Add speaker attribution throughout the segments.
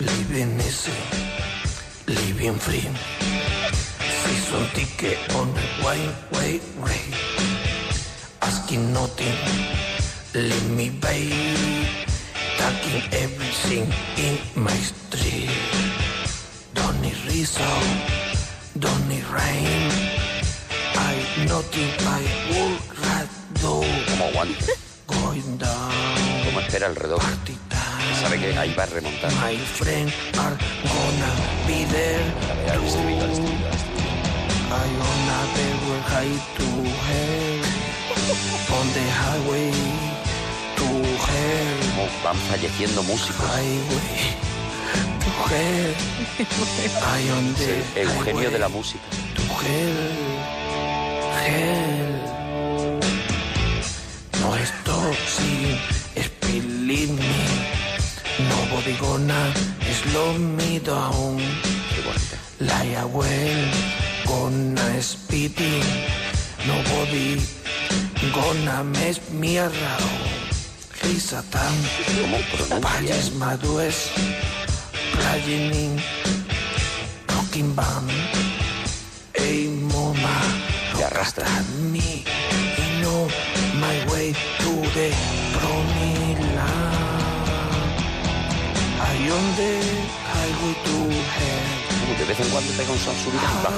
Speaker 1: Living easy, living free. Season ticket on the way, way, way. Asking nothing, let me pay. Tucking everything in my street. Don't need reason, don't need rain. I nothing I would rather do.
Speaker 2: Como aguante,
Speaker 1: Going down,
Speaker 2: como espera el reloj.
Speaker 1: party time.
Speaker 2: Sabe que ahí va a remontar.
Speaker 1: My friend are gonna be there
Speaker 2: A ver, al estribillo, al estribillo, al estribillo.
Speaker 1: I gonna be where high to hell On the highway to hell
Speaker 2: Cómo van falleciendo músicos.
Speaker 1: Highway to hell I on
Speaker 2: Es
Speaker 1: the
Speaker 2: el Eugenio de la
Speaker 1: highway
Speaker 2: música.
Speaker 1: to hell Hell No es toxic, es believe me Nobody gonna slow me down
Speaker 2: Qué bonita.
Speaker 1: Lie away, gonna speed it. Nobody gonna mess me around. Hey Satan,
Speaker 2: Cómo pronuncia.
Speaker 1: Valles Madues, playing in rocking band. Hey mama,
Speaker 2: Te arrastra.
Speaker 1: look at me. You know my way to the promised land. I on the highway to hell.
Speaker 2: Uh, De vez en cuando pega un son subido y baja.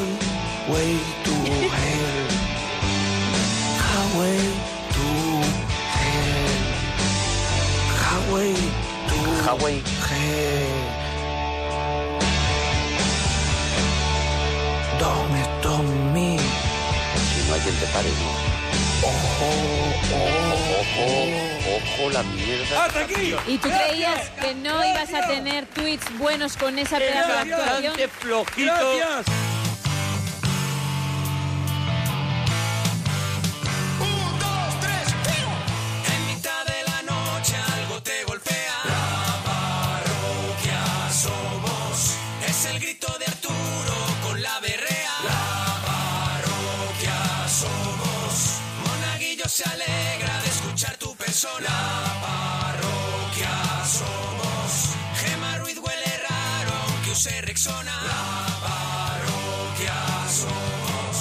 Speaker 1: Highway to hell. Highway to hell. Highway to
Speaker 2: Highway.
Speaker 1: hell. Don't stop me.
Speaker 2: Si no hay quien te pare, no.
Speaker 1: Ojo,
Speaker 2: Ojo, ojo, la mierda.
Speaker 3: Y tú creías que no ibas a tener tweets buenos con esa pedazo de actuación.
Speaker 4: Bastante flojito.
Speaker 5: Gracias.
Speaker 6: Un, dos, tres, En mitad de la noche algo te golpea. La parroquia somos. Es el grito de Arturo con la berrea. La parroquia somos. Monaguillo se alegra de escuchar tu persona. La parroquia somos. Gema Ruiz huele raro aunque use Rexona. La parroquia somos.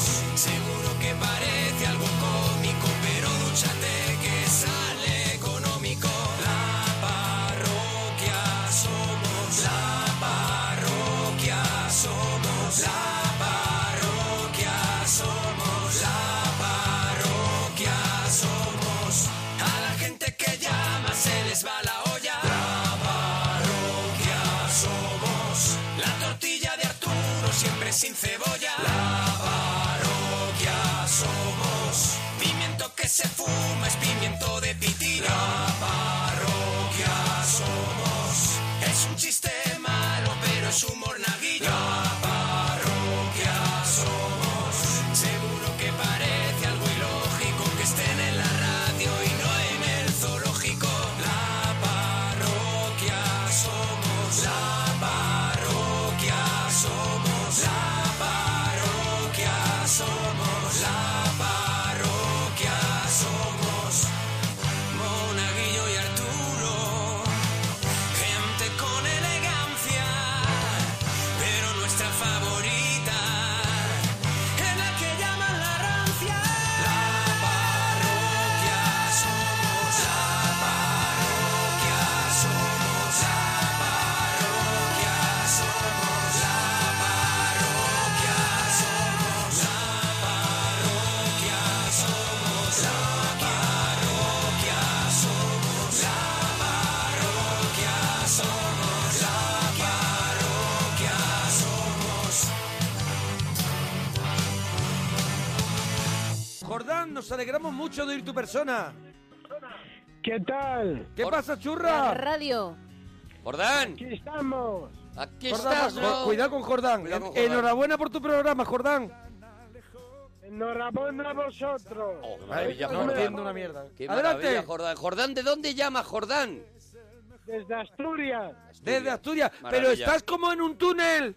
Speaker 6: Seguro que parece algo cómico, pero dúchate que sale económico. La parroquia somos. La parroquia somos. La parroquia somos. La parroquia somos. A la gente que llama se les va la olla. La parroquia somos. La tortilla de Arturo siempre sin cebolla. La parroquia somos. Pimiento que se fuma es pimiento de pitilla. La parroquia somos. Es un chiste malo, pero es un monaguillo. La parroquia somos. Seguro que parece algo ilógico que estén en la radio y no en el zoológico. La parroquia somos. La parroquia somos. La parroquia somos. La parroquia somos. Monaguillo y Arturo. Gente con elegancia, pero nuestra favorita es la que llaman la rancia. La parroquia somos, la parroquia somos, la parroquia somos, la parroquia somos, la parroquia somos, la parroquia somos, la parroquia somos, la parroquia somos.
Speaker 5: Jordán, nos alegramos mucho de ir tu persona.
Speaker 7: ¿Qué tal?
Speaker 5: ¿Qué pasa,
Speaker 3: La
Speaker 5: churra?
Speaker 3: radio.
Speaker 4: Jordán,
Speaker 7: Aquí estamos.
Speaker 4: aquí
Speaker 5: Jordán,
Speaker 4: estás,
Speaker 5: jo-
Speaker 4: bro.
Speaker 5: cuidado con Jordán.
Speaker 4: Cuidado con
Speaker 5: En-
Speaker 4: Jordán.
Speaker 5: Enhorabuena por tu programa, Jordán.
Speaker 7: Enhorabuena a vosotros.
Speaker 4: Oh, qué maravilla,
Speaker 5: no
Speaker 4: Jordán.
Speaker 5: entiendo una mierda.
Speaker 4: Qué
Speaker 5: Adelante.
Speaker 4: maravilla, Jordán. Jordán, ¿de dónde llamas, Jordán?
Speaker 7: Desde Asturias.
Speaker 5: Desde Asturias. Pero
Speaker 4: Maravilla.
Speaker 5: estás como en un túnel.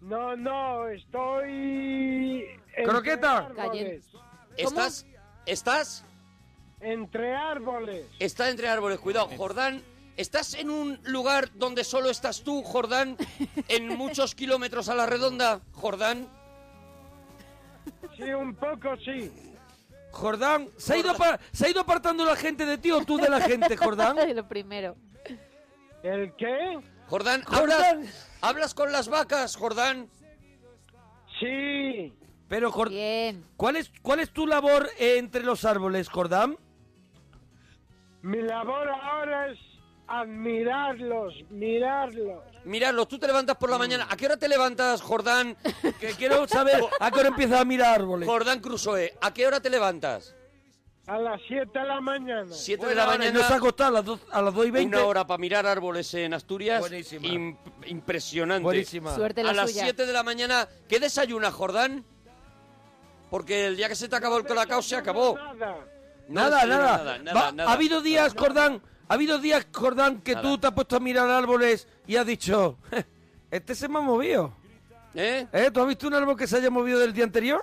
Speaker 7: No, no, estoy... entre
Speaker 5: Croqueta.
Speaker 7: árboles.
Speaker 4: ¿Estás? ¿Estás?
Speaker 7: Entre árboles.
Speaker 4: Está entre árboles, cuidado. Jordán ¿Estás en un lugar donde solo estás tú, Jordán? ¿En muchos kilómetros a la redonda, Jordán?
Speaker 7: Sí, un poco sí.
Speaker 5: Jordán, ¿se ha, ido apa- ¿se ha ido apartando la gente de ti o tú de la gente, Jordán?
Speaker 3: Lo primero.
Speaker 7: ¿El qué?
Speaker 4: Jordán, ¿hablas, hablas con las vacas, Jordán?
Speaker 7: Sí.
Speaker 5: Pero, Jor-
Speaker 3: Bien.
Speaker 5: ¿cuál, es, ¿cuál es tu labor eh, entre los árboles, Jordán?
Speaker 7: Mi labor ahora es admirarlos, mirarlos.
Speaker 4: Míralo, tú te levantas
Speaker 5: Mm.
Speaker 4: por la mañana. ¿A qué hora te levantas, Jordán?
Speaker 5: Que quiero saber a qué hora empiezas a mirar árboles.
Speaker 4: Jordán Crusoe, ¿a qué hora te levantas?
Speaker 7: A las 7 de la mañana.
Speaker 4: Siete de
Speaker 5: Bueno,
Speaker 4: la
Speaker 5: ahora, y nos ha
Speaker 4: mañana,
Speaker 5: costado a las, dos, a las 2 y 20.
Speaker 4: una hora para mirar árboles en Asturias.
Speaker 5: Buenísima.
Speaker 4: Imp- impresionante.
Speaker 5: Buenísima.
Speaker 3: Suerte la
Speaker 4: a las
Speaker 3: suya.
Speaker 4: 7 de la mañana. ¿Qué desayuna, Jordán? Porque el día que se te acabó el colacao se acabó.
Speaker 7: Nada.
Speaker 4: No
Speaker 5: Nada,
Speaker 4: desayunas
Speaker 5: nada. Va-
Speaker 4: nada, nada.
Speaker 5: Ha habido días, Jordán, ha habido días, Jordán, que
Speaker 4: Nada.
Speaker 5: tú te has puesto a mirar árboles y has dicho, este se me ha movido.
Speaker 4: ¿Eh?
Speaker 5: ¿Eh? ¿Tú has visto un árbol que se haya movido del día anterior?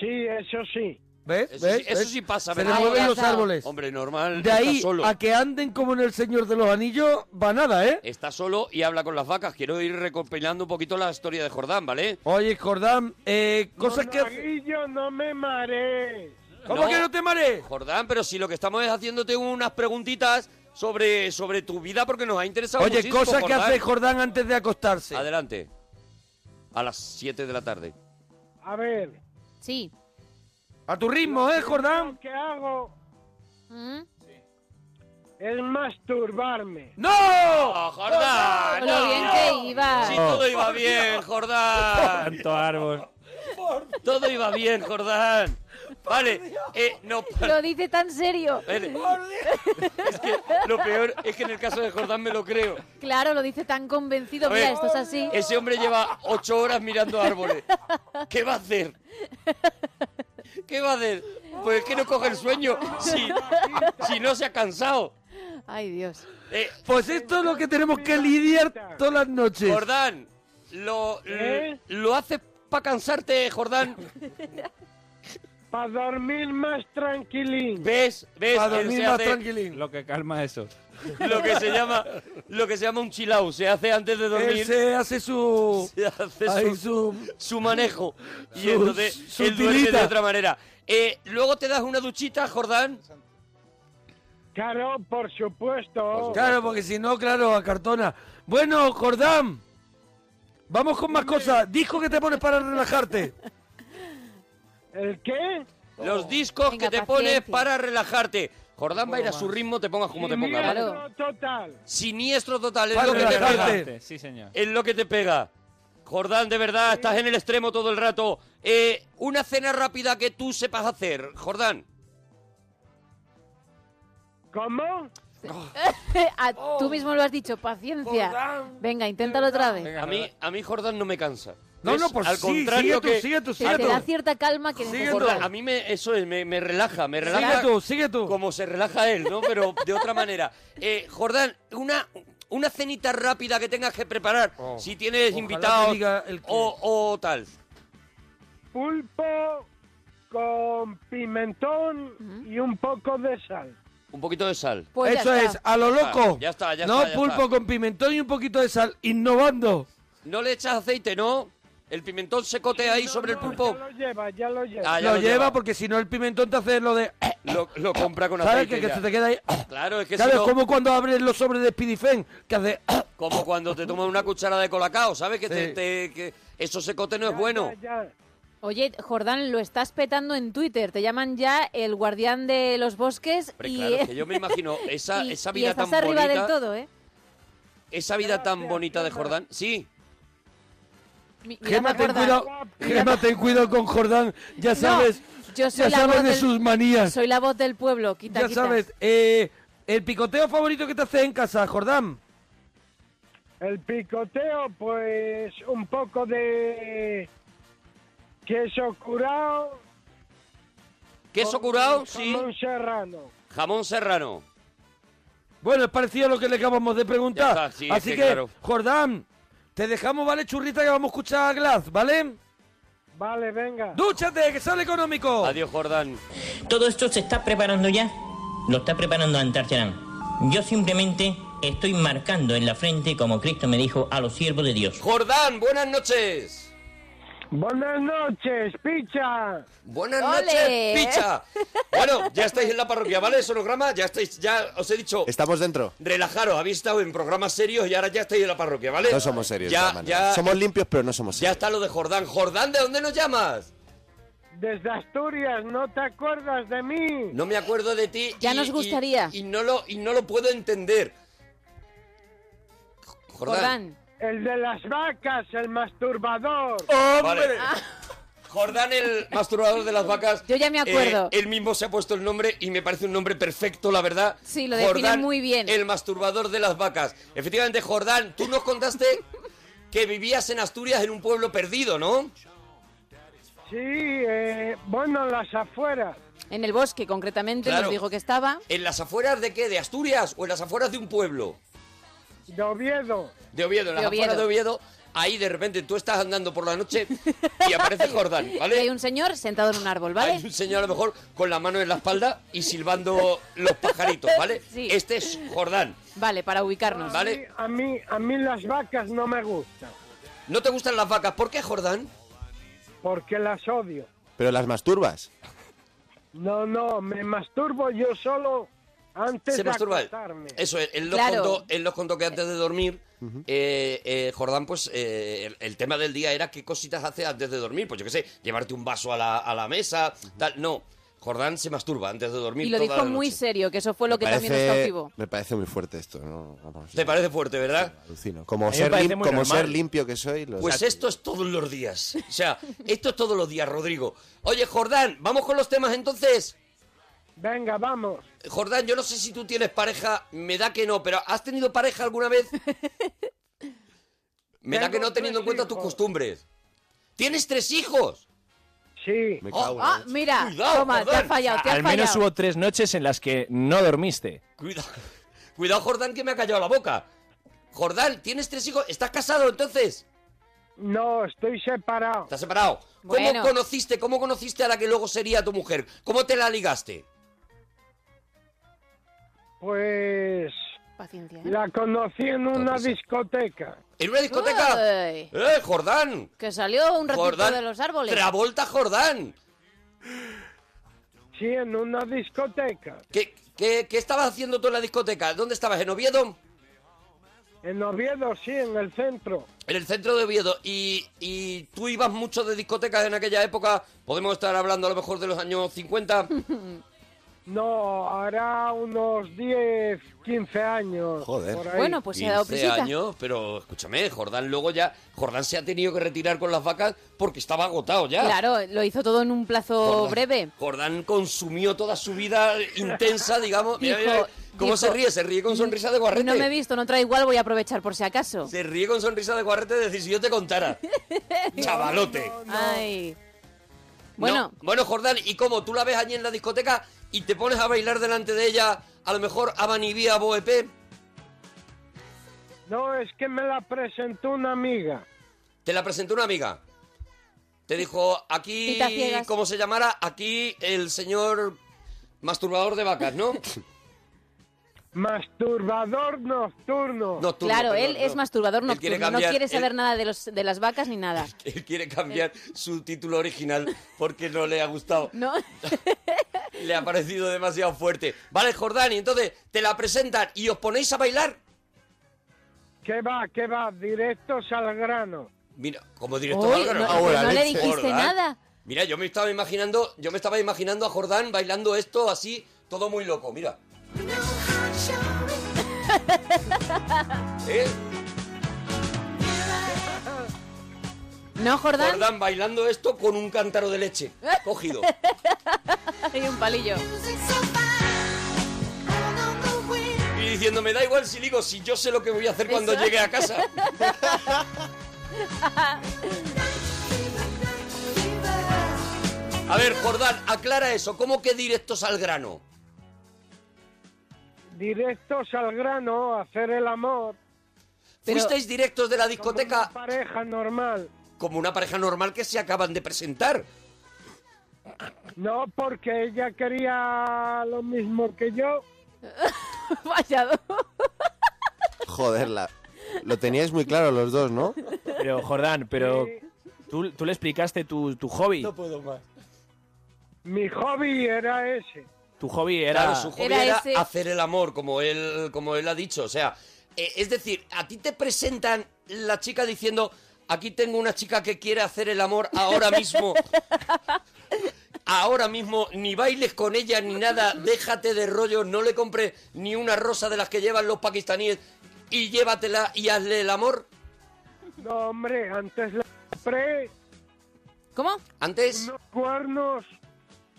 Speaker 7: Sí, eso sí.
Speaker 5: ¿Ves?
Speaker 4: Eso,
Speaker 5: ¿Ves?
Speaker 4: sí, eso
Speaker 5: ¿Ves?
Speaker 4: sí pasa,
Speaker 5: Se le
Speaker 4: ¿verdad?
Speaker 3: Ay,
Speaker 5: mueven
Speaker 3: ya
Speaker 5: los
Speaker 3: está.
Speaker 5: árboles.
Speaker 4: Hombre, normal.
Speaker 5: De ahí
Speaker 4: está solo.
Speaker 5: a que anden como en El Señor de los Anillos, va nada, ¿eh?
Speaker 4: Está solo y habla con las vacas. Quiero ir recopilando un poquito la historia de Jordán, ¿vale?
Speaker 5: Oye, Jordán, eh, cosas que... hace-
Speaker 7: Monaguillo, no me marees.
Speaker 5: ¿Cómo
Speaker 4: No.
Speaker 5: que no te marees?
Speaker 4: Jordán, pero si lo que estamos es haciéndote unas preguntitas sobre, sobre tu vida porque nos ha interesado
Speaker 5: Oye,
Speaker 4: muchísimo,
Speaker 5: cosas que
Speaker 4: Jordán.
Speaker 5: hace Jordán antes de acostarse.
Speaker 4: Adelante. A las 7 de la tarde.
Speaker 7: A ver,
Speaker 3: Sí.
Speaker 5: A tu ritmo, ¿eh, Jordán?
Speaker 7: lo que hago
Speaker 3: ¿Mm?
Speaker 7: es masturbarme.
Speaker 5: ¡No!
Speaker 4: ¡Oh, Jordán!
Speaker 3: Con lo bien que
Speaker 7: Ah.
Speaker 3: iba.
Speaker 4: Si todo iba bien, Jordán.
Speaker 8: Tanto árbol.
Speaker 4: Todo iba bien, Jordán. Vale, eh, no, pa-
Speaker 3: Lo dice tan serio.
Speaker 4: espere. Es que lo peor es que en el caso de Jordán me lo creo.
Speaker 3: Claro, lo dice tan convencido.
Speaker 4: A ver,
Speaker 3: Mira, esto es así.
Speaker 4: Ese hombre lleva ocho horas mirando árboles. ¿Qué va a hacer? ¿Qué va a hacer? Pues es que no coge el sueño si, si no se ha cansado.
Speaker 3: Ay, Dios.
Speaker 4: Eh,
Speaker 5: Pues esto es lo que tenemos que lidiar todas las noches.
Speaker 4: Jordán, lo,
Speaker 7: ¿Eh?
Speaker 4: lo haces para cansarte, Jordán.
Speaker 7: Para dormir más tranquilín.
Speaker 4: ¿Ves? ¿Ves?
Speaker 5: Para
Speaker 4: Él se
Speaker 5: dormir más
Speaker 4: hace-
Speaker 5: tranquilín.
Speaker 8: Lo que calma eso.
Speaker 4: lo que se llama lo que se llama un chill out, se hace antes de
Speaker 5: Él
Speaker 4: dormir se,
Speaker 5: se hace su...
Speaker 4: hace
Speaker 5: ahí
Speaker 4: su,
Speaker 5: su-
Speaker 4: su manejo y
Speaker 5: su-
Speaker 4: entonces
Speaker 5: su
Speaker 4: él duerme de
Speaker 5: tirita.
Speaker 4: otra manera Eh, luego te das una duchita Jordán
Speaker 7: Claro, por supuesto.
Speaker 5: Claro, porque si no, claro, a cartona. Bueno, Jordán, vamos con más cosas. Disco que te pones para relajarte.
Speaker 7: ¿El qué?
Speaker 5: Oh.
Speaker 4: los discos
Speaker 3: Venga,
Speaker 4: que te pones
Speaker 3: paciencia. Oh, Mm,
Speaker 4: para relajarte Jordán va a ir a su ritmo te pongas como te pongas ¿vale?
Speaker 3: Claro.
Speaker 7: Siniestro total.
Speaker 4: siniestro total es
Speaker 5: Para
Speaker 4: lo que te
Speaker 5: relajarte.
Speaker 4: pega
Speaker 8: Relajante, Sí, señor.
Speaker 4: es lo que te pega Jordán de verdad estás en el extremo todo el rato Eh, una cena rápida que tú sepas hacer Jordán
Speaker 7: ¿Cómo?
Speaker 3: Ah,
Speaker 4: Oh.
Speaker 3: tú mismo lo has dicho, paciencia. Venga, inténtalo otra vez.
Speaker 4: a mí a mí Jordán no me cansa
Speaker 5: No,
Speaker 4: ¿Ves?
Speaker 5: no, por
Speaker 4: al
Speaker 5: sí,
Speaker 4: contrario
Speaker 5: sigue tú,
Speaker 4: que
Speaker 5: sigue tú,
Speaker 3: Te,
Speaker 5: sigue
Speaker 3: te
Speaker 5: tú.
Speaker 3: da cierta calma que necesitas.
Speaker 5: Siguiendo.
Speaker 4: Jordán, a mí me, eso es, me, me relaja, me
Speaker 5: Sigue
Speaker 4: relaja
Speaker 5: tú, sigue tú.
Speaker 4: como se relaja él, ¿no? Pero de otra manera. Eh, Jordán, una, una cenita rápida que tengas que preparar
Speaker 5: Oh,
Speaker 4: si tienes
Speaker 5: ojalá
Speaker 4: invitados
Speaker 5: me diga el que-
Speaker 4: o, o tal.
Speaker 7: Pulpo con pimentón
Speaker 3: ¿Mm?
Speaker 7: y un poco de sal.
Speaker 4: Un poquito de sal.
Speaker 3: Pues ya
Speaker 5: Eso
Speaker 3: está.
Speaker 5: es, a lo
Speaker 4: Ya está,
Speaker 5: loco.
Speaker 4: ya está, ya
Speaker 5: No,
Speaker 4: está, ya
Speaker 5: pulpo
Speaker 4: está.
Speaker 5: con pimentón y un poquito de sal, innovando.
Speaker 4: No le echas aceite, ¿no? El pimentón se cotea ahí sobre el
Speaker 7: No,
Speaker 4: pulpo.
Speaker 7: Ya lo lleva, ya lo lleva.
Speaker 4: Ah, ya
Speaker 5: Lo lleva, porque si no el pimentón te hace lo de...
Speaker 4: Lo, lo compra con
Speaker 5: ¿Sabes?
Speaker 4: aceite.
Speaker 5: Que, que
Speaker 4: ya.
Speaker 5: se te queda ahí...
Speaker 4: Claro, es que
Speaker 5: Claro,
Speaker 4: si
Speaker 5: es
Speaker 4: no-
Speaker 5: como cuando abres los sobres de Spidifen, que hace...
Speaker 4: como cuando te tomas una cuchara de colacao, ¿sabes? Que, te-
Speaker 5: Sí.
Speaker 4: te- que eso secote no es
Speaker 7: Ya,
Speaker 4: bueno.
Speaker 7: ya, ya.
Speaker 3: Oye, Jordán, lo estás petando en Twitter. Te llaman ya el guardián de los bosques
Speaker 4: Hombre,
Speaker 3: y,
Speaker 4: claro, es que yo me imagino esa,
Speaker 3: y-
Speaker 4: esa
Speaker 3: y
Speaker 4: vida
Speaker 3: estás
Speaker 4: tan
Speaker 3: arriba
Speaker 4: bonita.
Speaker 3: del todo, ¿eh?
Speaker 4: Esa vida tan
Speaker 7: Gracias,
Speaker 4: bonita de
Speaker 7: Gemma.
Speaker 4: Jordán. Sí,
Speaker 3: Mi- mira,
Speaker 5: Gema, ten
Speaker 3: Jordán.
Speaker 5: cuidado, Gema, ten cuidado con Jordán, ya sabes,
Speaker 3: yo soy
Speaker 5: ya
Speaker 3: la
Speaker 5: sabes
Speaker 3: voz
Speaker 5: de
Speaker 3: del-
Speaker 5: sus manías,
Speaker 3: Soy la voz del pueblo, quita,
Speaker 5: ya
Speaker 3: quita.
Speaker 5: sabes. Eh, el picoteo favorito que te haces en casa, Jordán.
Speaker 7: El picoteo, pues un poco de queso curado.
Speaker 4: queso
Speaker 7: con
Speaker 4: curado, sí.
Speaker 7: Jamón serrano.
Speaker 4: Jamón serrano.
Speaker 5: Bueno, es parecido a lo que le acabamos de preguntar,
Speaker 4: Ya está, sí, es
Speaker 5: así
Speaker 4: que
Speaker 5: que,
Speaker 4: claro.
Speaker 5: Jordán, te dejamos, ¿vale, churrita, que vamos a escuchar a Glass, ¿vale?
Speaker 7: Vale, venga.
Speaker 5: ¡Dúchate, que sale económico!
Speaker 4: Adiós, Jordán.
Speaker 9: Todo esto se está preparando ya. Lo está preparando Antarcharán.
Speaker 8: Yo simplemente estoy marcando en la frente, como Cristo me dijo, a los siervos de Dios.
Speaker 4: Jordán, buenas noches.
Speaker 7: Buenas noches, picha.
Speaker 4: Buenas
Speaker 3: Ole.
Speaker 4: noches, picha. Bueno, ya estáis en la parroquia, ¿vale? Sonograma, ya estáis, ya os he dicho,
Speaker 9: Estamos dentro.
Speaker 4: relajaros, habéis estado en programas serios y ahora ya estáis en la parroquia, ¿vale?
Speaker 9: No somos serios. de todas
Speaker 4: Ya,
Speaker 9: maneras.
Speaker 4: ya,
Speaker 9: Somos limpios, pero no somos
Speaker 4: ya
Speaker 9: serios.
Speaker 4: está lo de Jordán. Jordán, ¿de dónde nos llamas?
Speaker 7: Desde Asturias, ¿no te acuerdas de mí?
Speaker 4: No me acuerdo de ti.
Speaker 3: Ya nos gustaría.
Speaker 4: Y, no lo, y no lo puedo entender.
Speaker 3: Jordán.
Speaker 7: El de las vacas, el masturbador.
Speaker 4: Vale. Ah.
Speaker 3: Ah,
Speaker 4: Jordán, el masturbador de las vacas.
Speaker 3: Yo ya me acuerdo.
Speaker 4: eh, él mismo se ha puesto el nombre y me parece un nombre perfecto, la verdad.
Speaker 3: Sí, lo define
Speaker 4: Jordán,
Speaker 3: muy bien.
Speaker 4: El masturbador de las vacas. Efectivamente, Jordán, tú nos contaste que vivías en Asturias en un pueblo perdido, ¿no?
Speaker 7: Sí, eh, bueno, las afueras.
Speaker 3: En el bosque, concretamente,
Speaker 4: Claro.
Speaker 3: nos dijo que estaba.
Speaker 4: ¿En las afueras de qué? ¿De Asturias o en las afueras de un pueblo?
Speaker 7: De Oviedo.
Speaker 4: De Oviedo, en las
Speaker 3: De Oviedo.
Speaker 4: afueras de Oviedo. Ahí de repente tú estás andando por la noche y aparece Jordán,
Speaker 3: Y hay
Speaker 4: ¿vale?
Speaker 3: un señor sentado en un árbol,
Speaker 4: Hay
Speaker 3: ¿vale?
Speaker 4: un señor a lo mejor con la mano en la espalda y silbando los pajaritos, ¿vale?
Speaker 3: Sí.
Speaker 4: Este es Jordán.
Speaker 3: Vale, para ubicarnos.
Speaker 4: Vale.
Speaker 7: Sí, A mí, a mí las vacas no me gustan,
Speaker 4: ¿No te gustan las vacas? ¿Por qué, Jordán?
Speaker 7: porque las odio.
Speaker 9: Pero las masturbas.
Speaker 7: No, no, me masturbo yo solo antes
Speaker 4: Se
Speaker 7: de
Speaker 4: masturba.
Speaker 7: acostarme.
Speaker 4: Eso es, él nos,
Speaker 3: Claro.
Speaker 4: contó, él nos contó que antes de dormir, eh, eh, Jordán, pues eh, el, el tema del día era qué cositas hace antes de dormir. Pues yo qué sé, llevarte un vaso a la, a la mesa, tal. No, Jordán se masturba antes de dormir.
Speaker 3: Y lo
Speaker 4: toda
Speaker 3: dijo
Speaker 4: la
Speaker 3: muy
Speaker 4: noche.
Speaker 3: serio, que eso fue lo que también nos cautivó.
Speaker 9: me parece muy fuerte esto. ¿no? Vamos,
Speaker 4: ¿Te parece fuerte, verdad?
Speaker 9: alucino. Como,
Speaker 10: me
Speaker 9: ser,
Speaker 10: parece
Speaker 9: lim-
Speaker 10: muy
Speaker 9: como
Speaker 10: normal.
Speaker 9: ser limpio que soy. lo-
Speaker 4: Pues esto es todos los días. O sea, esto es todos los días, Rodrigo. Oye, Jordán, vamos con los temas entonces.
Speaker 7: Venga, vamos.
Speaker 4: Jordán, yo no sé si tú tienes pareja, me da que no, pero ¿has tenido pareja alguna vez? Me da
Speaker 7: Tengo
Speaker 4: que no teniendo en
Speaker 7: tres
Speaker 4: cuenta tus
Speaker 7: hijos.
Speaker 4: costumbres. ¡Tienes tres hijos!
Speaker 7: Sí,
Speaker 9: Me
Speaker 4: Oh,
Speaker 9: cago en la
Speaker 3: Ah,
Speaker 9: leche.
Speaker 3: mira,
Speaker 4: Cuidado,
Speaker 3: toma, te
Speaker 4: Jordán.
Speaker 3: has fallado, te has
Speaker 10: Al menos
Speaker 3: fallado.
Speaker 10: hubo tres noches en las que no dormiste.
Speaker 4: Cuidado, cuidado Jordán, que me ha callado la boca. Jordán, ¿tienes tres hijos? ¿Estás casado entonces?
Speaker 7: no, estoy separado.
Speaker 4: ¿Estás separado? ¿Cómo
Speaker 3: Bueno.
Speaker 4: conociste? ¿Cómo conociste a la que luego sería tu mujer? ¿Cómo te la ligaste?
Speaker 7: Pues
Speaker 3: Paciencia. ¿eh?
Speaker 7: la conocí en una discoteca.
Speaker 4: ¿En una discoteca?
Speaker 3: Uy,
Speaker 4: ¡Eh, Jordán!
Speaker 3: que salió un ratito
Speaker 4: Jordán.
Speaker 3: de los árboles.
Speaker 4: Travolta Jordán.
Speaker 7: Sí, en una discoteca.
Speaker 4: ¿Qué, qué, qué estabas haciendo tú en la discoteca? ¿Dónde estabas? ¿En Oviedo?
Speaker 7: En Oviedo, sí, en el centro.
Speaker 4: En el centro de Oviedo. Y, y tú ibas mucho de discotecas en aquella época. Podemos estar hablando a lo mejor de los años 50.
Speaker 7: No, hará unos 10, 15 años.
Speaker 9: Joder.
Speaker 7: por ahí.
Speaker 3: Bueno, pues se ha dado
Speaker 4: 15
Speaker 3: prisita.
Speaker 4: años, pero escúchame, Jordán luego ya... Jordán se ha tenido que retirar con las vacas porque estaba agotado ya.
Speaker 3: Claro, lo hizo todo en un plazo
Speaker 4: Jordán-
Speaker 3: breve.
Speaker 4: Jordán consumió toda su vida intensa, digamos. Mira,
Speaker 3: Dijo-
Speaker 4: mira, ¿Cómo
Speaker 3: dijo,
Speaker 4: se ríe? Se ríe con sonrisa de guarrete.
Speaker 3: No me he visto, no trae igual, voy a aprovechar por si acaso.
Speaker 4: Se ríe con sonrisa de guarrete de decir, si yo te contara. Chavalote.
Speaker 3: Ay. Bueno,
Speaker 4: No. Bueno, Jordán, ¿y cómo? ¿Tú la ves allí en la discoteca y te pones a bailar delante de ella, a lo mejor a Vanivía Boep?
Speaker 7: No, es que me la presentó una amiga.
Speaker 4: Te la presentó una amiga. Te dijo, aquí,
Speaker 3: Citas ciegas.
Speaker 4: como se llamara, aquí el señor masturbador de vacas, ¿no?
Speaker 7: Masturbador nocturno.
Speaker 4: Nocturno,
Speaker 3: claro,
Speaker 4: perdón,
Speaker 3: él es
Speaker 4: no.
Speaker 3: masturbador
Speaker 4: Él
Speaker 3: nocturno, no
Speaker 4: cambiar,
Speaker 3: quiere
Speaker 4: él-
Speaker 3: saber nada de, los, de las vacas ni nada.
Speaker 4: Él quiere cambiar su título original porque no le ha gustado.
Speaker 3: ¿No?
Speaker 4: Le ha parecido demasiado fuerte. Vale, Jordán, y entonces te la presentan y os ponéis a bailar.
Speaker 7: ¿Qué va, qué va? Directos al grano.
Speaker 4: Mira, como director
Speaker 3: Uy,
Speaker 4: Álvaro,
Speaker 3: no,
Speaker 4: ¿no?
Speaker 9: ahora,
Speaker 3: no le
Speaker 9: leche.
Speaker 3: dijiste
Speaker 4: Jordán.
Speaker 3: nada.
Speaker 4: Mira, yo me estaba imaginando, yo me estaba imaginando a Jordán bailando esto así, todo muy loco, mira. ¿Eh?
Speaker 3: ¿No, Jordán? ¿Eh?
Speaker 4: Jordán bailando esto con un cántaro de leche cogido.
Speaker 3: Hay un palillo.
Speaker 4: Y diciendo, me da igual si digo, si yo sé lo que voy a hacer cuando
Speaker 3: Eso.
Speaker 4: llegue a casa. A ver, Jordán, aclara eso. ¿Cómo que directos al grano?
Speaker 7: Directos al grano, hacer el amor.
Speaker 3: Pero-
Speaker 4: ¿Fuisteis directos de la
Speaker 7: como
Speaker 4: discoteca
Speaker 7: una pareja normal.
Speaker 4: como una pareja normal que se acaban de presentar?
Speaker 7: No, porque ella quería lo mismo que yo.
Speaker 3: fallado.
Speaker 9: Joderla. Lo teníais muy claro los dos, ¿no?
Speaker 10: Pero, Jordán, pero tú, tú le explicaste tu, tu hobby.
Speaker 7: puedo más. Mi hobby era ese.
Speaker 10: Tu hobby era...
Speaker 4: Claro, su hobby
Speaker 7: Era
Speaker 4: era,
Speaker 7: ese.
Speaker 4: hacer el amor, como él, como él ha dicho. O sea, eh, es decir, a ti te presentan la chica diciendo, aquí tengo una chica que quiere hacer el amor ahora mismo. Ahora mismo, ni bailes con ella ni nada, déjate de rollo, no le compres ni una rosa de las que llevan los pakistaníes y llévatela y hazle el amor.
Speaker 7: No, hombre, antes la compré.
Speaker 3: ¿Cómo?
Speaker 4: Antes.
Speaker 7: Unos cuernos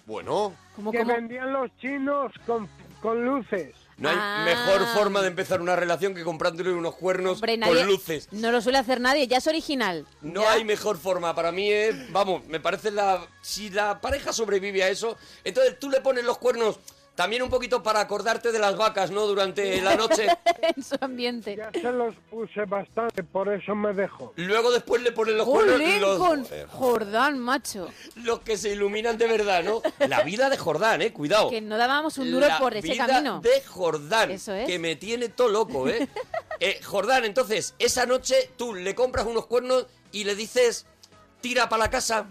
Speaker 9: Bueno.
Speaker 7: que vendían los chinos con, con luces.
Speaker 4: No hay
Speaker 3: Ah.
Speaker 4: mejor forma de empezar una relación que comprándole unos cuernos
Speaker 3: Hombre, nadie-
Speaker 4: con luces.
Speaker 3: No lo suele hacer nadie, ya es original.
Speaker 4: No hay mejor forma. Para mí es, vamos, me parece la... Si la pareja sobrevive a eso, entonces tú le pones los cuernos también un poquito para acordarte de las vacas, ¿no? Durante la noche.
Speaker 3: en su ambiente.
Speaker 7: Se los puse bastante, por eso me dejó.
Speaker 4: Luego después le pones los
Speaker 3: ¡Jolín,
Speaker 4: cuernos...
Speaker 3: con
Speaker 4: Los, Eh,
Speaker 3: Jordán, macho!
Speaker 4: los que se iluminan de verdad, ¿no? La vida de Jordán, ¿eh? Cuidado.
Speaker 3: Que no dábamos un duro
Speaker 4: La
Speaker 3: por ese
Speaker 4: vida
Speaker 3: camino.
Speaker 4: de Jordán,
Speaker 3: Eso es.
Speaker 4: que me tiene todo loco, ¿eh? Eh, Jordán, entonces, esa noche tú le compras unos cuernos y le dices, tira para la casa.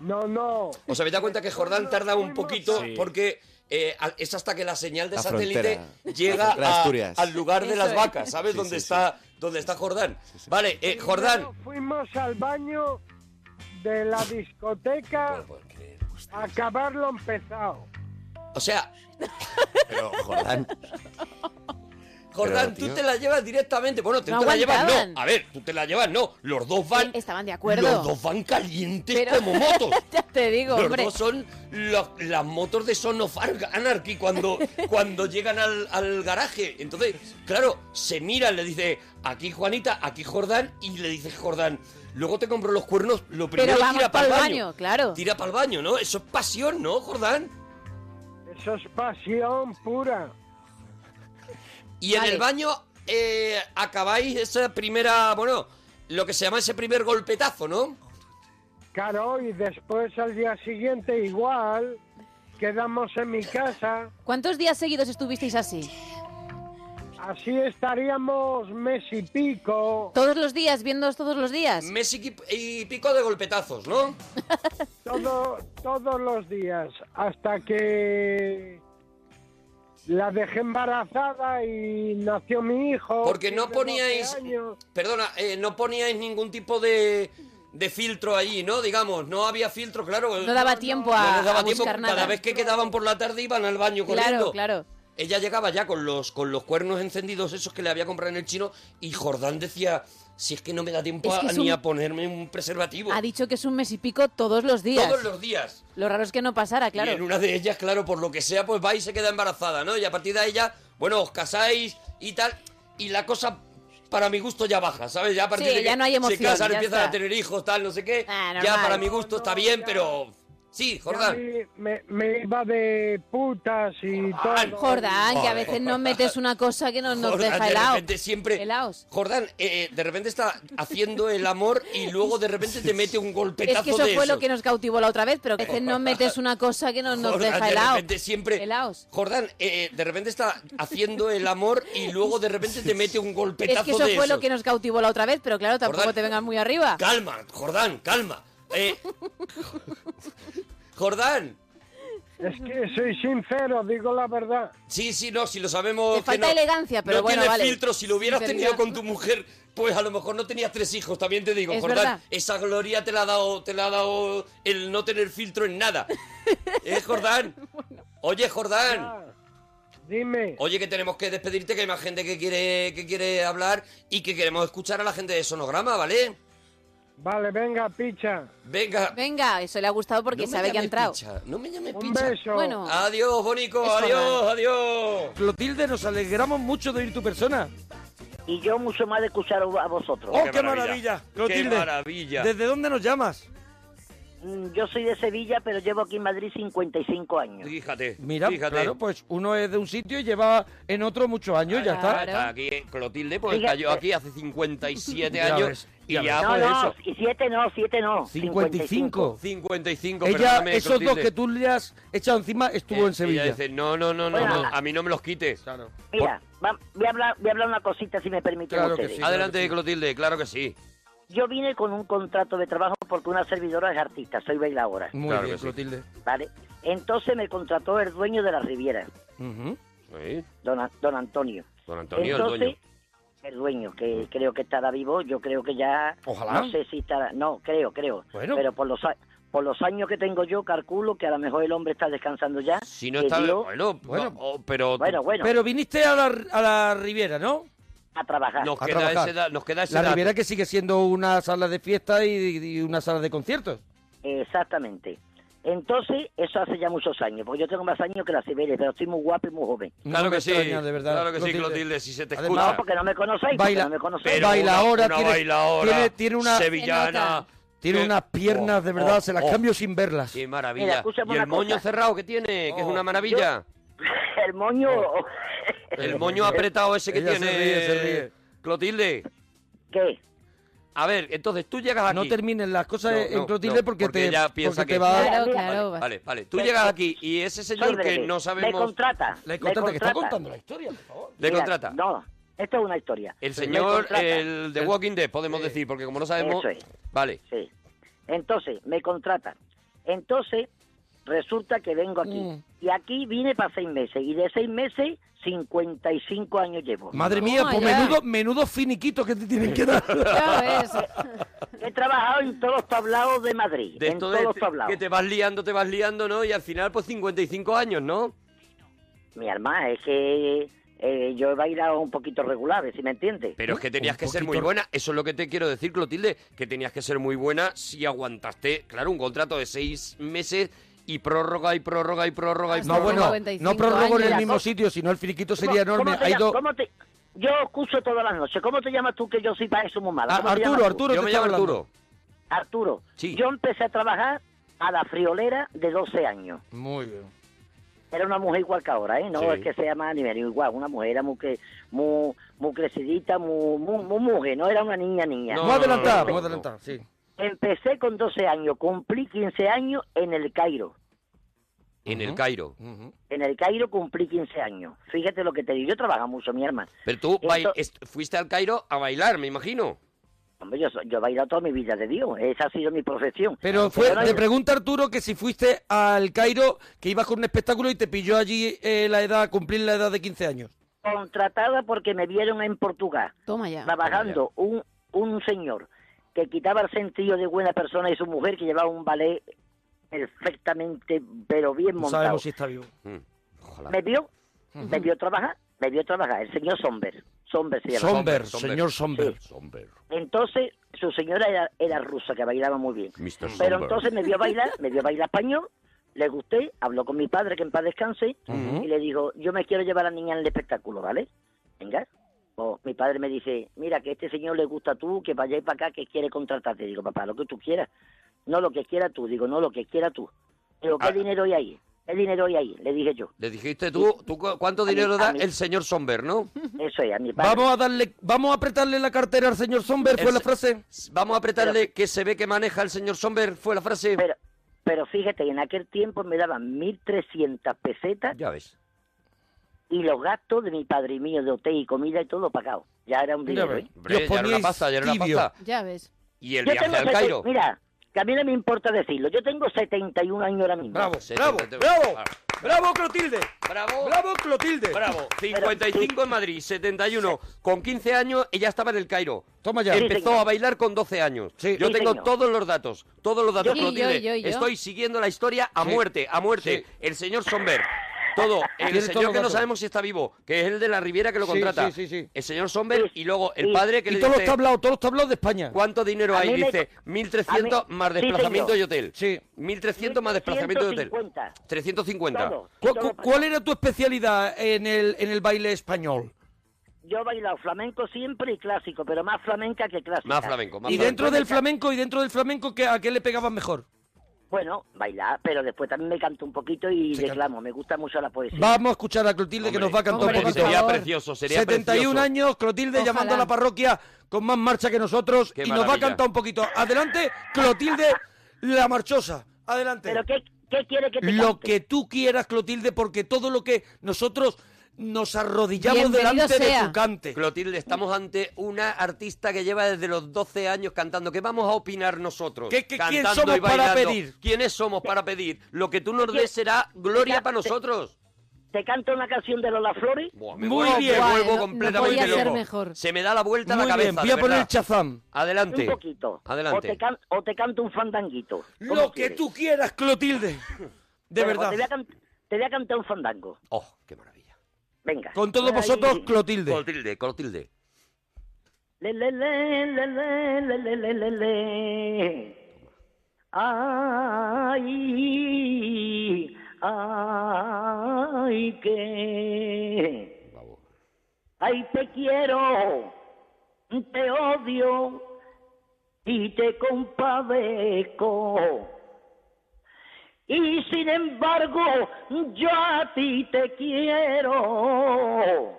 Speaker 7: No, no.
Speaker 4: Os habéis dado cuenta que Jordán tarda un poquito
Speaker 9: Sí.
Speaker 4: porque eh, a- es hasta que la señal de
Speaker 9: La
Speaker 4: satélite
Speaker 9: frontera. La
Speaker 4: llega
Speaker 9: frontera
Speaker 4: a-
Speaker 9: Asturias.
Speaker 4: al lugar de
Speaker 7: Eso
Speaker 4: las
Speaker 7: es.
Speaker 4: vacas, ¿sabes?
Speaker 9: Sí,
Speaker 4: dónde,
Speaker 9: sí,
Speaker 4: está, dónde está Jordán. Vale, eh, Jordán,
Speaker 7: Primero Fuimos al baño de la discoteca a acabarlo empezado.
Speaker 4: o sea,
Speaker 9: Pero, Jordán.
Speaker 4: Jordán,
Speaker 9: Pero,
Speaker 4: tú
Speaker 9: tío.
Speaker 4: te la llevas directamente. Bueno, tú
Speaker 3: No
Speaker 4: te la llevas,
Speaker 3: aguantaban.
Speaker 4: no. A ver, tú te la llevas, no. Los dos van,
Speaker 3: Estaban de
Speaker 4: los
Speaker 3: acuerdo.
Speaker 4: dos van calientes
Speaker 3: Pero-
Speaker 4: como motos.
Speaker 3: ya te digo,
Speaker 4: Los
Speaker 3: hombre.
Speaker 4: dos son lo- las motos de Son of Ar- Anarchy cuando, cuando llegan al, al garaje. Entonces, claro, se mira, le dice aquí Juanita, aquí Jordán, y le dice Jordán, luego te compro los cuernos, lo primero
Speaker 3: Pero vamos
Speaker 4: tira para
Speaker 3: para
Speaker 4: el
Speaker 3: el
Speaker 4: baño.
Speaker 3: baño, claro.
Speaker 4: Tira para el baño, ¿no? Eso es pasión, ¿no, Jordán?
Speaker 7: Eso es pasión pura.
Speaker 4: Y en
Speaker 3: Vale.
Speaker 4: el baño eh, acabáis esa primera, bueno, lo que se llama ese primer golpetazo, ¿no?
Speaker 7: Claro, y después al día siguiente igual quedamos en mi casa.
Speaker 3: ¿Cuántos días seguidos estuvisteis así?
Speaker 7: Así estaríamos mes y pico,
Speaker 3: ¿Todos los días, viéndoos todos los días?
Speaker 4: Messi y pico de golpetazos, ¿no?
Speaker 7: todo, todos los días, hasta que la dejé embarazada y nació mi hijo.
Speaker 4: Porque no
Speaker 7: tiene 12
Speaker 4: poníais-
Speaker 7: años.
Speaker 4: Perdona, eh, no poníais ningún tipo de, de filtro allí, ¿no? Digamos, no había filtro, claro.
Speaker 3: No daba tiempo a,
Speaker 4: no les daba
Speaker 3: a
Speaker 4: tiempo,
Speaker 3: buscar nada.
Speaker 4: Cada vez que quedaban por la tarde iban al baño
Speaker 3: Claro,
Speaker 4: corriendo.
Speaker 3: claro.
Speaker 4: Ella llegaba ya con los, con los cuernos encendidos esos que le había comprado en el chino y Jordán decía, si es que no me da tiempo
Speaker 3: Es
Speaker 4: a-
Speaker 3: que es
Speaker 4: ni
Speaker 3: un-
Speaker 4: a ponerme un preservativo.
Speaker 3: Ha dicho que es un mes y pico todos los días.
Speaker 4: Todos los días.
Speaker 3: Lo raro es que no pasara,
Speaker 4: Y en
Speaker 3: claro.
Speaker 4: una de ellas, claro, por lo que sea, pues va y se queda embarazada, ¿no? Y a partir de ella, bueno, os casáis y tal. Y la cosa, para mi gusto, ya baja, ¿sabes? Ya a partir
Speaker 3: Sí,
Speaker 4: de
Speaker 3: ya
Speaker 4: que
Speaker 3: no hay
Speaker 4: se
Speaker 3: emoción,
Speaker 4: casan,
Speaker 3: ya
Speaker 4: empiezan
Speaker 3: está.
Speaker 4: a tener hijos, tal, no sé qué.
Speaker 3: Ah,
Speaker 4: ya
Speaker 3: normal.
Speaker 4: para mi gusto está bien, pero... Sí,
Speaker 7: Ya
Speaker 4: Jordán.
Speaker 7: me, me- me iba de putas y todo.
Speaker 3: Jordán, que a
Speaker 4: Joder.
Speaker 3: veces nos metes una cosa que no nos
Speaker 4: Jordán,
Speaker 3: deja
Speaker 4: de
Speaker 3: helado.
Speaker 4: repente siempre...
Speaker 3: Helaos.
Speaker 4: Jordán, eh, eh, de repente está haciendo el amor y luego de repente te mete un golpetazo
Speaker 3: Es que eso
Speaker 4: de
Speaker 3: fue lo
Speaker 4: esos.
Speaker 3: que nos cautivó la otra vez, pero que a veces nos metes una cosa que no nos
Speaker 4: Jordán,
Speaker 3: deja
Speaker 4: de
Speaker 3: helado.
Speaker 4: repente siempre...
Speaker 3: Helaos.
Speaker 4: Jordán, eh, de repente está haciendo el amor y luego de repente te mete un golpetazo
Speaker 3: Es que eso
Speaker 4: de
Speaker 3: fue lo
Speaker 4: esos.
Speaker 3: que nos cautivó la otra vez, pero claro, tampoco
Speaker 4: Jordán,
Speaker 3: te vengas muy arriba.
Speaker 4: Calma, Jordán, calma. Eh, Jordán.
Speaker 7: Es que soy sincero, digo la verdad.
Speaker 4: Sí, sí, no, si lo sabemos...
Speaker 3: Te falta
Speaker 4: que no,
Speaker 3: elegancia, pero
Speaker 4: no
Speaker 3: bueno,
Speaker 4: tiene
Speaker 3: vale.
Speaker 4: filtro, si lo hubieras
Speaker 3: Sinceridad.
Speaker 4: tenido con tu mujer, pues a lo mejor no tenías tres hijos, también te digo,
Speaker 3: Es
Speaker 4: Jordán.
Speaker 3: verdad.
Speaker 4: Esa gloria te la ha dado, te la ha dado el no tener filtro en nada. ¿Eh, Jordán? Oye, Jordán.
Speaker 7: Ah, Dime.
Speaker 4: Oye, que tenemos que despedirte, que hay más gente que quiere, que quiere hablar y que queremos escuchar a la gente de Sonograma, ¿vale?
Speaker 7: Vale, venga, picha.
Speaker 4: Venga.
Speaker 3: Venga, eso le ha gustado porque
Speaker 4: No me
Speaker 3: sabe que ha
Speaker 4: llames
Speaker 3: entrado.
Speaker 4: picha, no me llames
Speaker 7: Un
Speaker 4: picha.
Speaker 7: beso.
Speaker 3: Bueno,
Speaker 4: Adiós, Bonico,
Speaker 3: Es
Speaker 4: adiós, adiós.
Speaker 5: Clotilde, nos alegramos mucho de oír tu persona.
Speaker 11: Y yo mucho más de
Speaker 4: Oh,
Speaker 11: escuchar a vosotros.
Speaker 5: ¡Oh, qué maravilla!
Speaker 4: Qué
Speaker 5: Clotilde,
Speaker 4: maravilla.
Speaker 5: ¿desde dónde nos llamas?
Speaker 11: mm, yo soy de Sevilla, pero llevo aquí en Madrid 55 años.
Speaker 4: Fíjate.
Speaker 5: Mira,
Speaker 4: fíjate.
Speaker 5: claro, pues uno es de un sitio y lleva en otro muchos años, ya está.
Speaker 4: Aquí eh, Clotilde pues
Speaker 11: Fíjate.
Speaker 4: cayó aquí hace 57
Speaker 5: Ya
Speaker 4: años
Speaker 5: ves,
Speaker 4: y
Speaker 5: ya
Speaker 4: ya,
Speaker 5: ves.
Speaker 11: no,
Speaker 4: pues,
Speaker 11: no,
Speaker 4: eso.
Speaker 11: y siete no, siete no.
Speaker 5: 55.
Speaker 4: 55,
Speaker 5: Ella,
Speaker 4: perdóname,
Speaker 5: esos dos
Speaker 4: Clotilde. Eh,
Speaker 5: que tú le has echado encima, estuvo en Sevilla.
Speaker 4: Ella dice, no, no, no, no,
Speaker 11: Hola.
Speaker 4: no, a mí no me los quites.
Speaker 11: ah. Mira, va- voy, a hablar, voy a hablar una cosita, si me permiten ustedes.
Speaker 4: Adelante, Clotilde, claro que sí.
Speaker 11: Yo vine con un contrato de trabajo porque una servidora es artista, soy bailadora,
Speaker 5: Muy
Speaker 4: Claro
Speaker 5: bien,
Speaker 4: que sí.
Speaker 5: Clotilde.
Speaker 11: ¿vale? Entonces me contrató el dueño de la Riviera,
Speaker 4: Sí,
Speaker 11: don, A- don Antonio.
Speaker 4: Don Antonio,
Speaker 11: Entonces,
Speaker 4: el dueño. Mm.
Speaker 11: El dueño, que creo que estará vivo, yo creo que ya...
Speaker 4: Ojalá.
Speaker 11: No sé si estará... No, creo, creo.
Speaker 4: Bueno.
Speaker 11: Pero por los, a- por los años que tengo yo, calculo que a lo mejor el hombre está descansando ya.
Speaker 4: Si no
Speaker 11: que
Speaker 4: está...
Speaker 11: Dios-
Speaker 4: Bueno,
Speaker 11: Bueno.
Speaker 4: no, oh, pero...
Speaker 11: Bueno, bueno.
Speaker 5: Pero viniste a la, a la Riviera, ¿no?
Speaker 11: A trabajar.
Speaker 4: Nos
Speaker 5: A
Speaker 4: queda,
Speaker 5: trabajar.
Speaker 4: ese da- nos queda ese
Speaker 5: La
Speaker 4: dato.
Speaker 5: Riviera que sigue siendo una sala de fiesta y, y una sala de conciertos.
Speaker 11: Exactamente. Entonces, eso hace ya muchos años, porque yo tengo más años que la Siberia, pero estoy muy guapo y muy joven.
Speaker 4: Claro
Speaker 5: No me
Speaker 4: que sí,
Speaker 5: extraña, de verdad,
Speaker 4: claro que sí,
Speaker 5: Clotilde.
Speaker 4: Clotilde, si se te
Speaker 5: Además,
Speaker 4: escucha.
Speaker 11: No, porque no me conocéis,
Speaker 5: Baila-
Speaker 11: porque no me conocéis.
Speaker 4: Pero
Speaker 5: baila
Speaker 4: una-
Speaker 5: ahora,
Speaker 4: una
Speaker 5: tiene-
Speaker 4: bailadora
Speaker 5: tiene- tiene una-
Speaker 4: sevillana.
Speaker 5: Tiene
Speaker 4: que-
Speaker 5: unas piernas, de verdad,
Speaker 4: oh,
Speaker 5: se las
Speaker 4: oh.
Speaker 5: cambio sin verlas.
Speaker 4: Qué maravilla.
Speaker 11: Mira, escúchame
Speaker 4: y el
Speaker 11: una
Speaker 4: moño
Speaker 11: cosa. Oh,
Speaker 4: cerrado que tiene, que es una maravilla. Oh.
Speaker 11: El moño...
Speaker 4: El moño apretado ese que
Speaker 5: Ella se
Speaker 4: tiene.
Speaker 5: ríe, se ríe.
Speaker 4: Clotilde.
Speaker 11: ¿Qué?
Speaker 4: A ver, entonces tú llegas aquí.
Speaker 5: No termines las cosas
Speaker 4: No,
Speaker 5: en
Speaker 4: no,
Speaker 5: Clotilde
Speaker 4: no,
Speaker 5: porque, te,
Speaker 4: ella piensa
Speaker 5: porque
Speaker 4: que-
Speaker 5: te va a...
Speaker 3: Claro, claro.
Speaker 4: Vale, vale. Tú llegas aquí y ese
Speaker 11: Soy
Speaker 4: señor que
Speaker 11: breve.
Speaker 4: no
Speaker 11: Me
Speaker 4: sabemos.
Speaker 11: contrata.
Speaker 5: Le
Speaker 11: me
Speaker 5: contando que está
Speaker 11: contrata.
Speaker 5: contando la historia, por favor.
Speaker 4: Le
Speaker 11: Mira,
Speaker 4: contrata.
Speaker 11: No, esto es una historia.
Speaker 4: El
Speaker 11: Me
Speaker 4: señor, eh,
Speaker 11: contrata.
Speaker 4: el de Walking Dead, podemos decir, porque como no sabemos.
Speaker 11: Eso es.
Speaker 4: Vale.
Speaker 11: Sí. Entonces, me contratan. Entonces, resulta que vengo aquí.
Speaker 5: Mm.
Speaker 11: Y aquí vine para seis meses. Y de seis meses, 55 años llevo.
Speaker 5: Madre mía,
Speaker 3: Toma
Speaker 5: pues
Speaker 3: ya.
Speaker 5: menudo, menudo finiquito que te tienen que dar.
Speaker 3: Ya ves.
Speaker 11: He trabajado en todos los tablados de Madrid.
Speaker 4: De este-
Speaker 11: en
Speaker 4: esto
Speaker 11: todos
Speaker 4: de
Speaker 11: los tablados.
Speaker 4: que te vas liando, te vas liando, ¿no? Y al final, pues 55 años, ¿no?
Speaker 11: Mi hermana, es que eh, yo he bailado un poquito regular, si me entiendes.
Speaker 4: Pero es que tenías
Speaker 5: Un
Speaker 4: que ser
Speaker 5: poquito-
Speaker 4: muy buena. Eso es lo que te quiero decir, Clotilde, que tenías que ser muy buena si aguantaste, claro, un contrato de seis meses y prórroga y prórroga y prórroga y
Speaker 3: Hasta
Speaker 5: No,
Speaker 4: prórroga.
Speaker 5: bueno,
Speaker 3: 55
Speaker 5: no prorrogo en el
Speaker 3: años.
Speaker 5: mismo sitio, sino el finiquito sería
Speaker 11: ¿Cómo-
Speaker 5: enorme.
Speaker 11: cómo te
Speaker 5: Ha
Speaker 11: llamas?
Speaker 5: ido...
Speaker 11: ¿Cómo te- Yo escucho todas las noches. ¿Cómo te llamas tú que yo soy para eso muy malo?
Speaker 5: Ah,
Speaker 11: ¿Cómo te
Speaker 5: Arturo,
Speaker 11: llamas tú?
Speaker 5: Arturo,
Speaker 4: Yo
Speaker 5: te
Speaker 4: me
Speaker 5: estaba
Speaker 4: llamo
Speaker 5: hablando.
Speaker 4: Arturo.
Speaker 11: Arturo,
Speaker 4: Sí.
Speaker 11: yo empecé a trabajar a la friolera de 12 años.
Speaker 5: Muy bien.
Speaker 11: Era una mujer igual que ahora, ¿eh? No
Speaker 4: Sí.
Speaker 11: es que sea más ni menos igual. Una mujer era muy, que- muy, muy crecidita, muy, muy, muy mujer. No era una niña, niña.
Speaker 4: No,
Speaker 5: Vamos a
Speaker 4: no,
Speaker 5: adelantar,
Speaker 4: no,
Speaker 5: vamos a
Speaker 4: no.
Speaker 5: adelantar, sí.
Speaker 11: Empecé con 12 años, cumplí 15 años en el Cairo.
Speaker 4: En el
Speaker 5: Ujú.
Speaker 4: Cairo.
Speaker 5: Ujú.
Speaker 11: En el Cairo cumplí 15 años. Fíjate lo que te digo. Yo trabajo mucho, mi hermano.
Speaker 4: Pero tú bail-
Speaker 11: Esto-
Speaker 4: est- fuiste al Cairo a bailar, me imagino.
Speaker 11: Hombre, yo, so- yo he bailado toda mi vida de Dios. Esa ha sido mi profesión.
Speaker 5: Pero fue,
Speaker 11: ahora
Speaker 5: te
Speaker 11: yo-
Speaker 5: pregunta Arturo que si fuiste al Cairo, que ibas con un espectáculo y te pilló allí eh, la edad, cumplir la edad de 15 años.
Speaker 11: contratada porque me vieron en Portugal.
Speaker 3: Toma ya.
Speaker 11: trabajando un, un señor que quitaba el sentido de buena persona y su mujer que llevaba un ballet perfectamente, pero bien
Speaker 5: No
Speaker 11: montado.
Speaker 5: sabemos si está vivo.
Speaker 4: Mm, Ojalá.
Speaker 11: Me vio, me vio trabajar, me vio trabajar, el señor Somber. Somber se llama.
Speaker 5: Somber,
Speaker 4: Somber, Somber.
Speaker 5: señor Somber.
Speaker 4: Somber.
Speaker 11: Entonces, su señora era, era rusa, que bailaba muy bien.
Speaker 4: Mr.
Speaker 11: Pero
Speaker 4: Somber.
Speaker 11: entonces me vio bailar, me vio bailar español, le gusté, habló con mi padre, que en paz descanse,
Speaker 5: Ujú.
Speaker 11: y le dijo, yo me quiero llevar a la niña en el espectáculo, ¿vale? Venga. O mi padre me dice, mira, que a este señor le gusta tú, que vaya para acá, que quiere contratarte. Digo, papá, lo que tú quieras. No lo que quiera tú, digo, no lo que quiera tú. Digo, ¿qué
Speaker 4: Ah.
Speaker 11: dinero hay ahí? ¿Qué dinero hay ahí? Le dije yo.
Speaker 4: Le dijiste tú, ¿tú cu- ¿cuánto
Speaker 11: A mí-
Speaker 4: dinero
Speaker 11: a
Speaker 4: da
Speaker 11: mí-
Speaker 4: el señor Somber, no?
Speaker 11: Eso es, a mi padre.
Speaker 5: Vamos a darle, vamos a apretarle la cartera al señor Somber, fue
Speaker 4: Es-
Speaker 5: la frase.
Speaker 4: Vamos a apretarle que se ve que maneja el señor Somber, fue la frase.
Speaker 11: Pero, pero fíjate, en aquel tiempo me daban 1.300 pesetas
Speaker 4: Ya ves.
Speaker 11: y los gastos de mi padre y mío de hotel y comida y todo pagado. Ya era un
Speaker 5: Mira,
Speaker 11: dinero, ¿eh?
Speaker 4: Hombre,
Speaker 5: Los
Speaker 4: ya era una
Speaker 5: poníais
Speaker 4: pasta, ya era una
Speaker 5: tibio.
Speaker 4: pasta.
Speaker 3: Ya ves.
Speaker 4: Y el
Speaker 11: Yo
Speaker 4: viaje
Speaker 11: tengo
Speaker 4: al
Speaker 11: sete-
Speaker 4: Cairo.
Speaker 11: Mira, que a mí no me importa decirlo. Yo tengo 71 años ahora mismo.
Speaker 5: Bravo,
Speaker 4: Sí,
Speaker 5: bravo,
Speaker 4: sí, sí.
Speaker 5: bravo,
Speaker 4: Vale.
Speaker 5: bravo Clotilde,
Speaker 4: Bravo.
Speaker 5: bravo Clotilde.
Speaker 4: Bravo. 55 en Madrid, 71. Con 15 años ella estaba en el Cairo.
Speaker 5: Toma ya.
Speaker 11: Sí,
Speaker 4: Empezó
Speaker 11: señor.
Speaker 4: a bailar con 12 años.
Speaker 5: Sí.
Speaker 4: Yo
Speaker 11: Sí,
Speaker 4: tengo
Speaker 11: señor.
Speaker 4: todos los datos, todos los datos,
Speaker 3: Yo- Y yo,
Speaker 4: Clotilde.
Speaker 3: y yo, y yo.
Speaker 4: Estoy siguiendo la historia a
Speaker 5: Sí.
Speaker 4: muerte, a muerte.
Speaker 5: Sí.
Speaker 4: El señor Somber, todo. El
Speaker 5: Tienes todos
Speaker 4: señor
Speaker 5: los
Speaker 4: que no
Speaker 5: datos.
Speaker 4: sabemos si está vivo, que es el de la Riviera que lo
Speaker 5: Sí,
Speaker 4: contrata.
Speaker 5: sí, sí, sí.
Speaker 4: El señor Somber
Speaker 11: Sí.
Speaker 4: y luego el
Speaker 11: Sí.
Speaker 4: padre que
Speaker 5: Y
Speaker 4: le
Speaker 5: todos los
Speaker 4: dice...
Speaker 5: tablados, todos los tablados de España.
Speaker 4: ¿Cuánto dinero
Speaker 11: A
Speaker 4: hay?
Speaker 11: mí me-
Speaker 4: Dice
Speaker 11: a
Speaker 4: 1.300
Speaker 11: mí-
Speaker 4: más
Speaker 11: Sí,
Speaker 4: desplazamiento
Speaker 11: señor.
Speaker 4: y hotel.
Speaker 5: Sí.
Speaker 4: 1.300 más desplazamiento y hotel.
Speaker 11: 350.
Speaker 4: 350.
Speaker 11: Todo.
Speaker 5: ¿Cu-
Speaker 11: Todo
Speaker 5: cu- ¿Cuál era tu especialidad en el, en el baile español?
Speaker 11: Yo he bailado flamenco siempre y clásico, pero más flamenca que clásica.
Speaker 4: Más flamenco, más
Speaker 5: Y
Speaker 4: flamenco.
Speaker 5: dentro del flamenco, y dentro del flamenco, ¿qué- ¿a qué le pegabas mejor?
Speaker 11: Bueno, bailar, pero después también me canto un poquito y declamo. Me gusta mucho la poesía.
Speaker 5: Vamos a escuchar a Clotilde que nos va a cantar
Speaker 11: hombre,
Speaker 5: un poquito.
Speaker 11: sería
Speaker 4: precioso, Mm. sería
Speaker 5: 71
Speaker 4: precioso.
Speaker 5: años, Clotilde
Speaker 4: Ojalá.
Speaker 5: llamando a la parroquia con más marcha que nosotros y nos va a
Speaker 4: maravilla.
Speaker 5: cantar un poquito. Adelante, Clotilde, la marchosa. Adelante. ¿Pero
Speaker 11: qué, quiere que
Speaker 5: te Lo que tú quieras, Clotilde, porque todo lo que nosotros nos arrodillamos delante de tu cante.
Speaker 4: Clotilde, estamos ante una artista que lleva desde los 12 años cantando. ¿Qué vamos a opinar nosotros?
Speaker 5: ¿Qué- qué- quién
Speaker 4: Cantando
Speaker 5: somos
Speaker 4: y
Speaker 5: para
Speaker 4: bailando.
Speaker 5: pedir?
Speaker 4: ¿Quiénes somos para pedir? Lo que tú nos
Speaker 11: ¿Quién-
Speaker 4: des será gloria
Speaker 11: Ya,
Speaker 4: para
Speaker 11: te-
Speaker 4: nosotros.
Speaker 11: ¿Te canto una canción de Lola Flores?
Speaker 5: Oh,
Speaker 4: Me vuelvo- Me vuelvo completamente loco. Se me da la vuelta
Speaker 5: Muy
Speaker 4: la cabeza.
Speaker 5: bien, voy a
Speaker 4: de
Speaker 5: poner
Speaker 4: verdad.
Speaker 5: Chazam.
Speaker 4: Adelante.
Speaker 11: Un poquito. O te,
Speaker 4: Adelante.
Speaker 11: can- o te canto un fandanguito. ¿Cómo
Speaker 5: Lo que
Speaker 11: quieres?
Speaker 5: tú quieras, Clotilde. De
Speaker 11: Bueno,
Speaker 5: verdad.
Speaker 11: pues Te voy, a can- te voy a cantar un fandango.
Speaker 4: Oh, qué maravilla.
Speaker 11: Venga.
Speaker 5: Con todos
Speaker 11: Ay.
Speaker 5: vosotros, Clotilde.
Speaker 4: Clotilde, Clotilde.
Speaker 11: Le, le, le, le, le, le, le, le, le, le. Ay, ay, que. Ay, te quiero, te odio y te compadezco. Y sin embargo, yo a ti te quiero,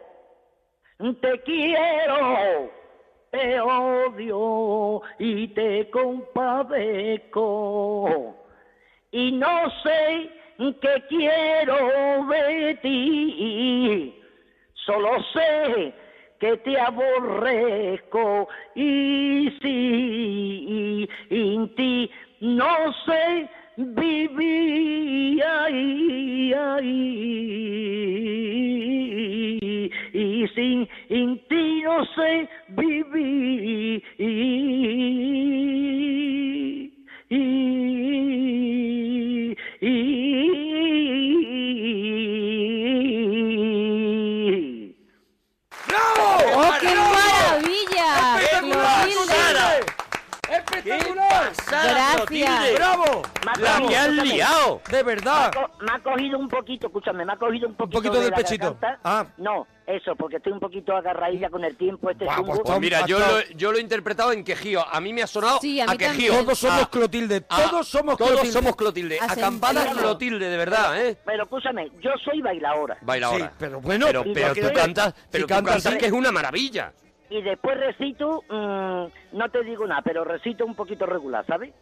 Speaker 11: te quiero te odio y te compadezco. Y no sé qué quiero de ti, solo sé que te aborrezco y sí, en ti no sé vivir ay, ay, y sin en ti no sé vivir.
Speaker 3: ¡Oh, qué maravilla!
Speaker 6: ¡Espectacular,
Speaker 3: Clotilde!
Speaker 6: Susana!
Speaker 5: ¡Espectacular!
Speaker 3: Gracias.
Speaker 11: Clotilde!
Speaker 5: ¡Bravo!
Speaker 11: Marco,
Speaker 5: ¡Bravo!
Speaker 11: que has liado.
Speaker 5: ¡De verdad!
Speaker 11: Me ha, co- me ha cogido un poquito, escúchame, me ha cogido un poquito,
Speaker 5: poquito
Speaker 11: de
Speaker 5: del
Speaker 11: la
Speaker 5: pechito. Ah.
Speaker 11: garganta. No, eso, porque estoy un poquito agarradilla con el tiempo. Este
Speaker 4: Ah, pues,
Speaker 11: chungo.
Speaker 4: pues mira, yo lo, yo lo he interpretado en quejío. A mí me ha sonado
Speaker 11: Sí, a
Speaker 4: a,
Speaker 11: mí también.
Speaker 4: quejío. Ah,
Speaker 11: Todos somos
Speaker 5: Clotilde,
Speaker 11: todos somos
Speaker 4: todos
Speaker 11: Clotilde.
Speaker 4: somos Clotilde.
Speaker 11: Hacen-
Speaker 4: Acampada
Speaker 11: Claro.
Speaker 4: Clotilde, de verdad,
Speaker 11: Pero-
Speaker 4: ¿eh?
Speaker 11: Pero escúchame, yo soy bailadora.
Speaker 4: Baila ahora.
Speaker 5: Sí, pero bueno,
Speaker 4: pero,
Speaker 5: ¿y
Speaker 4: pero
Speaker 5: por
Speaker 4: tú
Speaker 5: qué?
Speaker 4: cantas,
Speaker 5: Si
Speaker 4: pero tú
Speaker 5: cantas ¿eh?
Speaker 4: cantas
Speaker 5: bien.
Speaker 4: que es una maravilla.
Speaker 11: Y después recito, mm, no te digo nada, pero recito un poquito regular, ¿sabes?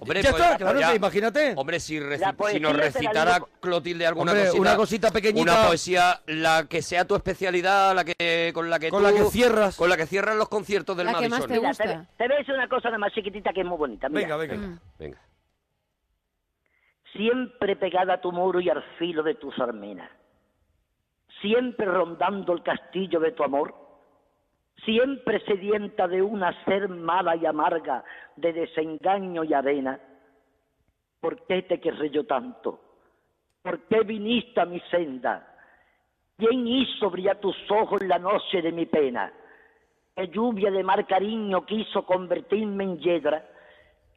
Speaker 4: Hombre,
Speaker 5: Ya
Speaker 4: pues,
Speaker 5: está, claro,
Speaker 4: ya.
Speaker 5: sí, imagínate.
Speaker 4: Hombre, si, reci-
Speaker 11: La
Speaker 4: si
Speaker 11: poesía te la
Speaker 4: nos recitara
Speaker 11: digo.
Speaker 4: Clotilde alguna
Speaker 5: Hombre,
Speaker 4: cosita.
Speaker 5: una cosita pequeñita.
Speaker 4: Una poesía, la que sea tu especialidad, la que con la que
Speaker 5: Con
Speaker 4: tú-
Speaker 5: la que cierras.
Speaker 4: Con la que cierras los conciertos del Madison.
Speaker 11: Mira, te, ve- te voy a decir una cosa nada más chiquitita que es muy bonita. Mira.
Speaker 5: Venga,
Speaker 4: Mm.
Speaker 5: venga.
Speaker 3: Mm.
Speaker 4: Venga.
Speaker 11: Siempre pegada a tu muro y al filo de tus armenas. Siempre rondando el castillo de tu amor. Siempre sedienta de una ser mala y amarga, de desengaño y arena. ¿Por qué te querré yo tanto? ¿Por qué viniste a mi senda? ¿Quién hizo brillar tus ojos la noche de mi pena? ¿Qué lluvia de mar cariño quiso convertirme en yedra?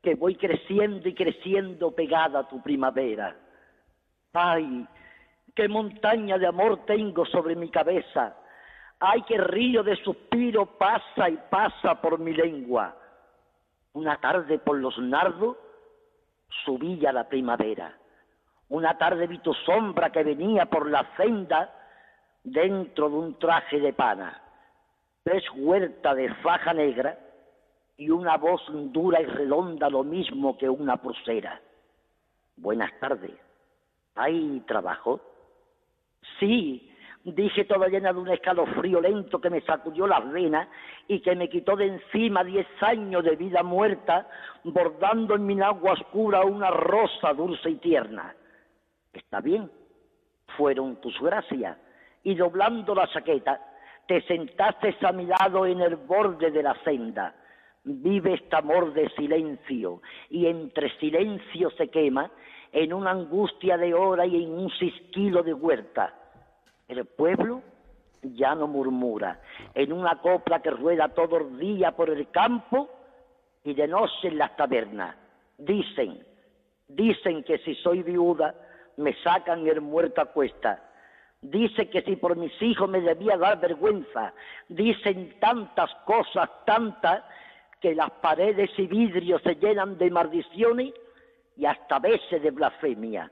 Speaker 11: que voy creciendo y creciendo pegada a tu primavera. Ay, qué montaña de amor tengo sobre mi cabeza. Ay, qué río de suspiro pasa y pasa por mi lengua. Una tarde por los nardos subí a la primavera. Una tarde vi tu sombra que venía por la senda dentro de un traje de pana. Tres huertas de faja negra y una voz dura y redonda lo mismo que una pulsera. Buenas tardes. ¿Hay trabajo? Sí, dije toda llena de un escalofrío lento que me sacudió las venas y que me quitó de encima diez años de vida muerta, bordando en mi agua oscura una rosa dulce y tierna. Está bien, fueron tus gracias. Y doblando la chaqueta, te sentaste a mi lado en el borde de la senda vive este amor de silencio y entre silencio se quema en una angustia de hora y en un cisquilo de huerta. El pueblo ya no murmura, en una copla que rueda todo el día por el campo y de noche en las tabernas. Dicen, dicen que si soy viuda me sacan el muerto a cuesta. Dice que si por mis hijos me debía dar vergüenza. Dicen tantas cosas, tantas, que las paredes y vidrios se llenan de maldiciones y hasta veces de blasfemia.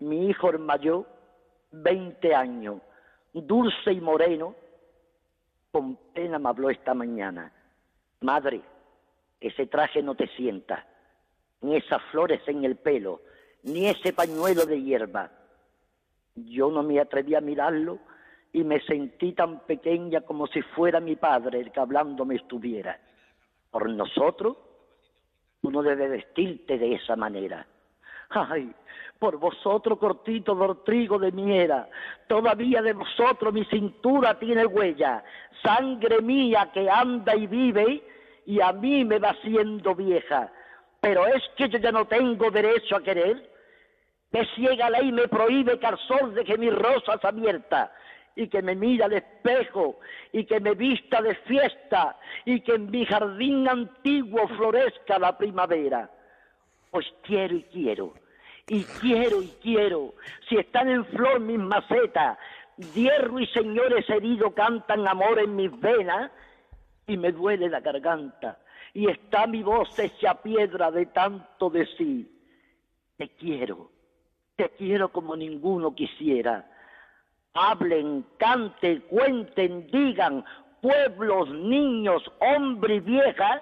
Speaker 11: Mi hijo el mayor, 20 años, dulce y moreno, con pena me habló esta mañana. Madre, ese traje no te sienta, ni esas flores en el pelo, ni ese pañuelo de hierba. Yo no me atreví a mirarlo y me sentí tan pequeña como si fuera mi padre el que hablando me estuviera. Por nosotros, tú no debes vestirte de esa manera. Ay, por vosotros, cortito dortrigo de miera, todavía de vosotros mi cintura tiene huella, sangre mía que anda y vive, y a mí me va siendo vieja. Pero es que yo ya no tengo derecho a querer. Me ciega ley me prohíbe que al sol deje mis rosas abiertas y que me mira al espejo y que me vista de fiesta y que en mi jardín antiguo florezca la primavera. Pues quiero y quiero, y quiero y quiero, si están en flor mis macetas, hierro y señores heridos cantan amor en mis venas y me duele la garganta y está mi voz hecha piedra de tanto decir. Te quiero, te quiero como ninguno quisiera hablen, canten, cuenten, digan, pueblos, niños, hombre y vieja,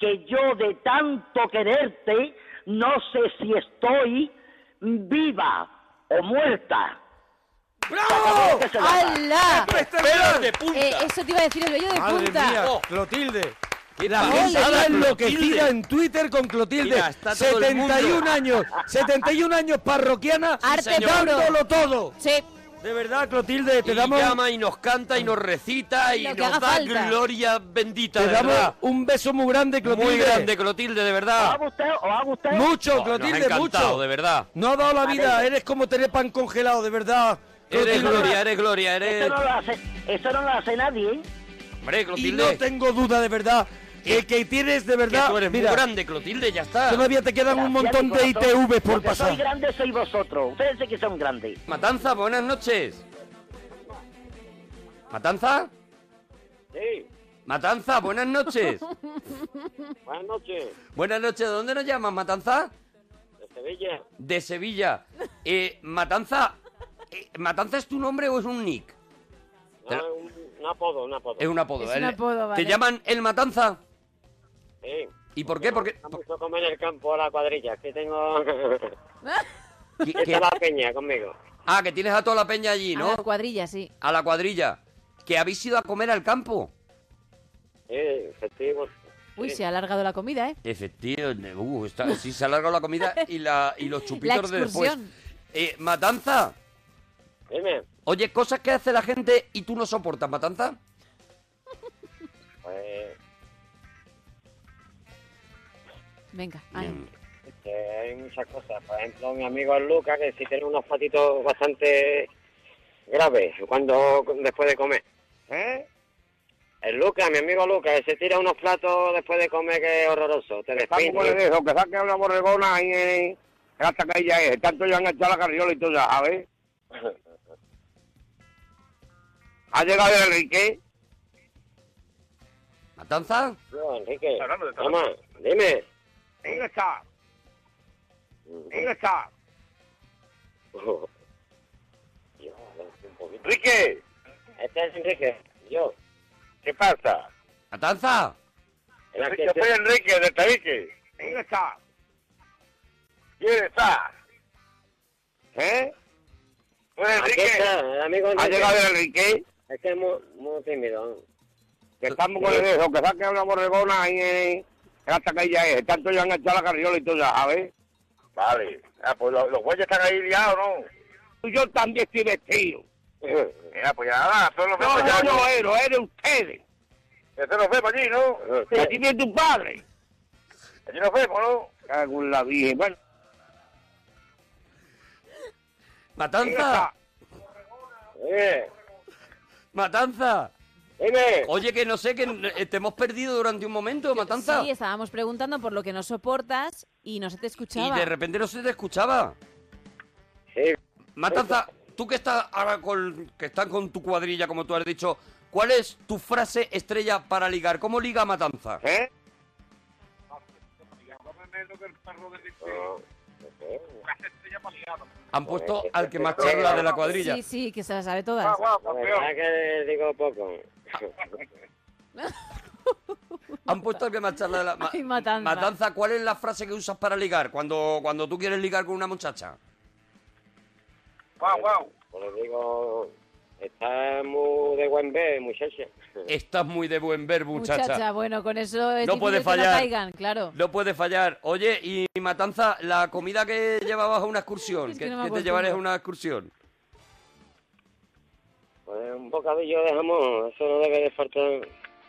Speaker 11: que yo de tanto quererte, no sé si estoy viva o muerta.
Speaker 5: ¡Bravo!
Speaker 3: ¡Hala!
Speaker 5: ¡Espectacular!
Speaker 3: Eh, eso te iba a decir, el vello de
Speaker 5: Madre
Speaker 3: punta.
Speaker 5: mía, Clotilde. La
Speaker 4: pasa,
Speaker 5: gente está
Speaker 4: Clotilde?
Speaker 5: enloquecida en Twitter con Clotilde.
Speaker 4: Mira, está todo el mundo.
Speaker 5: 71 años, 71 años parroquiana,
Speaker 3: Arte
Speaker 5: señor.
Speaker 3: puro.
Speaker 5: dándolo todo.
Speaker 3: Sí.
Speaker 5: De verdad, Clotilde, te
Speaker 4: y
Speaker 5: damos,
Speaker 4: llama y nos canta y nos recita y
Speaker 3: Lo que
Speaker 4: nos
Speaker 3: haga
Speaker 4: da
Speaker 3: falta.
Speaker 4: gloria bendita.
Speaker 5: te
Speaker 4: de
Speaker 5: damos
Speaker 4: verdad.
Speaker 5: un beso muy grande, Clotilde.
Speaker 4: Muy grande, Clotilde, de
Speaker 11: ¿Os ha
Speaker 4: verdad.
Speaker 11: gustado? ¿Os ha gustado?
Speaker 5: Mucho,
Speaker 4: Oh, nos ha
Speaker 5: Clotilde,
Speaker 4: encantado,
Speaker 5: mucho.
Speaker 4: de verdad.
Speaker 5: No ha dado la
Speaker 11: A
Speaker 5: vida,
Speaker 11: ver.
Speaker 5: eres como tener pan congelado, de verdad.
Speaker 4: Eres
Speaker 5: Clotilde.
Speaker 4: gloria, eres gloria,
Speaker 11: Eso
Speaker 4: eres...
Speaker 11: no lo hace, eso no lo hace nadie, ¿eh?
Speaker 4: Hombre,
Speaker 5: Y
Speaker 4: Clotilde,
Speaker 5: no tengo duda, de verdad, que, que tienes de
Speaker 4: que
Speaker 5: verdad.
Speaker 4: tú eres
Speaker 5: mira,
Speaker 4: muy grande, Clotilde, ya está.
Speaker 5: Todavía te quedan un
Speaker 11: Gracias,
Speaker 5: montón
Speaker 11: mi
Speaker 5: de
Speaker 11: corazón.
Speaker 5: ITV
Speaker 11: Los
Speaker 5: por
Speaker 11: que
Speaker 5: pasar.
Speaker 11: sois grandes sois vosotros. Ustedes sí que son grandes.
Speaker 4: Matanza, buenas noches. ¿Matanza?
Speaker 12: Sí,
Speaker 4: Matanza, buenas noches.
Speaker 12: buenas noches,
Speaker 4: buenas noches, ¿de dónde nos llamas, Matanza?
Speaker 12: de Sevilla.
Speaker 4: De Sevilla. Eh, Matanza, eh, ¿Matanza es tu nombre o es un nick?
Speaker 12: No,
Speaker 4: Te
Speaker 12: es
Speaker 4: lo-
Speaker 12: un, un apodo, un apodo.
Speaker 4: Es un apodo,
Speaker 3: Es un
Speaker 4: ¿eh?
Speaker 3: apodo, vale.
Speaker 4: ¿Te llaman El Matanza?
Speaker 12: Sí.
Speaker 4: ¿Y por qué? Porque...
Speaker 12: Vamos a comer en el campo a la cuadrilla, Este que tengo...
Speaker 4: ¿Qué- qué-
Speaker 12: Está la peña conmigo.
Speaker 4: Ah, que tienes a toda la peña allí,
Speaker 3: A
Speaker 4: ¿no?
Speaker 3: la cuadrilla, sí.
Speaker 4: A la cuadrilla. Que habéis ido a comer al campo.
Speaker 12: Sí, efectivo.
Speaker 3: Uy,
Speaker 12: Sí.
Speaker 3: se ha alargado la comida, ¿eh?
Speaker 4: Efectivamente, uh, está, sí, se ha alargado la comida y, la, y los chupitos de después.
Speaker 3: excursión.
Speaker 4: Eh, Matanza,
Speaker 12: Dime,
Speaker 4: oye, cosas que hace la gente y tú no soportas, Matanza.
Speaker 12: pues...
Speaker 3: Venga, ánimo.
Speaker 12: que hay muchas cosas. Por ejemplo, mi amigo el Lucas, que sí tiene unos patitos bastante graves cuando después de comer. ¿Eh? El Lucas, mi amigo Lucas, que se tira unos platos después de comer que es horroroso. Te
Speaker 13: Tampoco le
Speaker 12: despide.
Speaker 13: dejo que saque una borregona ahí en hasta que ella es. Tanto ya han echado la carriola y todo ya, ¿sabes? Ha llegado el Enrique.
Speaker 4: Matanza,
Speaker 12: No, Enrique.
Speaker 13: Hablando de todo.
Speaker 12: Toma, dime.
Speaker 13: ¿Dónde está? ¿Dónde está?
Speaker 12: Yo, un poquito.
Speaker 13: Enrique,
Speaker 12: Este es Enrique. Yo.
Speaker 13: ¿qué pasa?
Speaker 4: Matanza,
Speaker 12: Era que
Speaker 13: Yo soy Enrique de Tabique. ¿Dónde está? ¿Quién está? ¿Eh? Pues
Speaker 12: Aquí
Speaker 13: Enrique.
Speaker 12: está, el amigo
Speaker 13: Ha
Speaker 12: Enrique.
Speaker 13: llegado el Enrique.
Speaker 12: Es que es muy, muy tímido.
Speaker 13: Que tampoco le dejo que saque una borregona ahí en hasta que ella es. Tanto ya han echado la carriola y todo ya, ¿sabes? Vale. Ah, pues los, los güeyes están ahí liados, ¿no? Yo también estoy vestido. Mira, pues ya nada, eso lo No, yo no ero, eres ustedes. Eso lo vemos allí, ¿no? Allí viene tu padre. Allí nos vemos, ¿no? Cago en la virgen. Bueno,
Speaker 4: Matanza,
Speaker 12: Dime,
Speaker 4: Matanza.
Speaker 12: dime.
Speaker 4: Oye, que no sé, que eh, te hemos perdido durante un momento, Matanza.
Speaker 3: Sí, estábamos preguntando por lo que no soportas y no se te
Speaker 4: y
Speaker 3: escuchaba.
Speaker 4: de repente no se te escuchaba.
Speaker 12: Sí.
Speaker 4: Matanza, tú que estás ahora con, que están con tu cuadrilla, como tú has dicho, ¿cuál es tu frase estrella para ligar? ¿Cómo liga Matanza?
Speaker 13: ¿eh?
Speaker 4: Han puesto al que más
Speaker 6: Este
Speaker 4: charla de la cuadrilla.
Speaker 10: Sí, sí, que se la sabe todas.
Speaker 7: La verdad que digo poco.
Speaker 4: Han puesto al que más charla de la... ma-
Speaker 10: Ay, matanza.
Speaker 4: Matanza, ¿cuál es la frase que usas para ligar cuando, cuando tú quieres ligar con una muchacha?
Speaker 7: Guau, guau. Pues le digo, está muy de buen ver, muchacha.
Speaker 4: Estás muy de buen ver, muchacha.
Speaker 10: Muchacha, bueno, con eso es
Speaker 4: No
Speaker 10: difícil
Speaker 4: puede
Speaker 10: que
Speaker 4: fallar.
Speaker 10: no caigan, claro.
Speaker 4: No puede fallar. Oye, y Matanza, la comida que llevabas a una excursión,
Speaker 10: que
Speaker 4: que, que
Speaker 10: no me
Speaker 4: te
Speaker 10: acostumbro.
Speaker 4: llevarás a una excursión.
Speaker 7: Pues un bocadillo de jamón, eso no debe de faltar.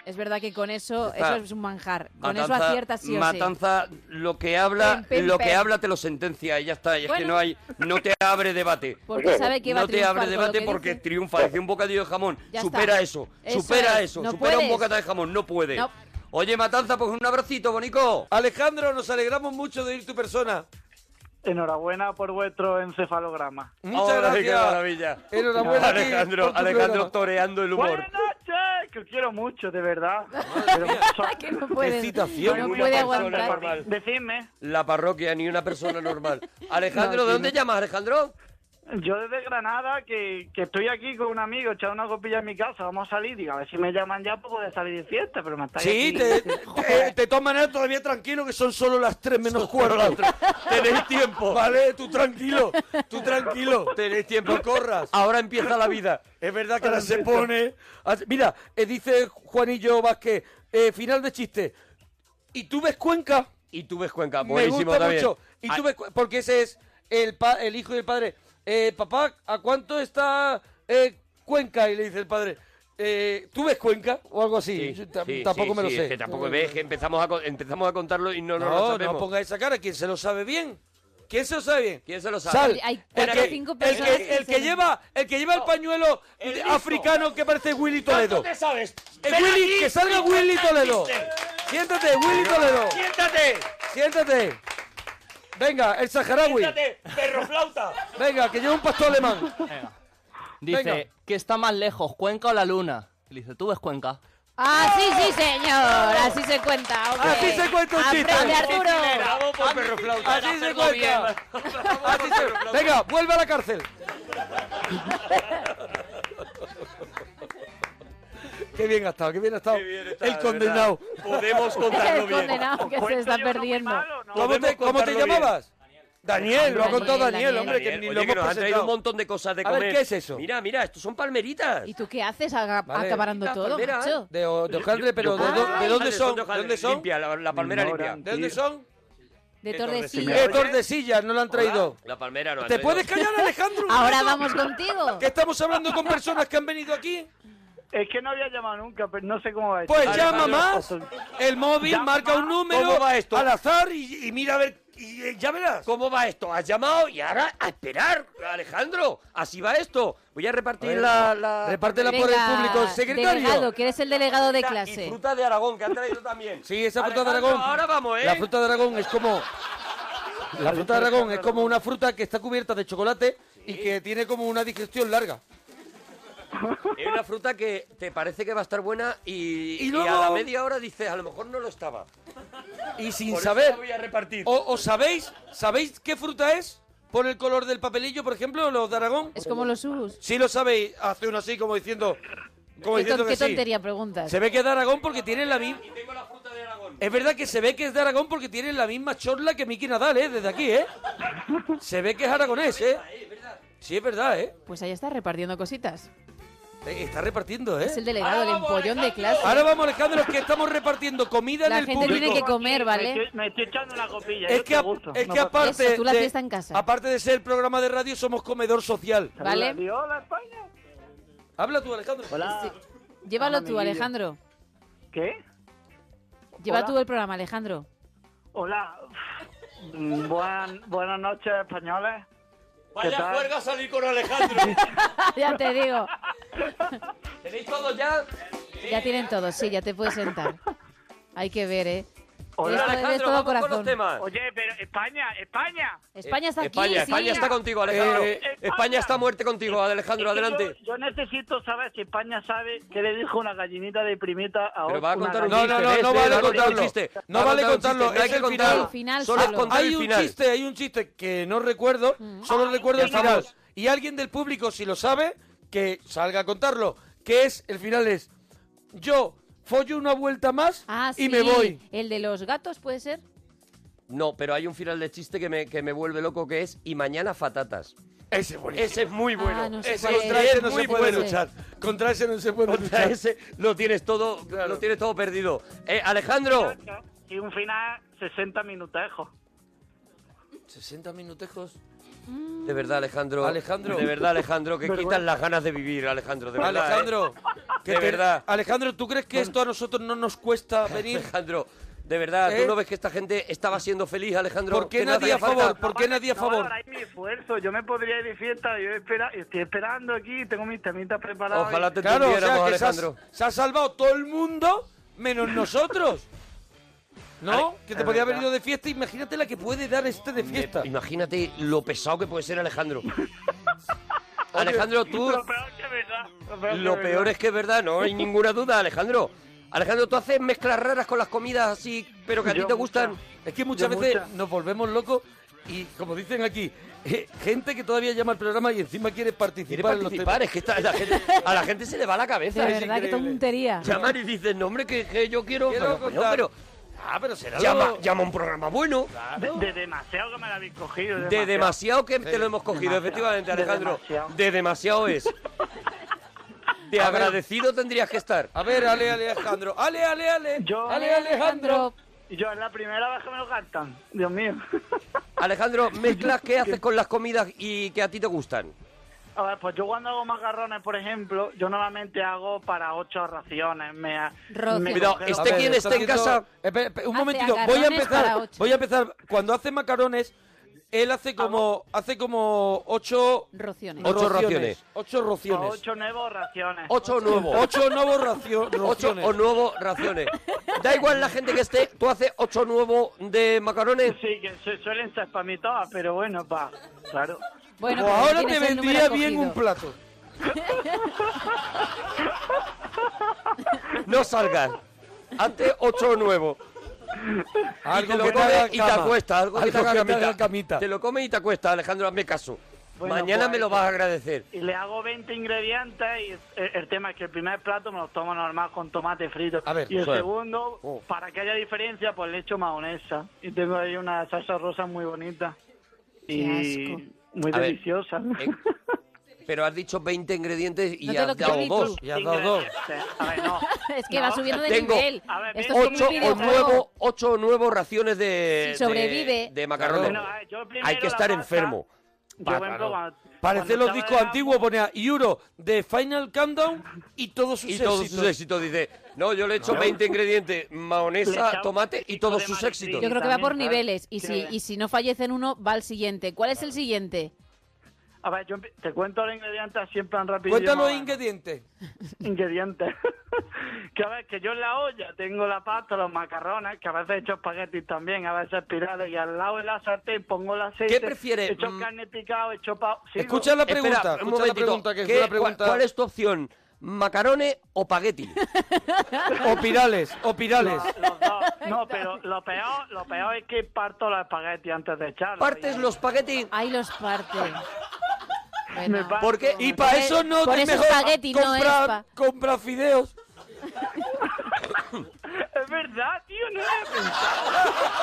Speaker 10: Es verdad que con eso,
Speaker 4: Está.
Speaker 10: eso es un manjar. Con eso aciertas sí o
Speaker 4: Matanza, lo que habla,
Speaker 10: Pim, pim,
Speaker 4: lo que
Speaker 10: pim.
Speaker 4: habla te lo sentencia y ya está. Y es
Speaker 10: Bueno.
Speaker 4: que no hay, no te abre debate.
Speaker 10: Porque sabe que va a
Speaker 4: no te
Speaker 10: triunfar
Speaker 4: abre
Speaker 10: con lo
Speaker 4: debate
Speaker 10: que
Speaker 4: porque triunfa. Dice un bocadillo de jamón.
Speaker 10: Ya
Speaker 4: supera
Speaker 10: está.
Speaker 4: eso,
Speaker 10: Eso
Speaker 4: supera
Speaker 10: es,
Speaker 4: eso,
Speaker 10: no
Speaker 4: supera un
Speaker 5: puedes.
Speaker 4: bocata de jamón. No puede.
Speaker 5: No.
Speaker 4: Oye, Matanza, pues un abracito, Bonico.
Speaker 5: Alejandro, nos alegramos mucho de ir tu persona.
Speaker 14: Enhorabuena por vuestro encefalograma.
Speaker 5: Muchas
Speaker 4: Ahora sí,
Speaker 5: gracias.
Speaker 4: qué maravilla.
Speaker 5: Enhorabuena a ti
Speaker 4: Alejandro,
Speaker 5: por tu
Speaker 4: Alejandro
Speaker 5: programa.
Speaker 4: toreando el humor.
Speaker 14: Buenas noches, que os quiero mucho, de verdad. Pero mucho.
Speaker 10: que no
Speaker 4: puede. excitación No en una puede persona aguantar. normal.
Speaker 14: Decidme,
Speaker 4: La parroquia, ni una persona normal. Alejandro,
Speaker 14: No,
Speaker 4: ¿de
Speaker 14: sí,
Speaker 4: dónde
Speaker 14: no.
Speaker 4: llamas, Alejandro?
Speaker 14: yo desde Granada, que, que estoy aquí con un amigo, echando una copilla en mi casa, vamos a salir, digo, a ver si me llaman ya para poder salir de fiesta, pero me estáis
Speaker 5: Sí,
Speaker 14: aquí-
Speaker 5: te, te, de todas maneras todavía tranquilo que son solo las 3 menos cuarto. Tenéis tiempo. Vale, tú tranquilo, tú tranquilo.
Speaker 4: Tenéis tiempo, corras. Ahora empieza la vida.
Speaker 5: Es verdad que ahora se pone... así- Mira, eh, dice Juanillo Vázquez, eh, final de chiste. ¿Y tú ves Cuenca?
Speaker 4: Y tú ves Cuenca,
Speaker 5: Me
Speaker 4: buenísimo
Speaker 5: gusta
Speaker 4: también. Ah.
Speaker 5: mucho. ¿Y tú
Speaker 4: Ay,
Speaker 5: ves Cuenca? Porque ese es el, pa- el hijo y el padre. Eh, papá, ¿a cuánto está eh, Cuenca? Y le dice el padre, eh, ¿tú ves Cuenca? O algo así. Yo ta-
Speaker 4: sí,
Speaker 5: tampoco
Speaker 4: sí,
Speaker 5: me lo
Speaker 4: sí,
Speaker 5: sé.
Speaker 4: es que tampoco ves que empezamos a, co- empezamos a contarlo y no
Speaker 5: No,
Speaker 4: nos
Speaker 5: no,
Speaker 4: lo sabemos.
Speaker 5: ponga esa cara. ¿Quién se lo sabe bien? ¿Quién se lo sabe bien?
Speaker 4: ¿Quién se lo sabe?
Speaker 5: Sal.
Speaker 4: Hay
Speaker 5: el
Speaker 4: cuatro
Speaker 5: que,
Speaker 4: o cinco
Speaker 5: el que-
Speaker 4: personas que
Speaker 5: el que
Speaker 4: dicen-
Speaker 5: lleva, el que lleva el pañuelo de- africano que parece Willy Toledo.
Speaker 4: te sabes?
Speaker 5: El
Speaker 4: Ven
Speaker 5: Willy,
Speaker 4: aquí
Speaker 5: que salga
Speaker 4: y
Speaker 5: Willy
Speaker 4: cuenta el
Speaker 5: Toledo.
Speaker 4: chiste.
Speaker 5: Siéntate, Willy Toledo.
Speaker 4: Siéntate.
Speaker 5: Siéntate. Venga, el saharaui.
Speaker 4: perro flauta.
Speaker 5: Venga, que lleva un pastor alemán.
Speaker 15: Dice,
Speaker 5: Venga.
Speaker 15: ¿qué está más lejos, Cuenca o la Luna? Y le dice, tú ves Cuenca.
Speaker 10: Ah, sí, sí, señor. Así se cuenta. hombre.
Speaker 15: Así se cuenta un chiste.
Speaker 10: Aprende, Arturo.
Speaker 4: Bravo por perro flauta.
Speaker 5: Así se cuenta. Así se- Venga, vuelve a la cárcel. Qué bien ha estado, qué bien ha estado. el condenado.
Speaker 4: Podemos
Speaker 10: El condenado que se está perdiendo.
Speaker 5: ¿Cómo te, cómo te llamabas? Daniel, lo ha contado Daniel, hombre, que ni
Speaker 4: oye,
Speaker 5: lo hemos
Speaker 4: nos han traído
Speaker 5: presentado.
Speaker 4: un montón de cosas de
Speaker 5: A ver,
Speaker 4: comer.
Speaker 5: ¿qué es eso?
Speaker 4: Mira, mira, estos son palmeritas.
Speaker 10: ¿Y tú qué haces aga-
Speaker 4: Vale.
Speaker 10: acaparando
Speaker 4: Mira, eh.
Speaker 10: todo,
Speaker 4: palmera,
Speaker 10: macho?
Speaker 5: De, de hojaldre, pero ¿de,
Speaker 4: Ah.
Speaker 5: dó- de dónde
Speaker 4: Hojaldre,
Speaker 5: son?
Speaker 4: de hojaldre,
Speaker 5: ¿Dónde son?
Speaker 4: limpia, la- la palmera
Speaker 5: No,
Speaker 4: limpia.
Speaker 5: ¿De dónde son?
Speaker 10: De
Speaker 5: Eh,
Speaker 10: Tordesillas.
Speaker 5: Tordesillas, no lo han traído.
Speaker 4: La palmera no la han
Speaker 5: ¿Te
Speaker 4: traído.
Speaker 5: puedes callar, Alejandro? un
Speaker 10: Ahora
Speaker 5: rato?
Speaker 10: vamos contigo.
Speaker 5: Que estamos hablando con personas que han venido aquí.
Speaker 14: Es que no había llamado nunca, pero no sé cómo va esto.
Speaker 5: Pues
Speaker 14: Vale,
Speaker 5: llama
Speaker 14: vale.
Speaker 5: más, el móvil
Speaker 14: Llama
Speaker 5: marca un
Speaker 14: más.
Speaker 5: número
Speaker 4: ¿Cómo va esto?
Speaker 5: al azar y, y mira a ver, y, eh, ya verás.
Speaker 4: ¿Cómo va esto? ¿Has llamado? Y ahora a esperar, Alejandro. Así va esto. Voy a repartir la, la...
Speaker 5: repártela por el
Speaker 10: Venga,
Speaker 5: público, secretario.
Speaker 10: Ah, Delegado, que eres el delegado de
Speaker 4: Y
Speaker 10: clase.
Speaker 4: fruta de Aragón, que han traído también.
Speaker 5: Sí, esa fruta de
Speaker 4: Alejandro,
Speaker 5: Aragón.
Speaker 4: Ahora vamos, ¿eh?
Speaker 5: La fruta de Aragón es como. La fruta de Aragón es como una fruta que está cubierta de chocolate y que tiene como una digestión larga.
Speaker 4: Es una fruta que te parece que va a estar buena y,
Speaker 5: Y
Speaker 4: y
Speaker 5: luego-
Speaker 4: a la media hora dices, a lo mejor no lo estaba.
Speaker 5: Y sin
Speaker 4: Por eso
Speaker 5: saber.
Speaker 4: la voy a repartir.
Speaker 5: O, o sabéis? ¿Sabéis qué fruta es? Por el color del papelillo, por ejemplo, los de Aragón.
Speaker 10: Es como los subus.
Speaker 5: Sí lo sabéis, hace uno así como diciendo. Como
Speaker 10: ¿Qué,
Speaker 5: diciendo
Speaker 10: ton-
Speaker 5: que
Speaker 10: qué
Speaker 5: sí.
Speaker 10: tontería preguntas?
Speaker 5: Se ve que es de Aragón porque tiene la misma. Es verdad que se ve que es de Aragón porque tiene la misma chorla que Miki Nadal, ¿eh? Desde aquí, ¿eh? Se ve que es aragonés, ¿eh? Sí, es verdad, ¿eh?
Speaker 10: Pues ahí está repartiendo cositas.
Speaker 5: Eh, Está repartiendo, ¿eh?
Speaker 10: Es el delegado, el empollón de clase.
Speaker 5: Ahora vamos, Alejandro, que estamos repartiendo comida
Speaker 10: La
Speaker 5: en el
Speaker 10: gente
Speaker 5: público.
Speaker 10: tiene que comer,
Speaker 14: Me
Speaker 10: ¿vale?
Speaker 14: estoy, me estoy echando una copilla.
Speaker 5: Es
Speaker 14: yo
Speaker 5: que,
Speaker 14: te
Speaker 5: a-
Speaker 14: gusto.
Speaker 5: es
Speaker 14: No pues,
Speaker 5: que
Speaker 14: pasa-
Speaker 5: aparte,
Speaker 10: Eso, tú la
Speaker 5: de,
Speaker 10: fiesta en casa.
Speaker 5: aparte de ser programa de radio, somos comedor social.
Speaker 10: ¿Vale?
Speaker 14: Hola, España.
Speaker 5: Habla tú, Alejandro.
Speaker 14: Hola. Hola,
Speaker 10: Llévalo tú,
Speaker 14: amiguillo.
Speaker 10: Alejandro.
Speaker 14: ¿Qué?
Speaker 10: Lleva
Speaker 14: Hola.
Speaker 10: tú el programa, Alejandro.
Speaker 14: Hola. Mm, Buenas, buenas noches, españoles. ¿Qué tal?
Speaker 4: a salir con Alejandro.
Speaker 10: ya te digo.
Speaker 4: ¿Tenéis todo ya?
Speaker 10: Ya tienen todo, sí, ya te puedes sentar. Hay que ver, ¿eh?
Speaker 5: Hola Alejandro, vamos con los temas.
Speaker 14: Oye, pero España, España.
Speaker 3: España
Speaker 4: Eh,
Speaker 3: está aquí,
Speaker 5: España,
Speaker 3: sí.
Speaker 5: España está contigo, Alejandro.
Speaker 14: Eh,
Speaker 5: España está a muerte contigo, Alejandro,
Speaker 14: Es que
Speaker 5: adelante.
Speaker 14: Yo, yo necesito saber si España sabe que le dijo una gallinita de primita a
Speaker 5: Pero
Speaker 14: otra.
Speaker 5: va a contar un
Speaker 14: gallina.
Speaker 5: chiste. ¿eh? ¿ves? Va a contar un chiste. Va No a vale contar un contarlo, chiste, hay que contarlo.
Speaker 14: El final
Speaker 5: Solo
Speaker 14: solo.
Speaker 5: contar el
Speaker 14: Hay un
Speaker 5: final.
Speaker 14: chiste,
Speaker 5: hay un chiste que no recuerdo,
Speaker 10: Mm.
Speaker 5: solo recuerdo el final. Y alguien del público, si lo sabe, que salga a contarlo. Que es, el final es, yo follo una vuelta más
Speaker 3: Ah,
Speaker 5: y
Speaker 3: sí,
Speaker 5: me voy.
Speaker 3: El de los gatos puede ser.
Speaker 4: No, pero hay un final de chiste que me, que me vuelve loco que es y mañana fatatas.
Speaker 5: Ese es Ese es muy
Speaker 4: bueno.
Speaker 5: bueno.
Speaker 4: ese
Speaker 5: ese contra ese no se puede luchar. Contra ese no se puede
Speaker 4: Contra
Speaker 5: luchar.
Speaker 4: ese lo tienes todo, lo tienes todo perdido. Eh, Alejandro.
Speaker 14: Y un final 60 minutejos.
Speaker 5: 60 minutejos.
Speaker 4: De verdad, Alejandro.
Speaker 5: Alejandro.
Speaker 4: De verdad, Alejandro, que
Speaker 5: Vergüenza.
Speaker 4: quitan las ganas de vivir, Alejandro, de
Speaker 10: Pues
Speaker 4: verdad. ¿eh?
Speaker 5: Alejandro, que
Speaker 4: de
Speaker 5: te-
Speaker 4: verdad.
Speaker 5: Alejandro, ¿tú crees que esto a nosotros no nos cuesta venir?
Speaker 4: Alejandro, de verdad,
Speaker 5: ¿Eh?
Speaker 4: ¿tú no ves que esta gente estaba siendo feliz, Alejandro?
Speaker 5: ¿Por qué
Speaker 4: Que no
Speaker 5: nadie
Speaker 4: hacía
Speaker 5: a favor?
Speaker 4: falta.
Speaker 5: ¿Por qué nadie a
Speaker 14: No
Speaker 5: favor?
Speaker 14: valoráis mi esfuerzo. Yo me podría ir de fiesta. Yo espera, estoy esperando aquí. Tengo mis temitas preparados.
Speaker 4: Ojalá te
Speaker 5: Claro, o sea,
Speaker 4: tuviéramos,
Speaker 5: que se ha-
Speaker 4: Alejandro.
Speaker 5: Se ha, salvado todo el mundo menos nosotros. ¿No? que te
Speaker 4: es
Speaker 5: podía haber
Speaker 4: verdad.
Speaker 5: ido de fiesta. Imagínate la que puede dar este de fiesta.
Speaker 4: Imagínate lo pesado que puede ser Alejandro. Alejandro, tú...
Speaker 14: Lo peor que es verdad. Lo peor,
Speaker 4: Lo peor es que es verdad, no hay ninguna duda, Alejandro. Alejandro, tú haces mezclas raras con las comidas así, pero que a ti
Speaker 5: Yo
Speaker 4: te gustan.
Speaker 5: Es que muchas veces nos volvemos locos y, como dicen aquí, eh, gente que todavía llama al programa y encima quiere participar.
Speaker 4: Quiere participar, es que esta- la gente- a la gente se le va la cabeza.
Speaker 3: de
Speaker 4: es
Speaker 3: verdad, que
Speaker 4: increíble.
Speaker 3: tontería.
Speaker 4: Llaman y dicen, no, hombre, que, que yo quiero.
Speaker 5: Quiero
Speaker 4: pero, coño,
Speaker 5: contar.
Speaker 4: pero-
Speaker 5: Ah, pero será
Speaker 4: llama,
Speaker 5: lo-
Speaker 4: llama a un programa bueno.
Speaker 14: De, de demasiado que me la habéis cogido.
Speaker 4: De demasiado que te lo hemos cogido,
Speaker 14: Demasiado.
Speaker 4: efectivamente,
Speaker 14: De
Speaker 4: Alejandro.
Speaker 14: demasiado.
Speaker 4: De demasiado es. De
Speaker 5: A ver.
Speaker 4: agradecido tendrías que estar.
Speaker 5: A ver, Ale, Ale, Alejandro. Ale, Ale, Ale.
Speaker 14: Yo-
Speaker 5: Ale, Alejandro.
Speaker 14: Yo es la primera vez que me lo cantan. Dios mío.
Speaker 4: Alejandro, mezclas que haces con las comidas y que a ti te gustan.
Speaker 14: A ver, pues yo cuando hago macarrones, por ejemplo, yo normalmente hago para ocho raciones. Me, me
Speaker 4: Cuidado,
Speaker 14: congelo-
Speaker 5: este
Speaker 4: esté quien esté en casa.
Speaker 5: Espera, espera, un
Speaker 14: Hace
Speaker 5: momentito, voy a
Speaker 14: agarrones para
Speaker 5: empezar.
Speaker 14: ocho.
Speaker 5: Voy a empezar. Cuando hace macarones, él hace como hace como ocho
Speaker 3: Rociones.
Speaker 4: Ocho raciones.
Speaker 5: Ocho rociones.
Speaker 14: Ocho nuevos raciones.
Speaker 4: Ocho nuevos.
Speaker 5: Ocho nuevos racio-
Speaker 4: Ocho
Speaker 5: rociones.
Speaker 4: o nuevos raciones. Da igual la gente que esté, tú haces ocho nuevos de macarones.
Speaker 14: Sí, que su- suelen ser para mí todas, pero bueno, pa, claro.
Speaker 5: Bueno, Pues pero ahora tienes te el vendría número bien un plato.
Speaker 4: No salgas. Hazte ocho nuevos. Y
Speaker 5: Algo
Speaker 4: te lo
Speaker 5: que te
Speaker 4: comes
Speaker 5: haga
Speaker 4: y te
Speaker 5: cama.
Speaker 4: acuestas. Algo, que
Speaker 5: Algo
Speaker 4: te
Speaker 5: que
Speaker 4: haga
Speaker 5: te haga
Speaker 4: camita.
Speaker 5: camita.
Speaker 4: Te lo comes y te acuestas, Alejandro, hazme caso.
Speaker 14: Bueno,
Speaker 4: Mañana
Speaker 14: pues,
Speaker 4: me lo vas a agradecer.
Speaker 14: Y le hago 20 ingredientes y el, el tema es que el primer plato me lo tomo normal con tomate frito.
Speaker 4: A ver,
Speaker 14: y el
Speaker 4: joder.
Speaker 14: segundo,
Speaker 4: Oh.
Speaker 14: para que haya diferencia, pues le echo mayonesa. Y tengo ahí una salsa rosa muy bonita. y muy
Speaker 4: A ver,
Speaker 14: deliciosa.
Speaker 4: Pero has dicho 20 ingredientes y
Speaker 14: No te lo
Speaker 4: has dado
Speaker 14: creí tú.
Speaker 4: dos.
Speaker 14: Y has dado dos. A ver, no.
Speaker 3: Es que va subiendo de
Speaker 4: Tengo
Speaker 3: nivel. Esto es como un
Speaker 4: ocho o
Speaker 3: videojuego.
Speaker 4: nuevo, ocho o nuevo raciones de,
Speaker 3: Si sobrevive.
Speaker 4: de, de macarrones.
Speaker 14: Bueno, a ver, yo primero
Speaker 4: Hay que
Speaker 14: la
Speaker 4: estar
Speaker 14: pasta,
Speaker 4: enfermo.
Speaker 14: yo,
Speaker 4: Pa-
Speaker 14: por ejemplo,
Speaker 4: claro.
Speaker 14: cuando-
Speaker 5: Parece
Speaker 14: cuando
Speaker 5: los
Speaker 14: estaba
Speaker 5: discos
Speaker 14: en la-
Speaker 5: antiguos, ponía Euro de Final Countdown y todos sus
Speaker 4: y
Speaker 5: éxitos.
Speaker 4: todos sus éxitos. Dice, no, yo le he hecho
Speaker 5: No.
Speaker 4: 20 ingredientes,
Speaker 5: Le
Speaker 4: mayonesa,
Speaker 5: echaba
Speaker 4: tomate y todos sus
Speaker 3: Yo
Speaker 4: éxitos.
Speaker 3: creo que va por niveles. Y si, y si no fallece en uno, va al siguiente. ¿Cuál es el siguiente?
Speaker 14: A ver, yo empe- te cuento los ingredientes siempre tan rápido.
Speaker 5: Cuenta los ingredientes.
Speaker 14: ingredientes. que a ver, que yo en la olla tengo la pasta, los macarrones, que a veces he hecho espaguetis también, a veces espirales, y al lado de la sartén pongo el aceite.
Speaker 4: ¿Qué prefieres?
Speaker 14: He hecho
Speaker 4: Mm.
Speaker 14: carne picada, he hecho pa... Sigo.
Speaker 5: Escucha la pregunta,
Speaker 4: Espera, un
Speaker 5: escucha la
Speaker 4: momentito.
Speaker 5: pregunta, que es
Speaker 4: ¿Qué-
Speaker 5: una
Speaker 4: cuál-
Speaker 5: pregunta-
Speaker 4: ¿Cuál es tu opción? ¿Macarones o pagueti?
Speaker 5: O pirales, o pirales.
Speaker 14: No, pero lo peor, lo peor es que parto los espaguetis antes de echarlos.
Speaker 4: ¿Partes los paguetis?
Speaker 3: Ahí los parte.
Speaker 14: ¿Por qué?
Speaker 5: Y para eso no
Speaker 3: Por
Speaker 5: te
Speaker 3: eso
Speaker 5: mejor
Speaker 3: espagueti, no
Speaker 5: comprar,
Speaker 3: es pa-
Speaker 5: comprar fideos.
Speaker 14: Es verdad, tío, no lo había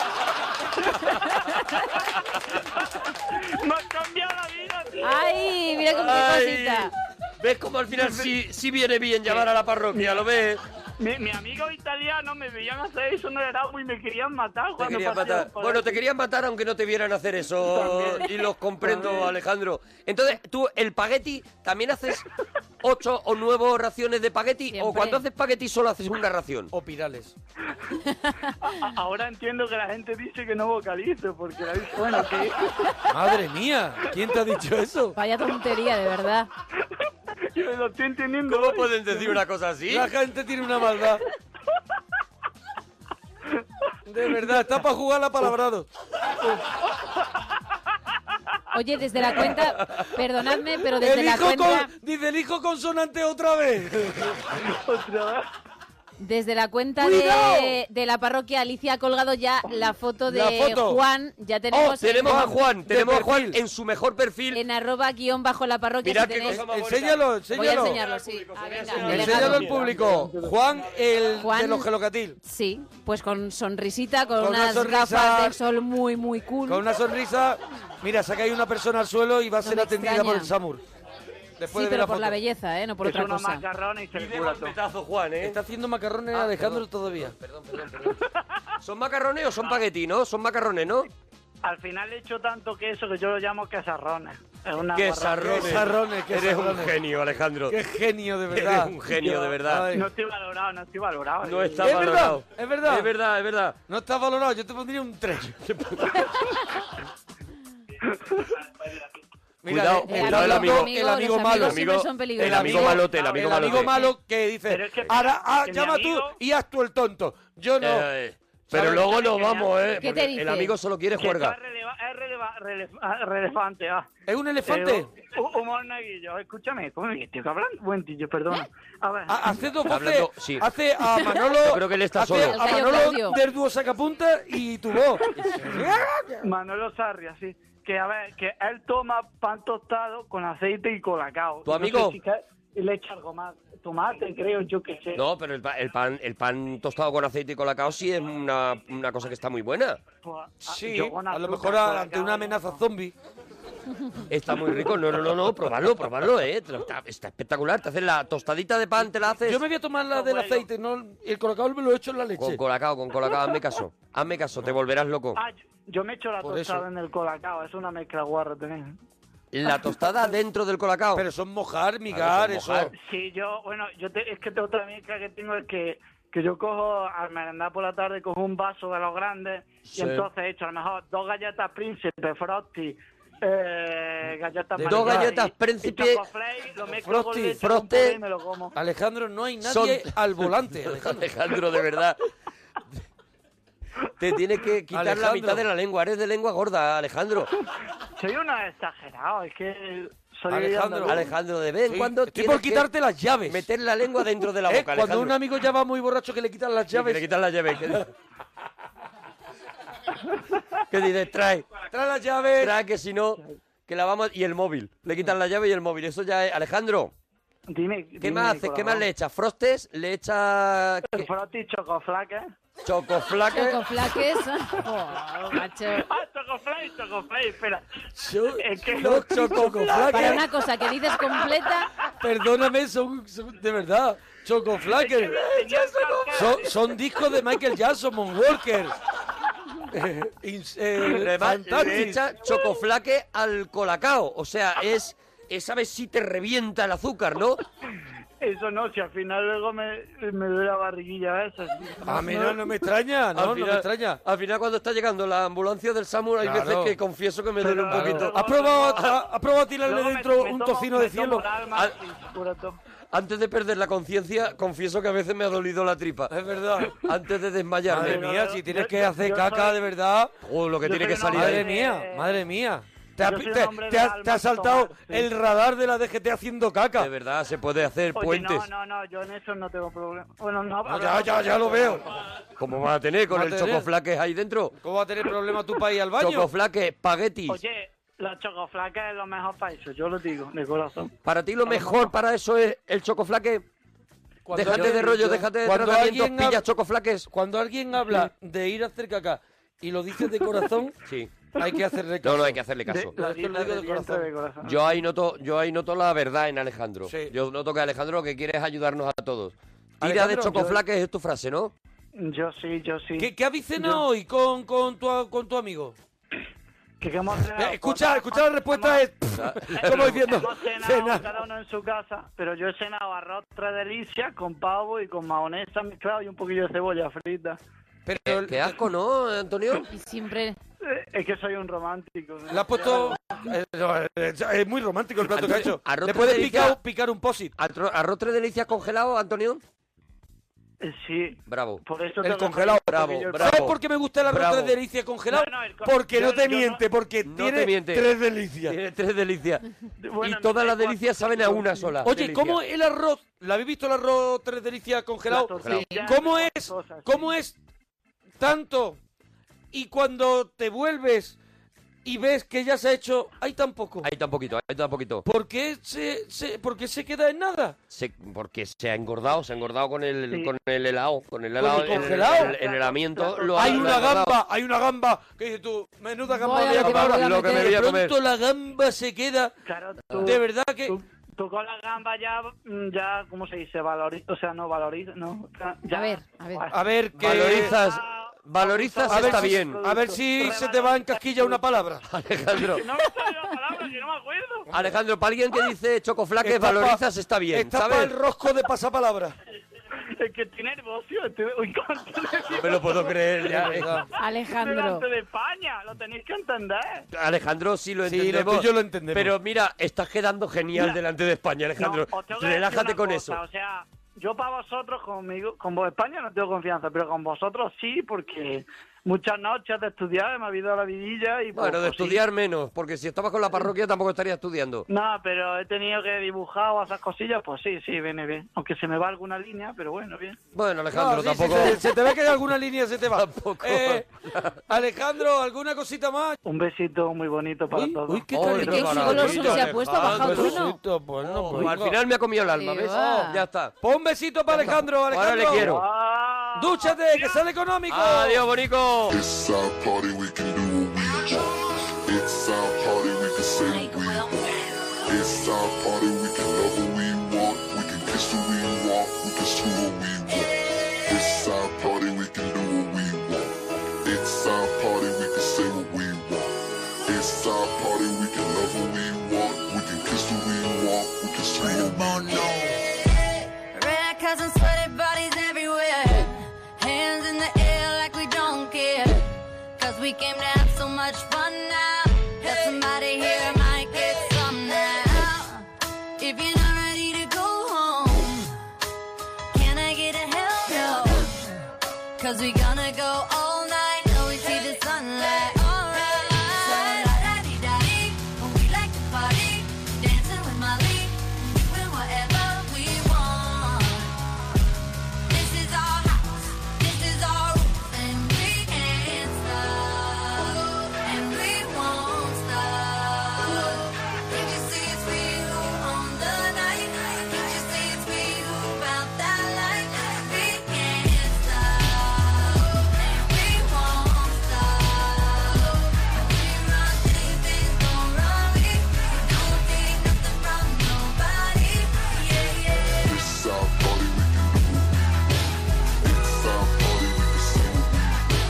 Speaker 14: pensado. Me has cambiado la vida, tío.
Speaker 3: ¡Ay! Mira con qué cosita.
Speaker 4: ¿Ves cómo al final sí, sí viene bien llamar a la parroquia? ¿Lo ves?
Speaker 14: Mi, mi amigo italiano me veían hacer eso en el agua y me querían matar
Speaker 4: Te
Speaker 14: cuando
Speaker 4: querían
Speaker 14: pasé
Speaker 4: matar.
Speaker 14: por
Speaker 4: Bueno,
Speaker 14: ahí.
Speaker 4: te querían matar aunque no te vieran hacer eso.
Speaker 14: También.
Speaker 4: Y los comprendo,
Speaker 14: También.
Speaker 4: Alejandro. Entonces, tú, el pagueti, ¿también haces ocho o nueve raciones de pagueti? ¿O
Speaker 14: Siempre.
Speaker 4: cuando haces pagueti solo haces una ración?
Speaker 5: O pirales.
Speaker 14: A- Ahora entiendo que la gente dice que no vocalizo, porque la dice, bueno, que...
Speaker 5: Madre mía, ¿quién te ha dicho eso?
Speaker 3: Vaya tontería, de verdad.
Speaker 14: Yo lo estoy entendiendo.
Speaker 4: ¿Cómo pueden decir una cosa así?
Speaker 5: La gente tiene una maldad. De verdad, está para jugar la palabrado.
Speaker 3: Oye, desde la cuenta, perdonadme, pero desde la cuenta,
Speaker 5: con, dice el hijo consonante otra vez.
Speaker 3: desde la cuenta
Speaker 5: ¡Cuidado!
Speaker 3: de, de la parroquia, Alicia ha colgado ya la foto de
Speaker 4: La foto.
Speaker 3: Juan. Ya tenemos,
Speaker 4: Oh, tenemos a Juan,
Speaker 3: de
Speaker 4: tenemos a
Speaker 3: perfil.
Speaker 4: Juan en su mejor perfil.
Speaker 3: En arroba guión bajo la parroquia.
Speaker 4: Mirad
Speaker 3: si
Speaker 4: qué
Speaker 3: tenéis-
Speaker 4: cosa más bonita. Enséñalo,
Speaker 3: Voy a
Speaker 4: enséñalo.
Speaker 3: enseñarlo, sí. Ah, venga,
Speaker 5: Enséñalo al público. Juan, el de
Speaker 3: Juan-
Speaker 5: los gelocatil.
Speaker 3: Sí, pues con sonrisita, con,
Speaker 5: Con una
Speaker 3: unas
Speaker 5: sonrisa-
Speaker 3: gafas de sol muy, muy cool.
Speaker 5: Con una sonrisa. Mira, saca ahí una persona al suelo y va a
Speaker 3: No
Speaker 5: ser
Speaker 3: me
Speaker 5: atendida
Speaker 3: extraña.
Speaker 5: por el Samur.
Speaker 3: sí,
Speaker 5: Después de ver
Speaker 3: pero
Speaker 5: la
Speaker 3: por
Speaker 5: foto.
Speaker 3: la belleza, ¿eh? No por
Speaker 5: Es
Speaker 3: otra
Speaker 5: una
Speaker 3: cosa.
Speaker 14: Macarrones y se le
Speaker 4: Pide golpetazo, Juan, ¿eh?
Speaker 5: Está haciendo macarrones
Speaker 4: Ah,
Speaker 5: Alejandro
Speaker 4: perdón.
Speaker 5: todavía.
Speaker 4: Perdón, perdón, perdón. ¿Son macarrones o son paguetis, no? Son macarrones, ¿no?
Speaker 14: Al final he hecho tanto queso que yo lo llamo quesarrones. Es una
Speaker 4: ¡Qué
Speaker 14: guarrada.
Speaker 4: sarrones! Eres un genio, Alejandro.
Speaker 5: ¡Qué genio, de
Speaker 4: verdad! Eres un genio, de verdad.
Speaker 14: No estoy valorado, no estoy valorado.
Speaker 4: No
Speaker 14: eh.
Speaker 4: está
Speaker 5: es
Speaker 4: valorado.
Speaker 5: verdad, es verdad.
Speaker 4: Es verdad, es verdad.
Speaker 5: No está valorado, yo te pondría un 3.
Speaker 4: Cuidado, cuidado el amigo.
Speaker 5: el amigo
Speaker 4: Los
Speaker 5: malo,
Speaker 4: amigos siempre Amigo- son peligrosos. el amigo malote, el amigo malote.
Speaker 5: malo que dice, ahora ah, llama tú y haz tú el tonto. Yo no.
Speaker 4: Eh, eh, pero luego nos vamos, ¿eh?
Speaker 5: ¿Qué te
Speaker 4: Porque
Speaker 5: dice?
Speaker 4: El amigo solo quiere
Speaker 5: Que tú
Speaker 4: juerga.
Speaker 14: Relefante, ah.
Speaker 5: ¿Es un elefante?
Speaker 14: hu- humor naguillo. Escúchame, ¿cómo me estoy hablando? Buen tío, perdona. A ver.
Speaker 5: Hace dos
Speaker 4: Está
Speaker 5: voces,
Speaker 4: hablando- sí.
Speaker 5: hace a Manolo,
Speaker 4: Yo creo que él está
Speaker 5: hace
Speaker 4: solo.
Speaker 5: a
Speaker 14: El gallo
Speaker 5: Manolo
Speaker 14: Claudio.
Speaker 5: del dúo Sacapunta y tu voz.
Speaker 14: Manolo Sarria, sí. Que a ver, que él toma pan tostado con aceite y colacao.
Speaker 4: ¿Tu
Speaker 14: No
Speaker 4: amigo?
Speaker 14: sé si ca- y le echa algo más. Tomate, creo, yo que sé.
Speaker 4: No, pero el, pa- el pan, el pan tostado con aceite y colacao sí es una, una cosa que está muy buena.
Speaker 14: Pues, ah,
Speaker 5: Sí,
Speaker 14: yo con
Speaker 5: a lo
Speaker 14: azúcar,
Speaker 5: mejor a-
Speaker 14: colacao.
Speaker 5: ante una amenaza zombie.
Speaker 4: Está muy rico. No, no, no, no, probarlo, probarlo, ¿eh? Te lo- Está, está espectacular. Te haces la tostadita de pan, te la haces.
Speaker 5: Yo me voy a tomar la del aceite, no el colacao me lo he hecho en la leche.
Speaker 4: Con colacao, con colacao, hazme caso. Hazme caso, te volverás loco.
Speaker 14: Ah, yo- yo me echo la
Speaker 4: Por
Speaker 14: tostada
Speaker 4: eso.
Speaker 14: en el colacao. Es una mezcla guarra tener.
Speaker 4: La tostada dentro del colacao. Pero
Speaker 5: son mojar,
Speaker 4: migar, eso.
Speaker 14: Sí, yo, bueno, yo te- es que te- otra mezcla que tengo es que, que yo cojo al merendar por la tarde, cojo un vaso de los grandes y
Speaker 5: Sí.
Speaker 14: entonces he hecho a lo mejor dos galletas príncipe, frosty, eh, galletas
Speaker 5: De
Speaker 14: María
Speaker 5: dos galletas
Speaker 14: y-
Speaker 5: Príncipe,
Speaker 14: y Choco Flake, lo mezclo con
Speaker 5: Frosty,
Speaker 14: leche, con
Speaker 5: Frosty.
Speaker 14: puré y me lo como.
Speaker 5: Alejandro, no hay nadie
Speaker 4: Son-
Speaker 5: al volante. Alejandro.
Speaker 4: Alejandro, de verdad. Te tienes que quitar la
Speaker 5: Alejandro.
Speaker 4: mitad de la lengua. Eres de lengua gorda, Alejandro.
Speaker 14: Soy una exagerado, es que soy
Speaker 4: Alejandro,
Speaker 14: andaluz.
Speaker 4: Alejandro, de vez en
Speaker 5: Sí,
Speaker 4: cuando
Speaker 5: estoy
Speaker 4: tienes
Speaker 5: por quitarte
Speaker 4: que
Speaker 5: las llaves.
Speaker 4: Meter la lengua dentro de la
Speaker 5: Eh,
Speaker 4: boca,
Speaker 5: Cuando
Speaker 4: Alejandro.
Speaker 5: un amigo ya va muy borracho que le quitan las
Speaker 4: Sí, que
Speaker 5: llaves.
Speaker 4: le quitan las llaves. que- Que dices, trae.
Speaker 5: Trae las llaves.
Speaker 4: Trae que si no, que la vamos... Y el móvil. Le quitan la llave y el móvil. Eso ya es... Alejandro.
Speaker 14: Dime,
Speaker 4: ¿Qué más haces? ¿Qué más le echas? ¿Frostes? ¿Le echas qué?
Speaker 14: Frosty, chocoflaque.
Speaker 4: chocoflaque?
Speaker 3: Chocoflaques. Oh, macho.
Speaker 14: Ah, chocoflake, chocoflake, espera. Es que-
Speaker 5: Los chocoflaques.
Speaker 3: Para una cosa que dices completa,
Speaker 5: Perdóname, son, son- de verdad. Chocoflaques. Son, son discos de Michael Jackson, Moonwalker. Eh, ins- eh,
Speaker 4: Le va- le
Speaker 5: Fantastic.
Speaker 4: echa chocoflaque al colacao. O sea, es... Esa vez sí te revienta el azúcar, ¿no?
Speaker 14: Eso no, si al final luego me, me duele la barriguilla esa.
Speaker 5: A mí Ah, no, no me extraña, no,
Speaker 4: Al
Speaker 5: no me
Speaker 4: final-
Speaker 5: extraña.
Speaker 4: Al final, cuando está llegando la ambulancia del Samu, hay
Speaker 5: Claro.
Speaker 4: veces que confieso que me duele un poquito.
Speaker 5: ¿Has probado, ha- has probado tirarle dentro un tocino de cielo? Ah.
Speaker 4: Al-
Speaker 13: pues-
Speaker 4: Antes de perder la conciencia, confieso que a veces me ha dolido la tripa. Es
Speaker 5: verdad.
Speaker 4: Antes de desmayarme.
Speaker 5: Madre mía, si tienes que hacer caca de verdad.
Speaker 4: Oh, lo que tiene que salir
Speaker 5: Madre
Speaker 4: ahí.
Speaker 5: mía, madre mía. Te, ha,
Speaker 4: Yo soy un
Speaker 5: te-
Speaker 4: hombre
Speaker 5: te
Speaker 4: de
Speaker 5: ha-
Speaker 4: alma
Speaker 5: te ha saltado
Speaker 4: tomar, sí.
Speaker 5: el radar de la DGT haciendo caca.
Speaker 4: De verdad, se puede hacer
Speaker 14: Oye,
Speaker 4: puentes.
Speaker 14: no, no, no, yo en eso no tengo problema. Bueno, no,
Speaker 5: No, ya, ya, ya lo veo.
Speaker 4: ¿Cómo vas a tener con
Speaker 5: Va a
Speaker 4: el
Speaker 5: tener.
Speaker 4: chocoflaque ahí dentro?
Speaker 5: ¿Cómo va a tener problema tu país al baño?
Speaker 4: Chocoflaque, espaguetis.
Speaker 14: Oye, la chocoflaca es lo mejor para eso, yo lo digo, de corazón.
Speaker 4: Para ti lo mejor para eso es el chocoflaque.
Speaker 5: Cuando
Speaker 4: déjate
Speaker 5: alguien-
Speaker 4: de rollo, déjate de
Speaker 5: cuando
Speaker 4: tratamientos,
Speaker 5: alguien hab-
Speaker 4: pillas chocoflaques.
Speaker 5: Cuando alguien habla de ir a hacer caca y lo dices de corazón,
Speaker 4: Sí.
Speaker 5: hay que hacerle caso.
Speaker 4: No, no, hay que hacerle caso.
Speaker 5: Pero esto lo digo de corazón.
Speaker 4: Yo ahí noto, yo ahí noto la verdad en Alejandro.
Speaker 5: Sí.
Speaker 4: Yo noto que Alejandro lo que quiere es ayudarnos a todos. Tira de
Speaker 5: Alejandro,
Speaker 4: chocoflaques es tu frase, ¿no?
Speaker 14: Yo sí, yo sí.
Speaker 5: ¿Qué, qué habéis cenado
Speaker 14: Yo-
Speaker 5: hoy con, con, tu, con tu amigo?
Speaker 14: Que, que hemos cenado-
Speaker 5: Eh, escucha, escucha la respuesta es... ¿Cómo diciendo?
Speaker 14: Hemos cenado
Speaker 5: Cena.
Speaker 14: cada uno en su casa, pero yo he cenado arroz tres delicias con pavo y con mayonesa mezclado y un poquillo de cebolla frita.
Speaker 4: Qué, qué asco, ¿no, Antonio?
Speaker 3: y siempre.
Speaker 14: Eh, Es que soy un romántico.
Speaker 5: Le has puesto... eh, no, eh, Es muy romántico el plato que ha hecho.
Speaker 4: Arroz
Speaker 5: Le
Speaker 4: tres
Speaker 5: puedes
Speaker 4: delicias-
Speaker 5: picar, picar un posit.
Speaker 4: Arro- ¿Arroz tres delicias congelado, Antonio?
Speaker 14: Eh, Sí.
Speaker 4: Bravo.
Speaker 14: Por eso
Speaker 5: El
Speaker 14: te
Speaker 5: congelado,
Speaker 14: recomiendo
Speaker 5: bravo,
Speaker 14: que yo-
Speaker 5: bravo. ¿Sabes por qué me gusta la ruta
Speaker 14: Bravo.
Speaker 5: de delicias congelado?
Speaker 14: No, no, el co-
Speaker 5: porque
Speaker 14: yo-
Speaker 5: no te
Speaker 14: yo no-
Speaker 5: miente, porque
Speaker 14: No te
Speaker 5: tiene
Speaker 14: miente.
Speaker 5: tres delicias.
Speaker 14: Tiene
Speaker 5: tres delicias.
Speaker 14: Bueno,
Speaker 5: y todas las delicias
Speaker 4: saben a una sola
Speaker 5: Oye,
Speaker 4: delicia.
Speaker 5: ¿cómo el arroz? ¿La habéis visto el arroz tres delicias congelado?
Speaker 4: La tortilla,
Speaker 5: ¿Cómo es? ¿Cómo es tanto? Y cuando te vuelves y ves que ya se ha hecho, hay tan poco.
Speaker 4: Ahí tan poquito, ahí tan poquito.
Speaker 5: ¿Por qué se, se- por qué se queda en nada?
Speaker 4: Se- porque se ha engordado, se ha engordado con el,
Speaker 5: Sí.
Speaker 4: con el helado, con el
Speaker 5: Con
Speaker 4: helado,
Speaker 5: el
Speaker 4: en
Speaker 5: congelado.
Speaker 4: el, en el helamiento. lo ha-
Speaker 5: hay
Speaker 4: lo
Speaker 5: una
Speaker 4: ha engordado.
Speaker 5: gamba, hay una gamba. Que dices tú, menuda gamba.
Speaker 4: Vaya,
Speaker 5: voy a
Speaker 4: lo que me
Speaker 5: comer.
Speaker 4: voy a Lo que me meter. voy a
Speaker 5: de
Speaker 4: comer.
Speaker 5: pronto la gamba se queda. de verdad que.
Speaker 14: Tú con la gamba ya, mm, ya ¿cómo se dice? Valoriza, o sea, no valoriza, no. a ver, a ver.
Speaker 5: A ver que
Speaker 14: Valorizas-
Speaker 4: Ah,
Speaker 5: valorizas
Speaker 14: está bien.
Speaker 5: A ver si se te va en casquilla una palabra.
Speaker 4: Alejandro.
Speaker 14: No me sale la palabra, que no me acuerdo.
Speaker 4: Alejandro, para alguien que dice chocoflaques,
Speaker 5: Está pa-
Speaker 4: valorizas, está bien,
Speaker 5: Está
Speaker 4: ¿sabes?
Speaker 5: pa' el rosco de pasapalabra.
Speaker 14: Es que estoy nervioso, estoy... Uy, con-
Speaker 4: No me lo puedo creer, ya, eh. venga.
Speaker 14: Delante de España, lo tenéis que entender.
Speaker 4: Alejandro, sí lo
Speaker 5: Sí, lo
Speaker 4: entendemos.
Speaker 5: tuyo lo entendemos.
Speaker 4: Pero mira, estás quedando genial
Speaker 14: Mira.
Speaker 4: delante de España, Alejandro.
Speaker 14: No, os tengo que
Speaker 4: Relájate
Speaker 14: decir
Speaker 4: con
Speaker 14: una
Speaker 4: eso.
Speaker 14: cosa, O sea, yo para vosotros, conmigo, con vos España no tengo confianza, pero con vosotros sí, porque muchas noches de estudiar me ha habido la vidilla y...
Speaker 4: bueno,
Speaker 14: pues,
Speaker 4: de
Speaker 14: pues, sí.
Speaker 4: estudiar menos, porque si estabas con la parroquia tampoco estarías estudiando.
Speaker 14: No, pero he tenido que dibujar o esas cosillas, pues sí, sí, viene bien. Aunque se me va alguna línea, pero bueno, bien.
Speaker 4: Bueno,
Speaker 5: No,
Speaker 4: Alejandro,
Speaker 5: sí,
Speaker 4: tampoco.
Speaker 5: sí, se, se te ve que alguna línea se te va. Eh, Alejandro, ¿alguna cosita más?
Speaker 14: Un besito muy bonito para todos. Uy,
Speaker 5: qué Oye, qué calentito, goloso se ha puesto, ha bajado
Speaker 4: Alejandro, uno.
Speaker 5: bueno,
Speaker 4: pues, al final me ha comido el alma,
Speaker 5: Qué
Speaker 4: ¿ves?
Speaker 5: va.
Speaker 4: Oh, ya está.
Speaker 5: Pon un besito para Alejandro,
Speaker 4: Ahora
Speaker 5: Alejandro.
Speaker 4: le quiero.
Speaker 5: Dúchate, que sale económico.
Speaker 4: Adiós, bonico.
Speaker 16: It's our party, we can do what we want. It's our party, we can say what we want. It's our party, we can love what we want. We can kiss who we want, we can screw what we want. It's our party, we can do what we want. It's our party, we can say what we want. It's our party, we can love what we want. We can kiss who we want, we can screw what we want.
Speaker 17: Red cups and sweaty bodies everywhere. Hands in the air like we don't care. Cause we came to have so much fun now. That somebody here might get some now. If you're not ready to go home, can I get a hell no? Cause we gonna go all night till we see the sunlight. Alright. Da-da-da-dee-da-dee. We like to party. Dancing with my league. Doing whatever we want. This is our house. This is our rules. And we can't stop. And we won't stop. Can't you see it's we who own the night? Can't you see it's we who found that light? We can't stop. And we won't stop. When you run, these things don't run me. You don't need nothing from nobody. Yeah, yeah.
Speaker 16: It's our party, we can do what we want. It's our party, we can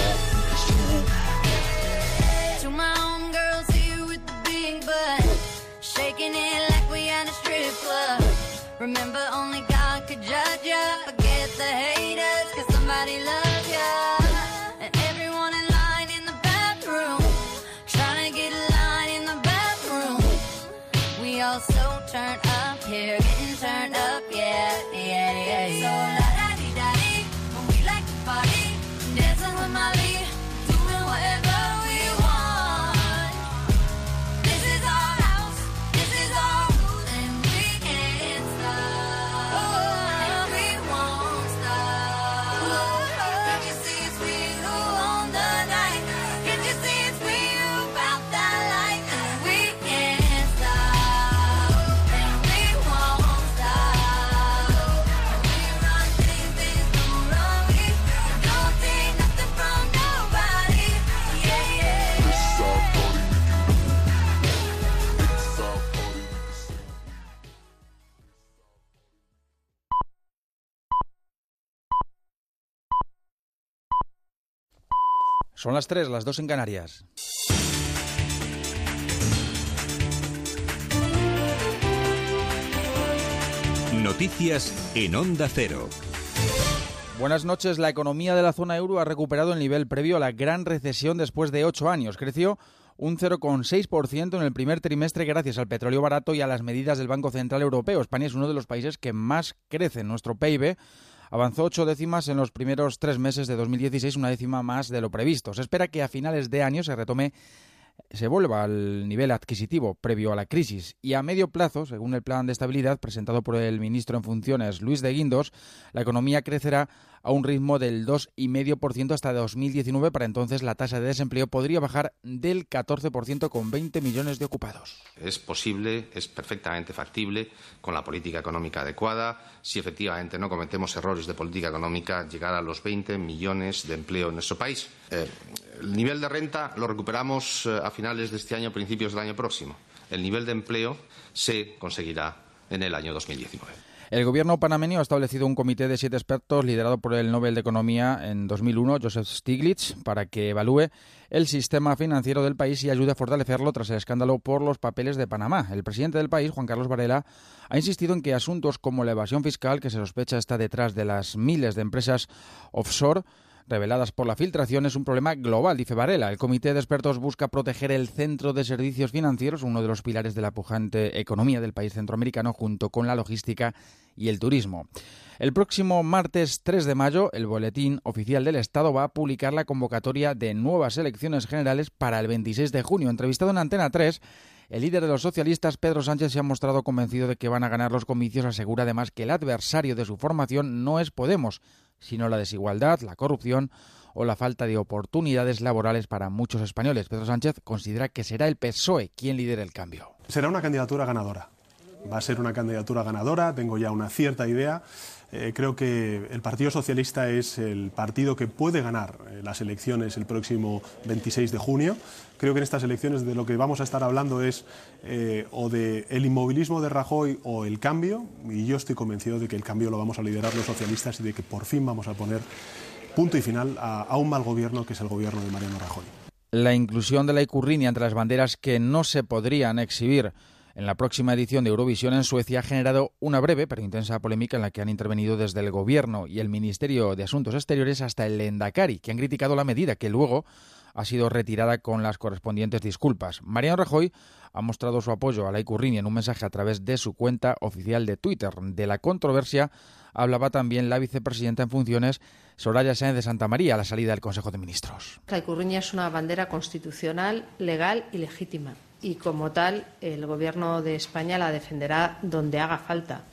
Speaker 16: say what we want. It's our party, we can love what we want. We can kiss who we want, we can screw what we want.
Speaker 17: To my own girls here with the big butt, shaking it like we at a strip club. Remember, only God could judge ya. Forget the haters, cause somebody loves ya. And everyone in line in the bathroom, trying to get a line in the bathroom. We all so turned up here, getting turned up, yeah, yeah, yeah. So la da di da di, we like to party, dancing with Molly, doing whatever we want. This is our house, this is our rules, and we can't stop. and we won't stop. Can't you see it's we who own the night? Can't you see it's we who found the light? And we can't stop, and we won't stop. When we run, these things don't run me. Don't take nothing from nobody. Yeah, yeah.
Speaker 16: It's our party, we can do what we want. It's our party, we can say what we want.
Speaker 18: Son las 3, las 2 en Canarias.
Speaker 19: Noticias en Onda Cero.
Speaker 18: Buenas noches. La economía de la zona euro ha recuperado el nivel previo a la gran recesión después de ocho años. Creció un 0,6% en el primer trimestre gracias al petróleo barato y a las medidas del Banco Central Europeo. España es uno de los países que más crece. Nuestro PIB avanzó ocho décimas en los primeros tres meses de 2016, una décima más de lo previsto. Se espera que a finales de año se retome se vuelva al nivel adquisitivo previo a la crisis y a medio plazo, según el plan de estabilidad presentado por el ministro en funciones Luis de Guindos, la economía crecerá a un ritmo del 2,5% hasta 2019. Para entonces la tasa de desempleo podría bajar del 14% con 20 millones de ocupados.
Speaker 20: Es posible, es perfectamente factible con la política económica adecuada, si efectivamente no cometemos errores de política económica, llegar a los 20 millones de empleo en nuestro país. Eh, el nivel de renta lo recuperamos eh, a finales de este año, principios del año próximo. El nivel de empleo se conseguirá en el año 2019.
Speaker 18: El gobierno panameño ha establecido un comité de siete expertos liderado por el Nobel de Economía en 2001, Joseph Stiglitz, para que evalúe el sistema financiero del país y ayude a fortalecerlo tras el escándalo por los papeles de Panamá. El presidente del país, Juan Carlos Varela, ha insistido en que asuntos como la evasión fiscal, que se sospecha está detrás de las miles de empresas offshore, reveladas por la filtración es un problema global, dice Varela. El comité de expertos busca proteger el centro de servicios financieros, uno de los pilares de la pujante economía del país centroamericano, junto con la logística y el turismo. El próximo martes 3 de mayo, el Boletín Oficial del Estado va a publicar la convocatoria de nuevas elecciones generales para el 26 de junio. Entrevistado en Antena 3, el líder de los socialistas, Pedro Sánchez, se ha mostrado convencido de que van a ganar los comicios. Asegura además que el adversario de su formación no es Podemos, sino la desigualdad, la corrupción o la falta de oportunidades laborales para muchos españoles. Pedro Sánchez considera que será el PSOE E quien lidere el cambio.
Speaker 21: Será una candidatura ganadora. Va a ser una candidatura ganadora, tengo ya una cierta idea. Eh, creo que el Partido Socialista es el partido que puede ganar eh, las elecciones el próximo 26 de junio. Creo que en estas elecciones de lo que vamos a estar hablando es eh, o de el inmovilismo de Rajoy o el cambio. Y yo estoy convencido de que el cambio lo vamos a liderar los socialistas y de que por fin vamos a poner punto y final a, a un mal gobierno que es el gobierno de Mariano Rajoy.
Speaker 18: La inclusión de la Icurriña entre las banderas que no se podrían exhibir en la próxima edición de Eurovisión en Suecia ha generado una breve pero intensa polémica en la que han intervenido desde el Gobierno y el Ministerio de Asuntos Exteriores hasta el Endacari, que han criticado la medida que luego ha sido retirada con las correspondientes disculpas. Mariano Rajoy ha mostrado su apoyo a la Icurrini en un mensaje a través de su cuenta oficial de Twitter. De la controversia hablaba también la vicepresidenta en funciones Soraya Sáenz de Santa María a la salida del Consejo de Ministros.
Speaker 22: La Icurriña es una bandera constitucional, legal y legítima y como tal el Gobierno de España la defenderá donde haga falta.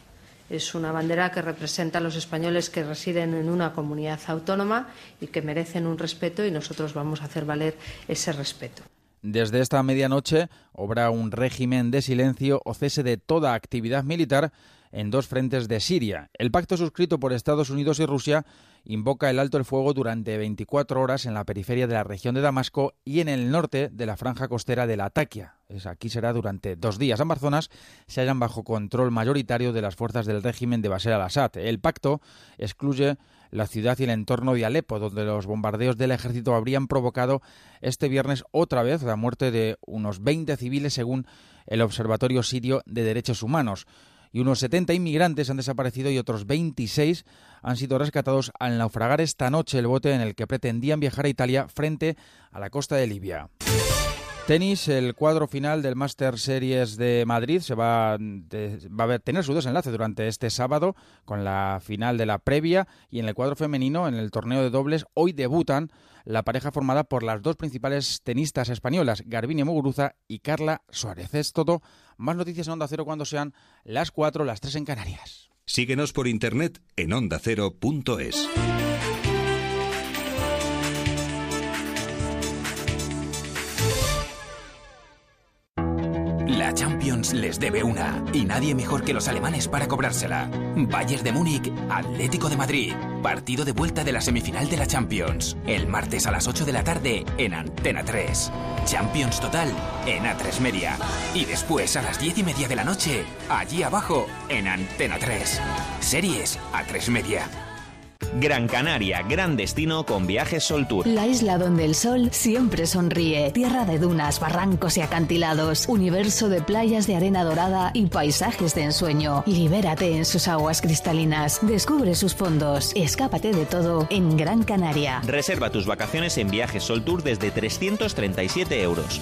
Speaker 22: Es una bandera que representa a los españoles que residen en una comunidad autónoma y que merecen un respeto y nosotros vamos a hacer valer ese respeto.
Speaker 18: Desde esta medianoche habrá un régimen de silencio o cese de toda actividad militar en dos frentes de Siria. El pacto suscrito por Estados Unidos y Rusia invoca el alto el fuego durante 24 horas en la periferia de la región de Damasco y en el norte de la franja costera de la Ataquia. Es aquí será durante dos días. Ambas zonas se hallan bajo control mayoritario de las fuerzas del régimen de Bashar al-Assad. El pacto excluye la ciudad y el entorno de Alepo, donde los bombardeos del ejército habrían provocado este viernes otra vez la muerte de unos 20 civiles, según el Observatorio Sirio de Derechos Humanos y unos 70 inmigrantes han desaparecido y otros 26 han sido rescatados al naufragar esta noche el bote en el que pretendían viajar a Italia frente a la costa de Libia. Tenis, el cuadro final del Master Series de Madrid se va, a de- va a ver- tener su desenlace durante este sábado con la final de la previa y en el cuadro femenino, en el torneo de dobles, hoy debutan la pareja formada por las dos principales tenistas españolas, Garbiñe Muguruza y Carla Suárez. Es todo. Más noticias en Onda Cero cuando sean las 4, las 3 en Canarias.
Speaker 19: Síguenos por internet en ondacero.es.
Speaker 23: La Champions les debe una, y nadie mejor que los alemanes para cobrársela. Bayern de Múnich, Atlético de Madrid, partido de vuelta de la semifinal de la Champions, el martes a las 8 de la tarde en Antena 3. Champions total en A3 Media. Y después a las 10 y media de la noche, allí abajo, en Antena 3. Series A3 Media.
Speaker 24: Gran Canaria, gran destino con viajes Sol Tour.
Speaker 25: La isla donde el sol siempre sonríe, tierra de dunas, barrancos y acantilados, universo de playas de arena dorada y paisajes de ensueño. Libérate en sus aguas cristalinas, descubre sus fondos, escápate de todo en Gran Canaria.
Speaker 24: Reserva tus vacaciones en viajes Sol Tour desde 337 euros.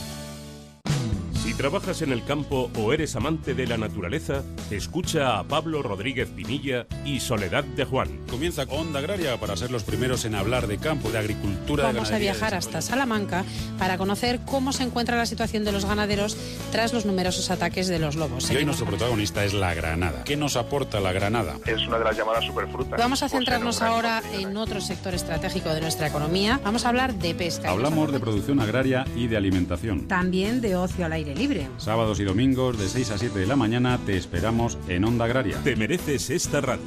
Speaker 1: trabajas en el campo o eres amante de la naturaleza, escucha a Pablo Rodríguez Pinilla y Soledad de Juan.
Speaker 2: Comienza Onda Agraria para ser los primeros en hablar de campo, de agricultura,
Speaker 8: Vamos a viajar hasta Salamanca para conocer cómo se encuentra la situación de los ganaderos tras los numerosos ataques de los lobos.
Speaker 2: Y hoy nuestro protagonista es la granada. ¿Qué nos aporta la granada? Es una de las llamadas superfrutas.
Speaker 8: Vamos a centrarnos ahora en otro sector estratégico de nuestra economía. Vamos a hablar de pesca.
Speaker 2: Hablamos de producción agraria y de alimentación.
Speaker 8: También de ocio al aire libre.
Speaker 2: Sábados y domingos de 6 a 7 de la mañana te esperamos en Onda Agraria.
Speaker 1: Te mereces esta radio.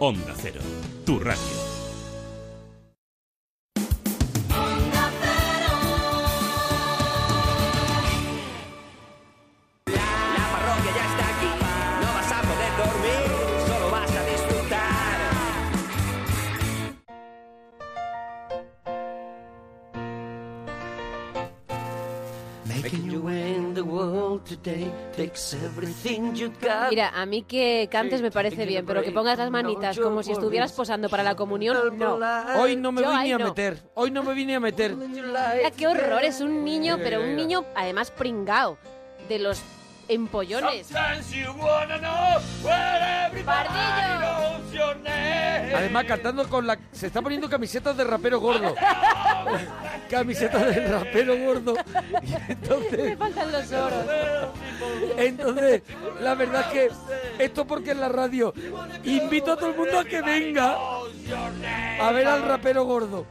Speaker 1: Onda Cero, tu radio.
Speaker 6: parroquia ya está aquí. No vas a poder dormir, solo vas a disfrutar.
Speaker 9: Making your way in the world today takes everything you got.
Speaker 10: Mira, a mí que cantes me parece bien, pero que pongas las manitas como si estuvieras posando para la comunión, no.
Speaker 5: Hoy no me
Speaker 10: Yo
Speaker 5: vine
Speaker 10: ahí
Speaker 5: a
Speaker 10: no.
Speaker 5: meter. Hoy no me vine a meter.
Speaker 10: Mira, qué horror, es un niño,
Speaker 4: Eh,
Speaker 5: Mira,
Speaker 10: pero un
Speaker 5: mira.
Speaker 10: niño además pringao de los empollones.
Speaker 5: Además, cantando con la. Se está poniendo camisetas de rapero gordo. camisetas de rapero gordo. Y entonces.
Speaker 10: Me faltan los oros.
Speaker 5: Entonces, la verdad es que esto porque es la radio. Invito a todo el mundo a que venga a ver al rapero gordo.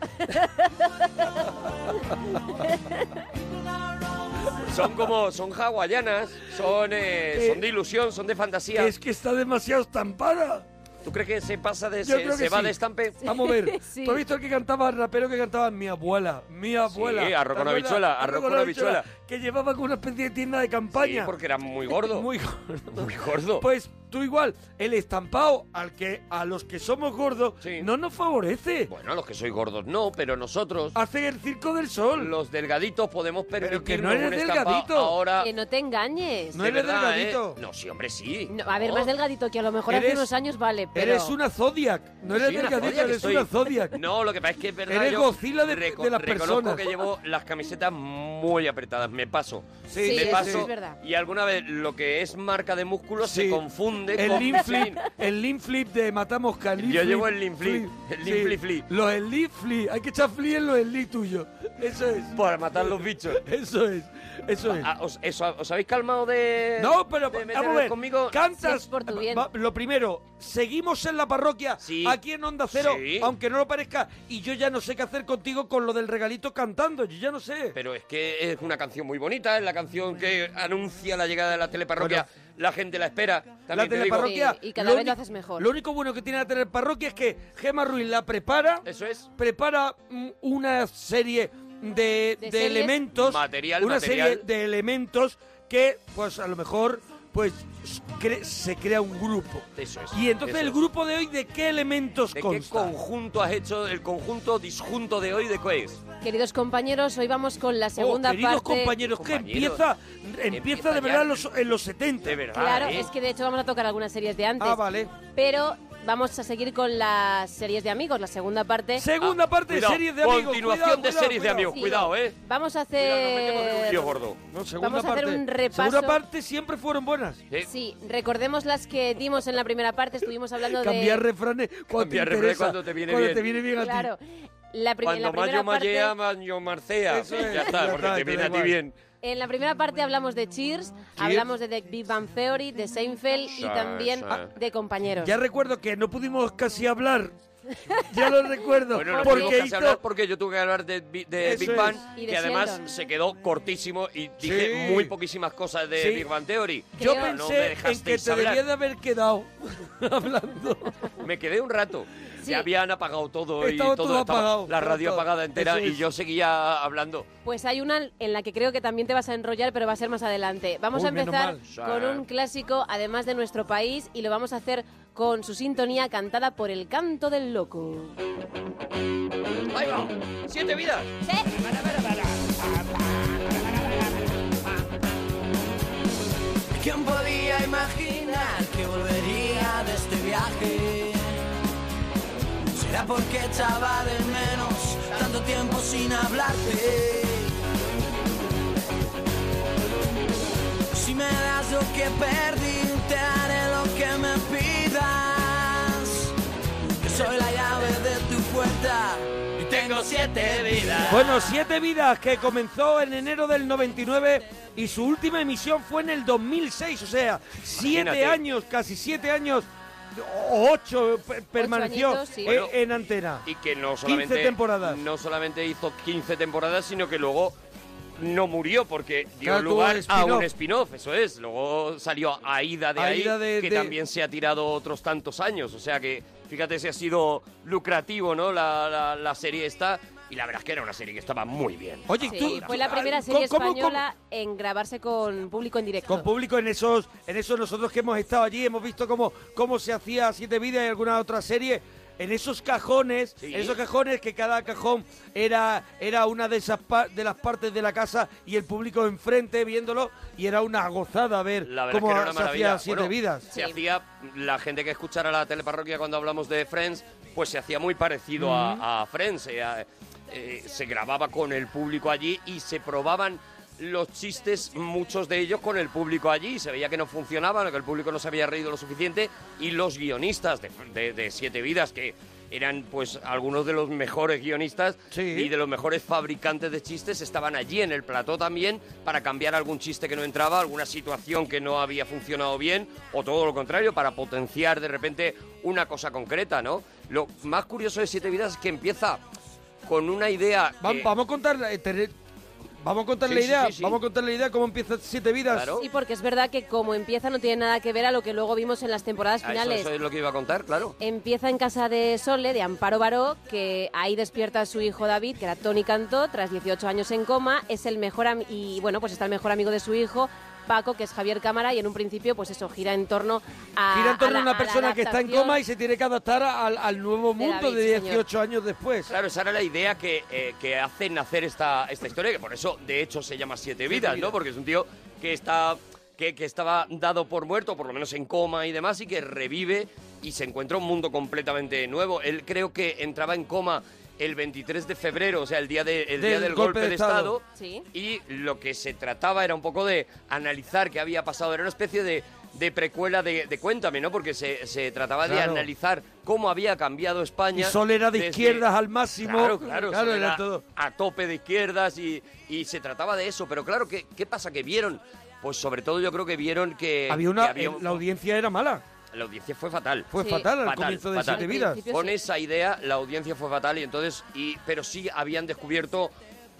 Speaker 4: Son como, son hawaianas, son, eh, son de ilusión, son de fantasía.
Speaker 5: Es que está demasiado estampada.
Speaker 4: ¿Tú crees que se pasa de,
Speaker 5: Yo
Speaker 4: se,
Speaker 5: creo que
Speaker 4: se va
Speaker 5: sí.
Speaker 4: de estampe?
Speaker 5: Vamos a ver. ¿Tú has visto el que cantaba, el rapero que cantaba mi abuela? Mi abuela.
Speaker 4: arroz
Speaker 5: ¿Te
Speaker 4: con
Speaker 5: acuerdas?
Speaker 4: habichuela,
Speaker 5: Arroz
Speaker 4: arroz
Speaker 5: con
Speaker 4: con
Speaker 5: habichuela,
Speaker 4: habichuela.
Speaker 5: Que llevaba con una especie de tienda de campaña.
Speaker 4: Sí, porque era muy gordo.
Speaker 5: muy gordo.
Speaker 4: Muy gordo.
Speaker 5: Pues tú igual, el estampado al que a los que somos gordos no nos favorece.
Speaker 4: Bueno, los que soy gordos no, pero nosotros...
Speaker 5: Hacen el circo del sol.
Speaker 4: Los delgaditos podemos permitirnos
Speaker 5: que no eres
Speaker 4: un escampado.
Speaker 5: delgadito.
Speaker 4: Ahora...
Speaker 10: Que no te engañes.
Speaker 4: de verdad, ¿eh?
Speaker 5: delgadito.
Speaker 4: No, sí, hombre, sí. Oh.
Speaker 10: No, a ver, más delgadito, que a lo mejor hace
Speaker 4: Eres-
Speaker 10: unos años vale, pero...
Speaker 5: Eres una Zodiac. No eres
Speaker 4: Sí, una
Speaker 5: delgadito,
Speaker 4: Zodiac
Speaker 5: eres
Speaker 4: estoy.
Speaker 5: una Zodiac.
Speaker 4: No, lo que pasa es que es verdad.
Speaker 5: Eres
Speaker 4: yo
Speaker 5: Godzilla de-
Speaker 4: reco-
Speaker 5: de las
Speaker 4: Reconozco
Speaker 5: personas.
Speaker 4: que llevo las camisetas muy apretadas. Me paso.
Speaker 5: Sí, Sí,
Speaker 4: me
Speaker 5: eso
Speaker 4: paso.
Speaker 5: es verdad.
Speaker 4: Y alguna vez lo que es marca de músculo
Speaker 5: Sí.
Speaker 4: se confunde
Speaker 5: El
Speaker 4: con.
Speaker 5: lean flip, el lean flip de Matamos Cali.
Speaker 4: Yo llevo el lean flip, el lean flip flip.
Speaker 5: Los lean flip, hay que echar flip en los lean tuyos. Eso es.
Speaker 4: Para matar los bichos.
Speaker 5: Eso es, eso es.
Speaker 4: Ah, ¿os, eso- ¿Os habéis calmado de.?
Speaker 5: Eh, No, pero
Speaker 4: de
Speaker 5: vamos
Speaker 4: meteros
Speaker 5: a ver,
Speaker 4: Eh, conmigo?
Speaker 5: cantas. va- lo primero, seguimos en la parroquia, aquí en Onda Cero,
Speaker 4: Sí.
Speaker 5: aunque no lo parezca, y yo ya no sé qué hacer contigo con lo del regalito cantando, yo ya no sé.
Speaker 4: Pero es que es una canción muy bonita, es la canción que anuncia la llegada de la teleparroquia. la gente la espera.
Speaker 5: la
Speaker 4: También te digo.
Speaker 5: teleparroquia.
Speaker 10: Sí, y cada vez lo
Speaker 5: uni-
Speaker 10: haces mejor.
Speaker 5: Lo único bueno que tiene la teleparroquia es que Gema Ruiz la prepara.
Speaker 4: Eso es.
Speaker 5: Prepara mm, una serie de, de
Speaker 4: series?
Speaker 5: elementos.
Speaker 4: Material,
Speaker 5: Una
Speaker 4: material.
Speaker 5: serie de elementos que, pues a lo mejor, pues cre- se crea un grupo.
Speaker 4: Eso es,
Speaker 5: Y entonces
Speaker 4: eso
Speaker 5: el
Speaker 4: es.
Speaker 5: grupo de hoy, ¿de qué elementos
Speaker 4: ¿De qué
Speaker 5: consta?
Speaker 4: conjunto has hecho el conjunto disjunto de hoy de qué es?
Speaker 10: Queridos compañeros, hoy vamos con la Oh, segunda
Speaker 5: oh, queridos
Speaker 10: parte...
Speaker 5: compañeros, que
Speaker 4: Compañeros,
Speaker 5: empieza, empieza,
Speaker 4: empieza
Speaker 5: de
Speaker 4: ya.
Speaker 5: verdad en los, en los 70. De
Speaker 4: verdad, ¿eh?
Speaker 10: Claro, es que de hecho vamos a tocar algunas series de antes.
Speaker 5: Ah, vale.
Speaker 10: Pero vamos a seguir con las series de amigos, la segunda parte.
Speaker 5: Segunda parte
Speaker 4: Ah, Cuidado,
Speaker 5: de series de amigos.
Speaker 4: continuación
Speaker 5: cuidado,
Speaker 4: de
Speaker 5: cuidado,
Speaker 4: series de amigos,
Speaker 10: Sí.
Speaker 4: cuidado, ¿eh?
Speaker 10: Vamos a hacer...
Speaker 4: Tío gordo.
Speaker 5: No, segunda
Speaker 10: Vamos a hacer
Speaker 5: parte.
Speaker 10: un repaso.
Speaker 5: Segunda parte siempre fueron buenas.
Speaker 10: Sí, recordemos las que dimos en la primera parte, estuvimos hablando
Speaker 5: Cambiar
Speaker 10: de...
Speaker 5: refranes cuando
Speaker 4: Cambiar
Speaker 5: te
Speaker 4: refranes
Speaker 5: interesa,
Speaker 4: cuando te viene bien.
Speaker 5: a ti.
Speaker 10: Claro. La prim- en la
Speaker 4: Cuando más
Speaker 10: primera
Speaker 4: yo
Speaker 10: parte...
Speaker 4: mallea, más yo marcea.
Speaker 5: Eso es,
Speaker 4: ya está,
Speaker 5: ya
Speaker 4: porque
Speaker 5: está,
Speaker 4: te
Speaker 5: te
Speaker 4: viene
Speaker 5: da
Speaker 4: a ti
Speaker 5: igual.
Speaker 4: bien.
Speaker 10: En la primera parte hablamos de Cheers, hablamos de The Big Bang Theory, de Seinfeld
Speaker 5: Sí,
Speaker 10: y también
Speaker 5: sí.
Speaker 10: de Compañeros.
Speaker 5: Ya recuerdo que no pudimos casi hablar. Ya lo recuerdo.
Speaker 4: Bueno, no
Speaker 5: porque
Speaker 4: tuvimos casi
Speaker 5: hizo-
Speaker 4: hablar porque yo tuve que hablar de, Bi- de
Speaker 5: Eso
Speaker 4: Big
Speaker 5: es.
Speaker 4: Bang,
Speaker 10: Y de
Speaker 4: que además
Speaker 10: Sheldon.
Speaker 4: se quedó cortísimo y dije
Speaker 5: Sí.
Speaker 4: muy poquísimas cosas de
Speaker 5: Sí.
Speaker 4: Big Bang Theory.
Speaker 5: Yo
Speaker 4: Pero no
Speaker 5: pensé
Speaker 4: me
Speaker 5: en que
Speaker 4: dejasteis
Speaker 5: te
Speaker 4: hablar.
Speaker 5: debía de haber quedado hablando.
Speaker 4: Me quedé un rato.
Speaker 10: Sí.
Speaker 4: Ya habían apagado todo y
Speaker 5: Estaba
Speaker 4: todo,
Speaker 5: todo
Speaker 4: estaba
Speaker 5: apagado,
Speaker 4: la
Speaker 5: todo,
Speaker 4: radio
Speaker 5: todo.
Speaker 4: apagada entera
Speaker 5: Eso
Speaker 4: y
Speaker 5: es.
Speaker 4: yo seguía hablando.
Speaker 10: Pues hay una en la que creo que también te vas a enrollar, pero va a ser más adelante. Vamos
Speaker 4: Uy,
Speaker 10: a empezar
Speaker 4: menos mal. eh.
Speaker 10: con
Speaker 4: Sí.
Speaker 10: un clásico, además de nuestro país, y lo vamos a hacer con su sintonía cantada por el canto del loco.
Speaker 4: ¡Ahí va! ¡Siete vidas!
Speaker 6: ¿Quién podía imaginar que volvería de este viaje? ¿Será porque echaba de menos tanto tiempo sin hablarte?
Speaker 7: me das lo que perdí, te haré lo que me pidas. Yo soy la llave de tu puerta y tengo siete vidas.
Speaker 5: Bueno, Siete Vidas, que comenzó en enero del 99 y su última emisión fue en el 2006, o sea, siete
Speaker 4: Imagínate.
Speaker 5: años, casi siete años, o ocho, pe- permaneció
Speaker 4: añitos, sí.
Speaker 5: en,
Speaker 4: Bueno,
Speaker 5: en antena.
Speaker 4: Y que no
Speaker 5: 15
Speaker 4: solamente,
Speaker 5: temporadas.
Speaker 4: No solamente hizo 15 temporadas, sino que luego no murió porque dio
Speaker 5: Claro, tuvo
Speaker 4: lugar
Speaker 5: el
Speaker 4: a
Speaker 5: spin-off.
Speaker 4: un spin-off, eso es. Luego salió Aida de
Speaker 5: Aída
Speaker 4: ahí,
Speaker 5: de-
Speaker 4: que
Speaker 5: de-
Speaker 4: también se ha tirado otros tantos años. O sea que, fíjate si ha sido lucrativo, ¿no? La, la- la serie esta. Y la verdad es que era una serie que estaba muy bien. Ah,
Speaker 5: Oye,
Speaker 10: Sí,
Speaker 5: tú-
Speaker 10: fue la primera serie española en grabarse con público en directo.
Speaker 5: Con público en esos, en esos nosotros que hemos estado allí, hemos visto cómo, cómo se hacía Siete Vidas y alguna otra serie. En esos cajones, en esos cajones que cada cajón era, era una de esas pa- de las partes de la casa y el público enfrente viéndolo y era una gozada ver
Speaker 4: La verdad
Speaker 5: cómo
Speaker 4: es que era una
Speaker 5: se hacía
Speaker 4: maravilla.
Speaker 5: Siete
Speaker 4: Bueno,
Speaker 5: Vidas.
Speaker 4: Se hacía, la gente que escuchara la teleparroquia cuando hablamos de Friends, pues se hacía muy parecido a-
Speaker 5: Ujú.
Speaker 4: a, Friends. eh, a- eh, se grababa con el público allí y se probaban los chistes, muchos de ellos con el público allí. Se veía que no funcionaban, que el público no se había reído lo suficiente. Y los guionistas de, de- de Siete Vidas, que eran pues algunos de los mejores guionistas y de los mejores fabricantes de chistes estaban allí en el plató también para cambiar algún chiste que no entraba, alguna situación que no había funcionado bien o todo lo contrario para potenciar de repente una cosa concreta, ¿no? Lo más curioso de Siete Vidas es que empieza con una idea...
Speaker 5: Va-
Speaker 4: que-
Speaker 5: Vamos a contar, la- eh, tener- vamos a contar
Speaker 4: Sí,
Speaker 5: la
Speaker 4: sí,
Speaker 5: idea,
Speaker 4: sí, sí.
Speaker 5: vamos a contar la idea cómo empieza Siete Vidas.
Speaker 10: Sí, porque es verdad que como empieza no tiene nada que ver a lo que luego vimos en las temporadas
Speaker 4: Ah, Eso,
Speaker 10: finales.
Speaker 4: eso es lo que iba a contar, claro.
Speaker 10: Empieza en casa de Sole, de Amparo Baró, que ahí despierta a su hijo David, que era Tony Cantó, tras 18 años en coma, es el mejor am- y bueno, pues está el mejor amigo de su hijo, Paco, que es Javier Cámara, y en un principio, pues eso, gira en torno a.
Speaker 5: Gira en torno a
Speaker 10: la-
Speaker 5: una
Speaker 10: la
Speaker 5: persona que está en
Speaker 10: adaptación.
Speaker 5: coma y se tiene que adaptar al, al nuevo
Speaker 10: de
Speaker 5: mundo
Speaker 10: David,
Speaker 5: de
Speaker 10: señor.
Speaker 5: 18 años después.
Speaker 4: Claro, esa era la idea que, eh, que hace nacer esta, esta historia, que por eso, de hecho, se llama Siete Vidas,
Speaker 5: Vidas.
Speaker 4: ¿no? Porque es un tío que está... Que, que estaba dado por muerto, por lo menos en coma y demás, y que revive y se encuentra un mundo completamente nuevo. Él creo que entraba en coma el 23 de febrero, o sea, el día, de- el día del golpe, de Estado,
Speaker 10: Sí.
Speaker 4: y lo que se trataba era un poco de analizar qué había pasado. Era una especie de, de precuela de, de Cuéntame, ¿no? Porque se, se trataba
Speaker 5: Claro.
Speaker 4: de analizar cómo había cambiado España.
Speaker 5: Y Sol era de
Speaker 4: desde-
Speaker 5: izquierdas al máximo.
Speaker 4: Claro, claro, Sol
Speaker 5: era
Speaker 4: era
Speaker 5: todo.
Speaker 4: a tope de izquierdas y, y se trataba de eso. Pero claro, ¿qué, qué pasa? Que vieron, pues sobre todo yo creo que vieron que
Speaker 5: Había una,
Speaker 4: que había
Speaker 5: eh,
Speaker 4: un-
Speaker 5: la audiencia era mala.
Speaker 4: la audiencia fue fatal.
Speaker 5: Fue Sí. fatal al comienzo de Siete Al Vidas. principio
Speaker 4: Con
Speaker 5: sí.
Speaker 4: esa idea, la audiencia fue fatal y entonces, y, pero sí habían descubierto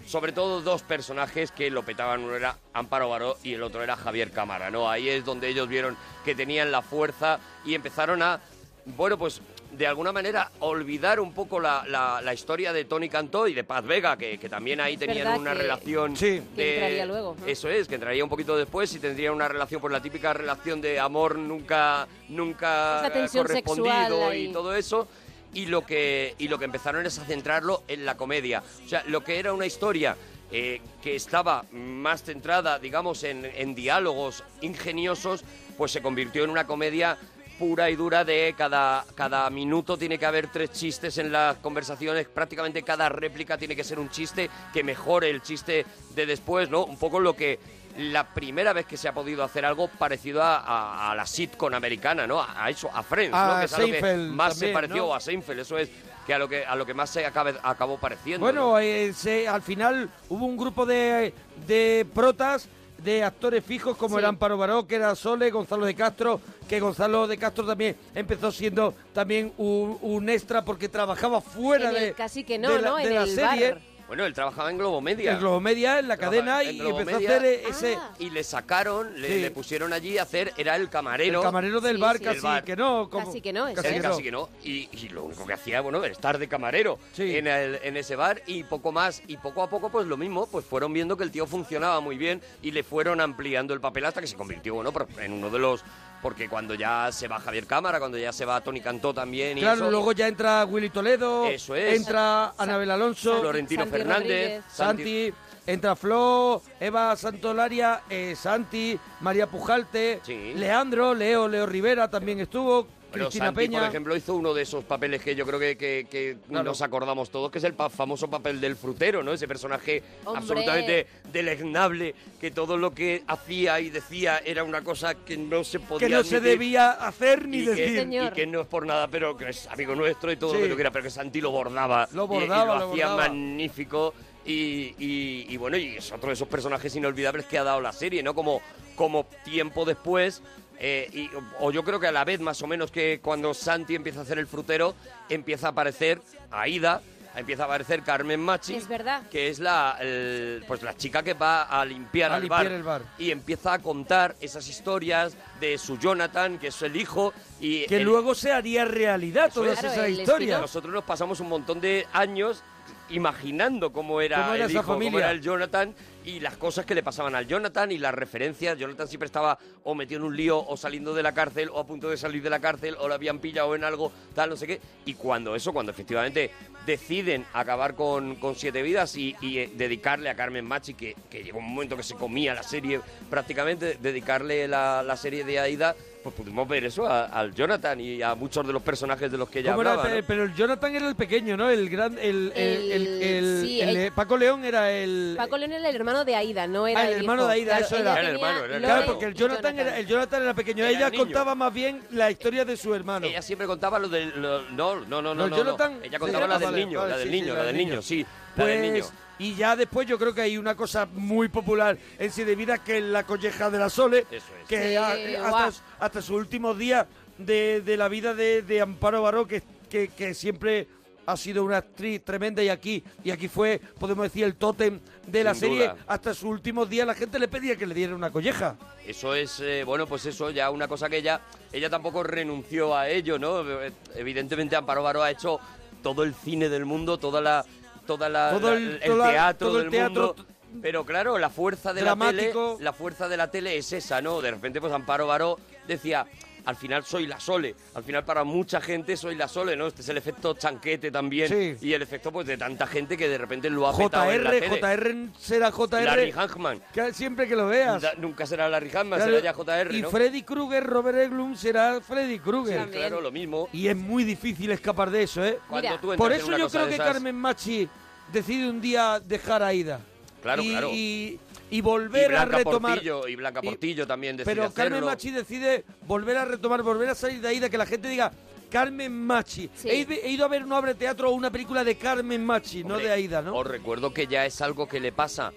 Speaker 4: sobre todo dos personajes que lo petaban. Uno era Amparo Baró y el otro era Javier Cámara, ¿no? Ahí es donde ellos vieron que tenían la fuerza y empezaron a, bueno, pues de alguna manera olvidar un poco la, la- la historia de Tony Cantó y de Paz Vega, que, que también ahí
Speaker 10: Es
Speaker 4: tenían
Speaker 10: verdad
Speaker 4: una
Speaker 10: que-
Speaker 4: relación
Speaker 10: que
Speaker 4: de-
Speaker 10: entraría luego, ¿no?
Speaker 4: Eso es, que entraría un poquito después y tendrían una relación, pues la típica relación de amor nunca, nunca
Speaker 10: Esa
Speaker 4: eh,
Speaker 10: tensión
Speaker 4: correspondido
Speaker 10: sexual ahí.
Speaker 4: y todo eso. Y lo, que, y lo que empezaron es a centrarlo en la comedia. O sea, lo que era una historia eh, que estaba más centrada, digamos, en, en diálogos ingeniosos, pues se convirtió en una comedia pura y dura de cada, cada minuto tiene que haber tres chistes en las conversaciones, prácticamente cada réplica tiene que ser un chiste que mejore el chiste de después, ¿no? Un poco lo que la primera vez que se ha podido hacer algo parecido a, a- a la sitcom americana, ¿no? A, a eso, a Friends,
Speaker 5: A
Speaker 4: ¿no? Que es a lo que
Speaker 5: Ah, Seinfeld
Speaker 4: más
Speaker 5: también,
Speaker 4: se pareció
Speaker 5: ¿no?
Speaker 4: a Seinfeld, eso es, que a lo que, a lo que más se acabe- acabó pareciendo. ¿no?
Speaker 5: Bueno, eh, se- al final hubo un grupo de, de protas, de actores fijos como eran Paro Baró, que era Sole, Gonzalo de Castro, que Gonzalo de Castro también empezó siendo también un, un extra porque trabajaba fuera
Speaker 10: En el
Speaker 5: de,
Speaker 10: casi que no,
Speaker 5: de la,
Speaker 10: ¿no?
Speaker 5: de
Speaker 10: En
Speaker 5: la
Speaker 10: el
Speaker 5: serie.
Speaker 10: bar.
Speaker 4: Bueno, él trabajaba en Globo Media.
Speaker 5: En Globo Media, en la cadena,
Speaker 4: Trabajaba en
Speaker 5: y
Speaker 4: Globo
Speaker 5: empezó
Speaker 4: Media
Speaker 5: a hacer eh, ese...
Speaker 10: Ah.
Speaker 4: Y le sacaron, le,
Speaker 5: Sí.
Speaker 4: le pusieron allí a hacer, era el camarero.
Speaker 5: El camarero del bar, casi que no. como-
Speaker 10: Casi que no, eso
Speaker 4: Casi,
Speaker 10: es.
Speaker 4: casi que no. Y, y lo único que hacía, bueno, era estar de camarero en, el- en ese bar y poco más. Y poco a poco, pues lo mismo, pues fueron viendo que el tío funcionaba muy bien y le fueron ampliando el papel hasta que se convirtió, bueno, por- en uno de los... Porque cuando ya se va Javier Cámara, cuando ya se va Tony Cantó también y
Speaker 5: Claro,
Speaker 4: eso,
Speaker 5: luego ya entra Willy Toledo,
Speaker 4: Eso es.
Speaker 5: entra Anabel Alonso,
Speaker 4: Florentino Fernández,
Speaker 5: Santi, entra Flo, Eva Santolaria, eh, Santi, María Pujalte, Leandro, Leo, Leo Rivera también estuvo,
Speaker 4: Bueno,
Speaker 5: Cristina
Speaker 4: Santi,
Speaker 5: Peña.
Speaker 4: por ejemplo, hizo uno de esos papeles que yo creo que, que- que
Speaker 5: Claro.
Speaker 4: nos acordamos todos, que es el pa- famoso papel del frutero, ¿no? Ese personaje
Speaker 3: Hombre.
Speaker 4: absolutamente deleznable, que todo lo que hacía y decía era una cosa que no se podía
Speaker 5: no se
Speaker 4: admitir.
Speaker 5: debía hacer ni
Speaker 4: Y que-
Speaker 5: decir. Sí,
Speaker 4: y
Speaker 5: señor.
Speaker 4: que no es por nada, pero que es amigo nuestro y todo
Speaker 5: Sí.
Speaker 4: lo que tú quieras, pero que Santi lo bordaba.
Speaker 5: Lo
Speaker 4: y-
Speaker 5: bordaba,
Speaker 4: y, lo,
Speaker 5: lo
Speaker 4: hacía
Speaker 5: bordaba.
Speaker 4: magnífico. Y, y- y bueno, y es otro de esos personajes inolvidables que ha dado la serie, ¿no? Como, como tiempo después. eh, y- o yo creo que a la vez, más o menos, que cuando Santi empieza a hacer el frutero, empieza a aparecer Aida, empieza a aparecer Carmen Machi
Speaker 10: Es verdad.
Speaker 4: que es la el- pues la chica que va a limpiar,
Speaker 5: A
Speaker 4: al
Speaker 5: limpiar
Speaker 4: bar,
Speaker 5: el bar.
Speaker 4: y empieza a contar esas historias de su Jonathan que es el hijo y
Speaker 5: Que
Speaker 4: Eh, el-
Speaker 5: luego se haría realidad
Speaker 4: eso
Speaker 5: todas
Speaker 4: es.
Speaker 5: esas historias.
Speaker 4: nosotros nos pasamos un montón de años imaginando cómo era,
Speaker 5: Cómo era
Speaker 4: el
Speaker 5: esa
Speaker 4: hijo, cómo
Speaker 5: familia.
Speaker 4: era el Jonathan y las cosas que le pasaban al Jonathan y las referencias. Jonathan siempre estaba o metido en un lío o saliendo de la cárcel o a punto de salir de la cárcel o lo habían pillado en algo, tal, no sé qué. Y cuando eso, cuando efectivamente deciden acabar con, con Siete Vidas y, y, eh, dedicarle a Carmen Machi, que, que llegó un momento que se comía la serie prácticamente, dedicarle la, la serie de Aida, pues pudimos ver eso a- al Jonathan y a muchos de los personajes de los que ella
Speaker 5: ¿Cómo era?
Speaker 4: hablaba. ¿no?
Speaker 5: Pe- Pero el Jonathan era el pequeño, ¿no? El gran, el, el, el- el-
Speaker 10: sí,
Speaker 5: el-
Speaker 10: el-
Speaker 5: eh, Paco León era el,
Speaker 10: Paco León era el hermano de Aida, no era
Speaker 5: Ah, el, hermano
Speaker 10: hijo.
Speaker 5: de Aida,
Speaker 10: Claro,
Speaker 5: eso
Speaker 10: ella
Speaker 5: era.
Speaker 10: tenía
Speaker 5: Claro,
Speaker 10: Lore
Speaker 5: porque el
Speaker 10: y
Speaker 5: Jonathan, Era, el Jonathan era pequeño.
Speaker 4: Era
Speaker 5: ella
Speaker 4: niño.
Speaker 5: contaba más bien la historia de su hermano.
Speaker 4: Ella siempre contaba lo del. lo- no, no, no, no.
Speaker 5: No, el
Speaker 4: no,
Speaker 5: Jonathan-
Speaker 4: Ella contaba
Speaker 5: sí,
Speaker 4: la
Speaker 5: ah,
Speaker 4: del
Speaker 5: vale,
Speaker 4: niño,
Speaker 5: vale,
Speaker 4: la del
Speaker 5: sí, sí,
Speaker 4: niño, la del niño, sí. La del niño.
Speaker 5: Pues, y ya después yo creo que hay una cosa muy popular en sí de vida que es la colleja de la Sole, que
Speaker 10: Sí,
Speaker 5: a-
Speaker 10: guau.
Speaker 5: hasta, hasta sus últimos días de, de la vida de, de Amparo Baró, que, que, que siempre ha sido una actriz tremenda y aquí y aquí fue, podemos decir, el tótem de la
Speaker 4: Sin
Speaker 5: serie.
Speaker 4: duda.
Speaker 5: Hasta sus últimos días la gente le pedía que le diera una colleja.
Speaker 4: Eso es, eh, bueno, pues eso, ya una cosa que ella, ella tampoco renunció a ello, ¿no? Eh, Evidentemente Amparo Baró ha hecho todo el cine del mundo, toda la, toda la,
Speaker 5: Todo
Speaker 4: la-
Speaker 5: el- toda-
Speaker 4: teatro
Speaker 5: todo el
Speaker 4: del
Speaker 5: teatro,
Speaker 4: mundo. Pero claro, la fuerza de la
Speaker 5: Dramático.
Speaker 4: tele, la fuerza de la tele es esa, ¿no? De repente, pues Amparo Baró decía, al final soy la Sole, al final para mucha gente soy la Sole, ¿no? Este es el efecto chanquete también y el efecto pues de tanta gente que de repente lo ha petado en la
Speaker 5: JR,
Speaker 4: tele.
Speaker 5: JR será JR.
Speaker 4: Larry Hagman.
Speaker 5: Que siempre que lo veas.
Speaker 4: Da- nunca será Larry Hagman,
Speaker 5: Claro,
Speaker 4: será ya JR,
Speaker 5: Y
Speaker 4: ¿no?
Speaker 5: Freddy Krueger, Robert Eglum será Freddy
Speaker 4: Sí,
Speaker 5: Krueger.
Speaker 4: claro, lo mismo.
Speaker 5: Y es muy difícil escapar de eso, ¿eh?
Speaker 4: Cuando Mira. tú entras
Speaker 5: Por
Speaker 4: en
Speaker 5: eso
Speaker 4: una
Speaker 5: yo
Speaker 4: cosa
Speaker 5: creo
Speaker 4: de
Speaker 5: que
Speaker 4: esas-
Speaker 5: Carmen Machi decide un día dejar a Ida.
Speaker 4: Claro,
Speaker 5: y,
Speaker 4: claro.
Speaker 5: Y, y volver
Speaker 4: y Blanca
Speaker 5: a retomar.
Speaker 4: Portillo, y Blanca
Speaker 5: y-
Speaker 4: Portillo también decide
Speaker 5: Pero Carmen
Speaker 4: hacerlo.
Speaker 5: Machi decide volver a retomar, volver a salir de Aida, que la gente diga. Carmen Machi. He, ido- he ido a ver una obra de teatro o una película de Carmen Machi, no
Speaker 4: Hombre,
Speaker 5: de Aida, ¿no?
Speaker 4: Os recuerdo que ya es algo que le pasa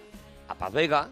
Speaker 4: a Paz Vega,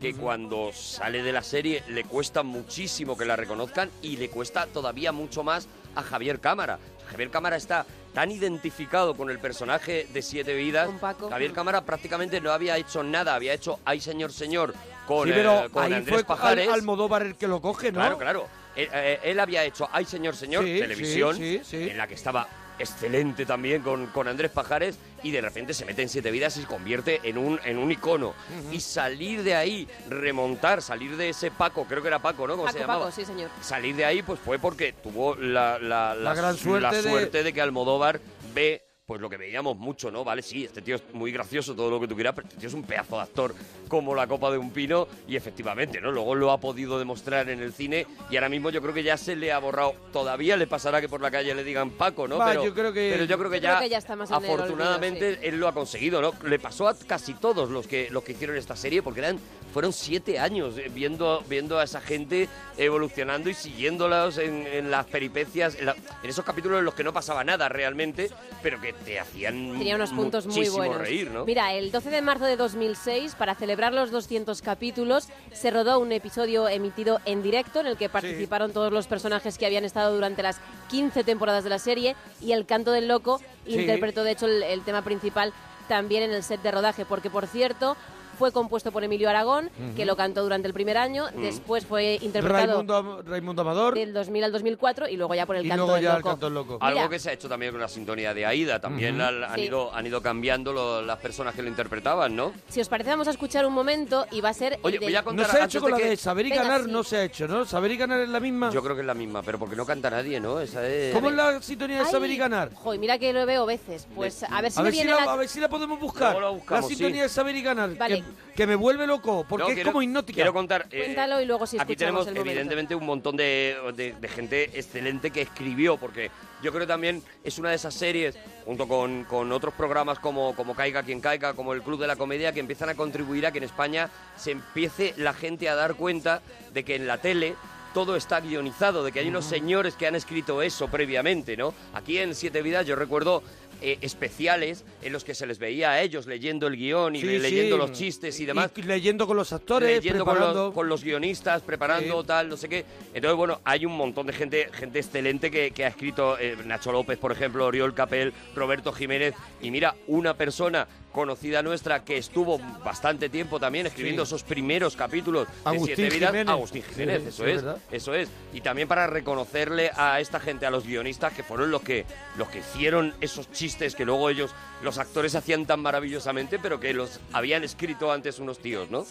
Speaker 4: que cuando sale de la serie le cuesta muchísimo que la reconozcan y le cuesta todavía mucho más a Javier Cámara. Javier Cámara está tan identificado con el personaje de Siete Vidas. Javier Cámara prácticamente no había hecho nada, había hecho Ay Señor Señor con,
Speaker 5: sí, pero
Speaker 4: eh, con
Speaker 5: ahí
Speaker 4: Andrés
Speaker 5: fue
Speaker 4: Pajares.
Speaker 5: Al, Almodóvar el que lo coge, ¿no?
Speaker 4: Claro, claro. Él, eh, él había hecho Ay, señor, señor,
Speaker 5: Sí,
Speaker 4: televisión,
Speaker 5: sí,
Speaker 4: en la que estaba excelente también con, con Andrés Pajares y de repente se mete en Siete Vidas y se convierte en un, en un icono. Y salir de ahí, remontar, salir de ese Paco, creo que era Paco, ¿no? ¿Cómo
Speaker 10: Paco,
Speaker 4: se llamaba?
Speaker 10: Paco, sí, señor.
Speaker 4: Salir de ahí pues fue porque tuvo la, la,
Speaker 5: La gran suerte
Speaker 4: la
Speaker 5: de-
Speaker 4: suerte de... que Almodóvar ve pues lo que veíamos mucho, ¿no? Vale, sí, este tío es muy gracioso, todo lo que tú quieras, pero este tío es un pedazo de actor como la copa de un pino y efectivamente, ¿no? Luego lo ha podido demostrar en el cine y ahora mismo yo creo que ya se le ha borrado. Todavía le pasará que por la calle le digan Paco, ¿no?
Speaker 5: Va,
Speaker 4: pero,
Speaker 5: yo creo que-
Speaker 4: pero yo creo que
Speaker 10: Yo creo
Speaker 4: ya,
Speaker 10: que ya está más en el olvido,
Speaker 4: afortunadamente él lo ha conseguido, ¿no? Le pasó a casi todos los que, los que hicieron esta serie, porque eran, fueron siete años eh, viendo, viendo a esa gente evolucionando y siguiéndolas en, en las peripecias, en, la- en esos capítulos en los que no pasaba nada realmente, pero que te hacían
Speaker 10: Tenía unos puntos muy
Speaker 4: muchísimo
Speaker 10: buenos.
Speaker 4: reír, ¿no?
Speaker 10: Mira, el 12 de marzo de 2006, para celebrar los 200 capítulos, se rodó un episodio emitido en directo en el que participaron todos los personajes que habían estado durante las 15 temporadas de la serie y El Canto del Loco
Speaker 11: Sí.
Speaker 10: interpretó, de hecho, el, el tema principal también en el set de rodaje, porque, por cierto, fue compuesto por Emilio Aragón,
Speaker 5: Ujú.
Speaker 10: que lo cantó durante el primer año,
Speaker 5: Ujú.
Speaker 10: después fue interpretado
Speaker 5: Raimundo, Am- Raimundo Amador.
Speaker 10: del 2000 al 2004 y luego ya por El
Speaker 5: Y
Speaker 10: Canto
Speaker 5: luego
Speaker 10: del
Speaker 5: ya El
Speaker 10: Loco.
Speaker 5: Canto del Loco.
Speaker 10: Mira,
Speaker 4: Algo que se ha hecho también con la sintonía de Aida, también
Speaker 10: Ujú.
Speaker 4: han, han
Speaker 10: Sí.
Speaker 4: ido, han ido cambiando lo- las personas que lo interpretaban, ¿no?
Speaker 10: Si os parece, vamos a escuchar un momento y va a ser. el
Speaker 4: Oye, voy
Speaker 10: del-
Speaker 4: a
Speaker 5: No
Speaker 4: contar
Speaker 5: se ha
Speaker 4: antes
Speaker 5: hecho con
Speaker 4: de
Speaker 5: la
Speaker 4: que-
Speaker 5: de saber y
Speaker 10: Venga,
Speaker 5: ganar,
Speaker 10: sí.
Speaker 5: no se ha hecho, ¿no? Saber y ganar es la misma.
Speaker 4: Yo creo que es la misma, pero porque no canta nadie, ¿no? Esa es...
Speaker 5: ¿Cómo es la
Speaker 4: Ah.
Speaker 5: sintonía de
Speaker 10: Ay,
Speaker 5: saber y ganar?
Speaker 10: Joder, mira que lo veo veces. Pues a ver si
Speaker 5: a
Speaker 10: me
Speaker 5: ver si
Speaker 10: viene
Speaker 5: la,
Speaker 10: la.
Speaker 5: a ver si la podemos buscar.
Speaker 4: Luego la buscamos,
Speaker 5: sintonía
Speaker 4: sí.
Speaker 5: de saber y ganar.
Speaker 10: Vale,
Speaker 5: que que me vuelve loco, porque
Speaker 4: No,
Speaker 5: es
Speaker 4: quiero-
Speaker 5: como hipnótica.
Speaker 4: Quiero contar. eh,
Speaker 10: Cuéntalo y luego si
Speaker 4: Aquí tenemos
Speaker 10: escuchamos el momento.
Speaker 4: evidentemente un montón de, de- de gente excelente que escribió, porque yo creo también es una de esas series, junto con, con otros programas como, como Caiga quien caiga, como el Club de la Comedia, que empiezan a contribuir a que en España se empiece la gente a dar cuenta de que en la tele todo está guionizado, de que hay unos señores que han escrito eso previamente, ¿no? Aquí en Siete Vidas yo recuerdo eh, especiales en los que se les veía a ellos leyendo el guión y
Speaker 5: Sí,
Speaker 4: le- leyendo
Speaker 5: sí.
Speaker 4: los chistes y demás
Speaker 5: leyendo con los actores,
Speaker 4: leyendo con
Speaker 5: preparando.
Speaker 4: los, con los guionistas, preparando
Speaker 5: Sí.
Speaker 4: tal, no sé qué. Entonces, bueno, hay un montón de gente, gente excelente que, que ha escrito, eh, Nacho López, por ejemplo, Oriol Capel, Roberto Jiménez, y mira, una persona conocida nuestra que estuvo bastante tiempo también escribiendo
Speaker 5: Sí.
Speaker 4: esos primeros capítulos
Speaker 5: Agustín
Speaker 4: de Siete Vidas,
Speaker 5: Jiménez.
Speaker 4: Agustín Jiménez,
Speaker 5: Sí,
Speaker 4: eso
Speaker 5: sí,
Speaker 4: es,
Speaker 5: ¿verdad?
Speaker 4: eso es. Y también para reconocerle a esta gente, a los guionistas, que fueron los que, los que hicieron esos chistes que luego ellos, los actores hacían tan maravillosamente, pero que los habían escrito antes unos tíos, ¿no?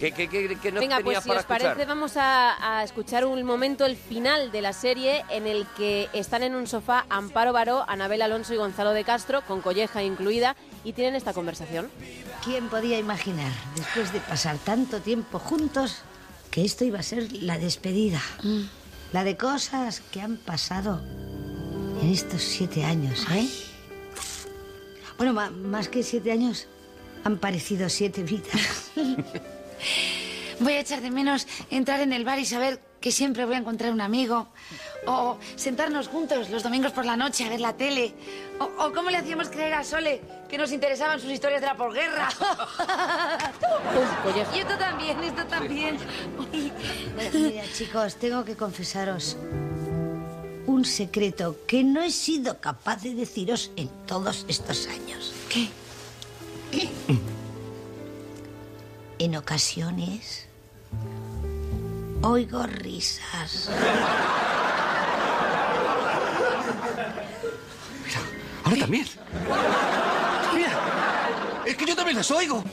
Speaker 4: ¿Qué, qué, qué- qué no
Speaker 10: Venga, pues
Speaker 4: tenías
Speaker 10: si
Speaker 4: para
Speaker 10: os parece
Speaker 4: escuchar?
Speaker 10: vamos a, a escuchar un momento, el final de la serie, en el que están en un sofá Amparo Baró, Anabel Alonso y Gonzalo de Castro, con colleja incluida, y tienen esta conversación.
Speaker 3: ¿Quién podía imaginar, después de pasar tanto tiempo juntos, que esto iba a ser la despedida?
Speaker 11: Mm.
Speaker 3: La de cosas que han pasado en estos siete años, ¿eh? Bueno, ma- más que siete años, han parecido siete vidas.
Speaker 11: Voy a echar de menos entrar en el bar y saber que siempre voy a encontrar un amigo. O sentarnos juntos los domingos por la noche a ver la tele. O, o cómo le hacíamos creer a Sole que nos interesaban sus historias de la posguerra. y esto también, esto también.
Speaker 3: Mira, chicos, tengo que confesaros un secreto que no he sido capaz de deciros en todos estos años. ¿Qué? En ocasiones oigo risas.
Speaker 7: Ahora también. Mira, es que yo también las oigo.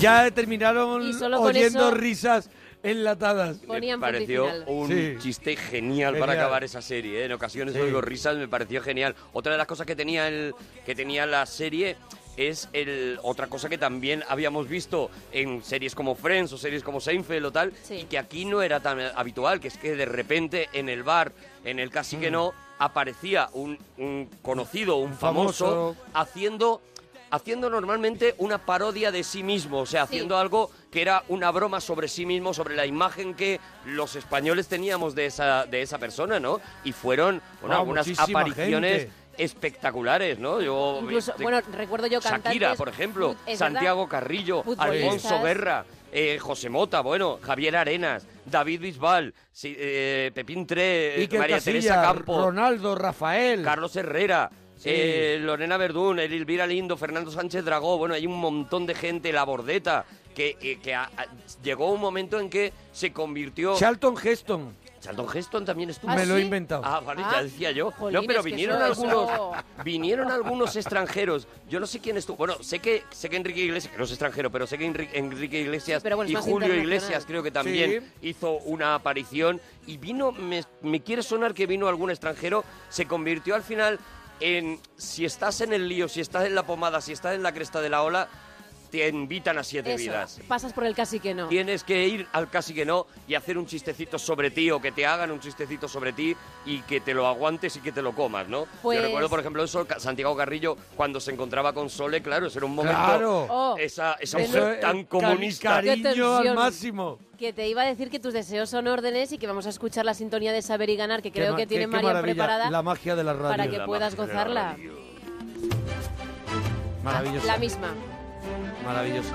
Speaker 5: Ya terminaron
Speaker 10: Y solo con
Speaker 5: oyendo
Speaker 10: eso-
Speaker 5: risas enlatadas.
Speaker 4: Me pareció un
Speaker 5: Sí.
Speaker 4: chiste genial, para
Speaker 5: Genial.
Speaker 4: acabar esa serie. ¿eh? En ocasiones
Speaker 5: Sí.
Speaker 4: oigo risas, me pareció genial. Otra de las cosas que tenía el, que tenía la serie es el otra cosa que también habíamos visto en series como Friends o series como Seinfeld o tal y que aquí no era tan habitual, que es que de repente en el bar, en el casi que no, aparecía un, un conocido, un famoso,
Speaker 5: famoso.
Speaker 4: haciendo haciendo normalmente una parodia de sí mismo, o sea, haciendo algo que era una broma sobre sí mismo, sobre la imagen que los españoles teníamos de esa de esa persona, ¿no? Y fueron bueno,
Speaker 5: Wow,
Speaker 4: algunas
Speaker 5: muchísima
Speaker 4: apariciones
Speaker 5: gente.
Speaker 4: espectaculares, ¿no? Yo
Speaker 10: Incluso,
Speaker 4: te-
Speaker 10: bueno, recuerdo yo cantantes...
Speaker 4: Shakira, por ejemplo,
Speaker 10: fut- es
Speaker 4: Santiago
Speaker 10: verdad,
Speaker 4: Carrillo, Alfonso
Speaker 10: futbolistas.
Speaker 4: Guerra, eh, José Mota, bueno, Javier Arenas, David Bisbal, sí, eh, Pepín Tre, eh,
Speaker 5: Iker
Speaker 4: María
Speaker 5: Casillas,
Speaker 4: Teresa Campos,
Speaker 5: Ronaldo, Rafael.
Speaker 4: Carlos Herrera,
Speaker 5: Sí.
Speaker 4: eh, Lorena Verdún, Elvira Lindo, Fernando Sánchez Dragó, bueno, hay un montón de gente, La Bordeta, que, eh, que a- a- llegó un momento en que se convirtió...
Speaker 5: Charlton Heston.
Speaker 4: Charlton Heston también estuvo.
Speaker 5: Pues Me lo he inventado.
Speaker 4: Ah, vale,
Speaker 5: Ah,
Speaker 4: ya decía yo.
Speaker 5: jolines,
Speaker 4: no, pero
Speaker 5: que
Speaker 4: vinieron
Speaker 5: eso-
Speaker 4: algunos,
Speaker 5: eso-
Speaker 4: vinieron algunos extranjeros. Yo no sé quién estuvo. Bueno, sé que sé que Enrique Iglesias, que no es extranjero, pero sé que Enri- Enrique Iglesias
Speaker 5: Sí, pero bueno, es
Speaker 4: y
Speaker 5: más
Speaker 4: Julio
Speaker 5: internacional.
Speaker 4: Iglesias creo que también hizo una aparición y vino. Me, me quiere sonar que vino algún extranjero. Se convirtió al final en si estás en el lío, si estás en la pomada, si estás en la cresta de la ola, te invitan a siete
Speaker 10: Eso,
Speaker 4: vidas.
Speaker 10: pasas por el casi que no.
Speaker 4: Tienes que ir al casi que no y hacer un chistecito sobre ti o que te hagan un chistecito sobre ti y que te lo aguantes y que te lo comas, ¿no?
Speaker 10: Pues-
Speaker 4: Yo recuerdo, por ejemplo, eso, Ca- Santiago Carrillo, cuando se encontraba con Sole, claro, eso era un momento.
Speaker 5: Claro.
Speaker 10: Oh.
Speaker 4: esa esa
Speaker 5: Eso
Speaker 4: mujer
Speaker 5: es
Speaker 4: tan
Speaker 5: cari-
Speaker 4: comunista.
Speaker 5: Cariño al máximo.
Speaker 10: Que te iba a decir que tus deseos son órdenes y que vamos a escuchar la sintonía de Saber y Ganar, que creo
Speaker 5: Qué ma-
Speaker 10: que tiene
Speaker 5: qué- qué
Speaker 10: María
Speaker 5: maravilla,
Speaker 10: preparada
Speaker 5: La magia de la radio.
Speaker 10: para que puedas gozarla.
Speaker 5: Maravilloso.
Speaker 10: La misma.
Speaker 5: Maravilloso.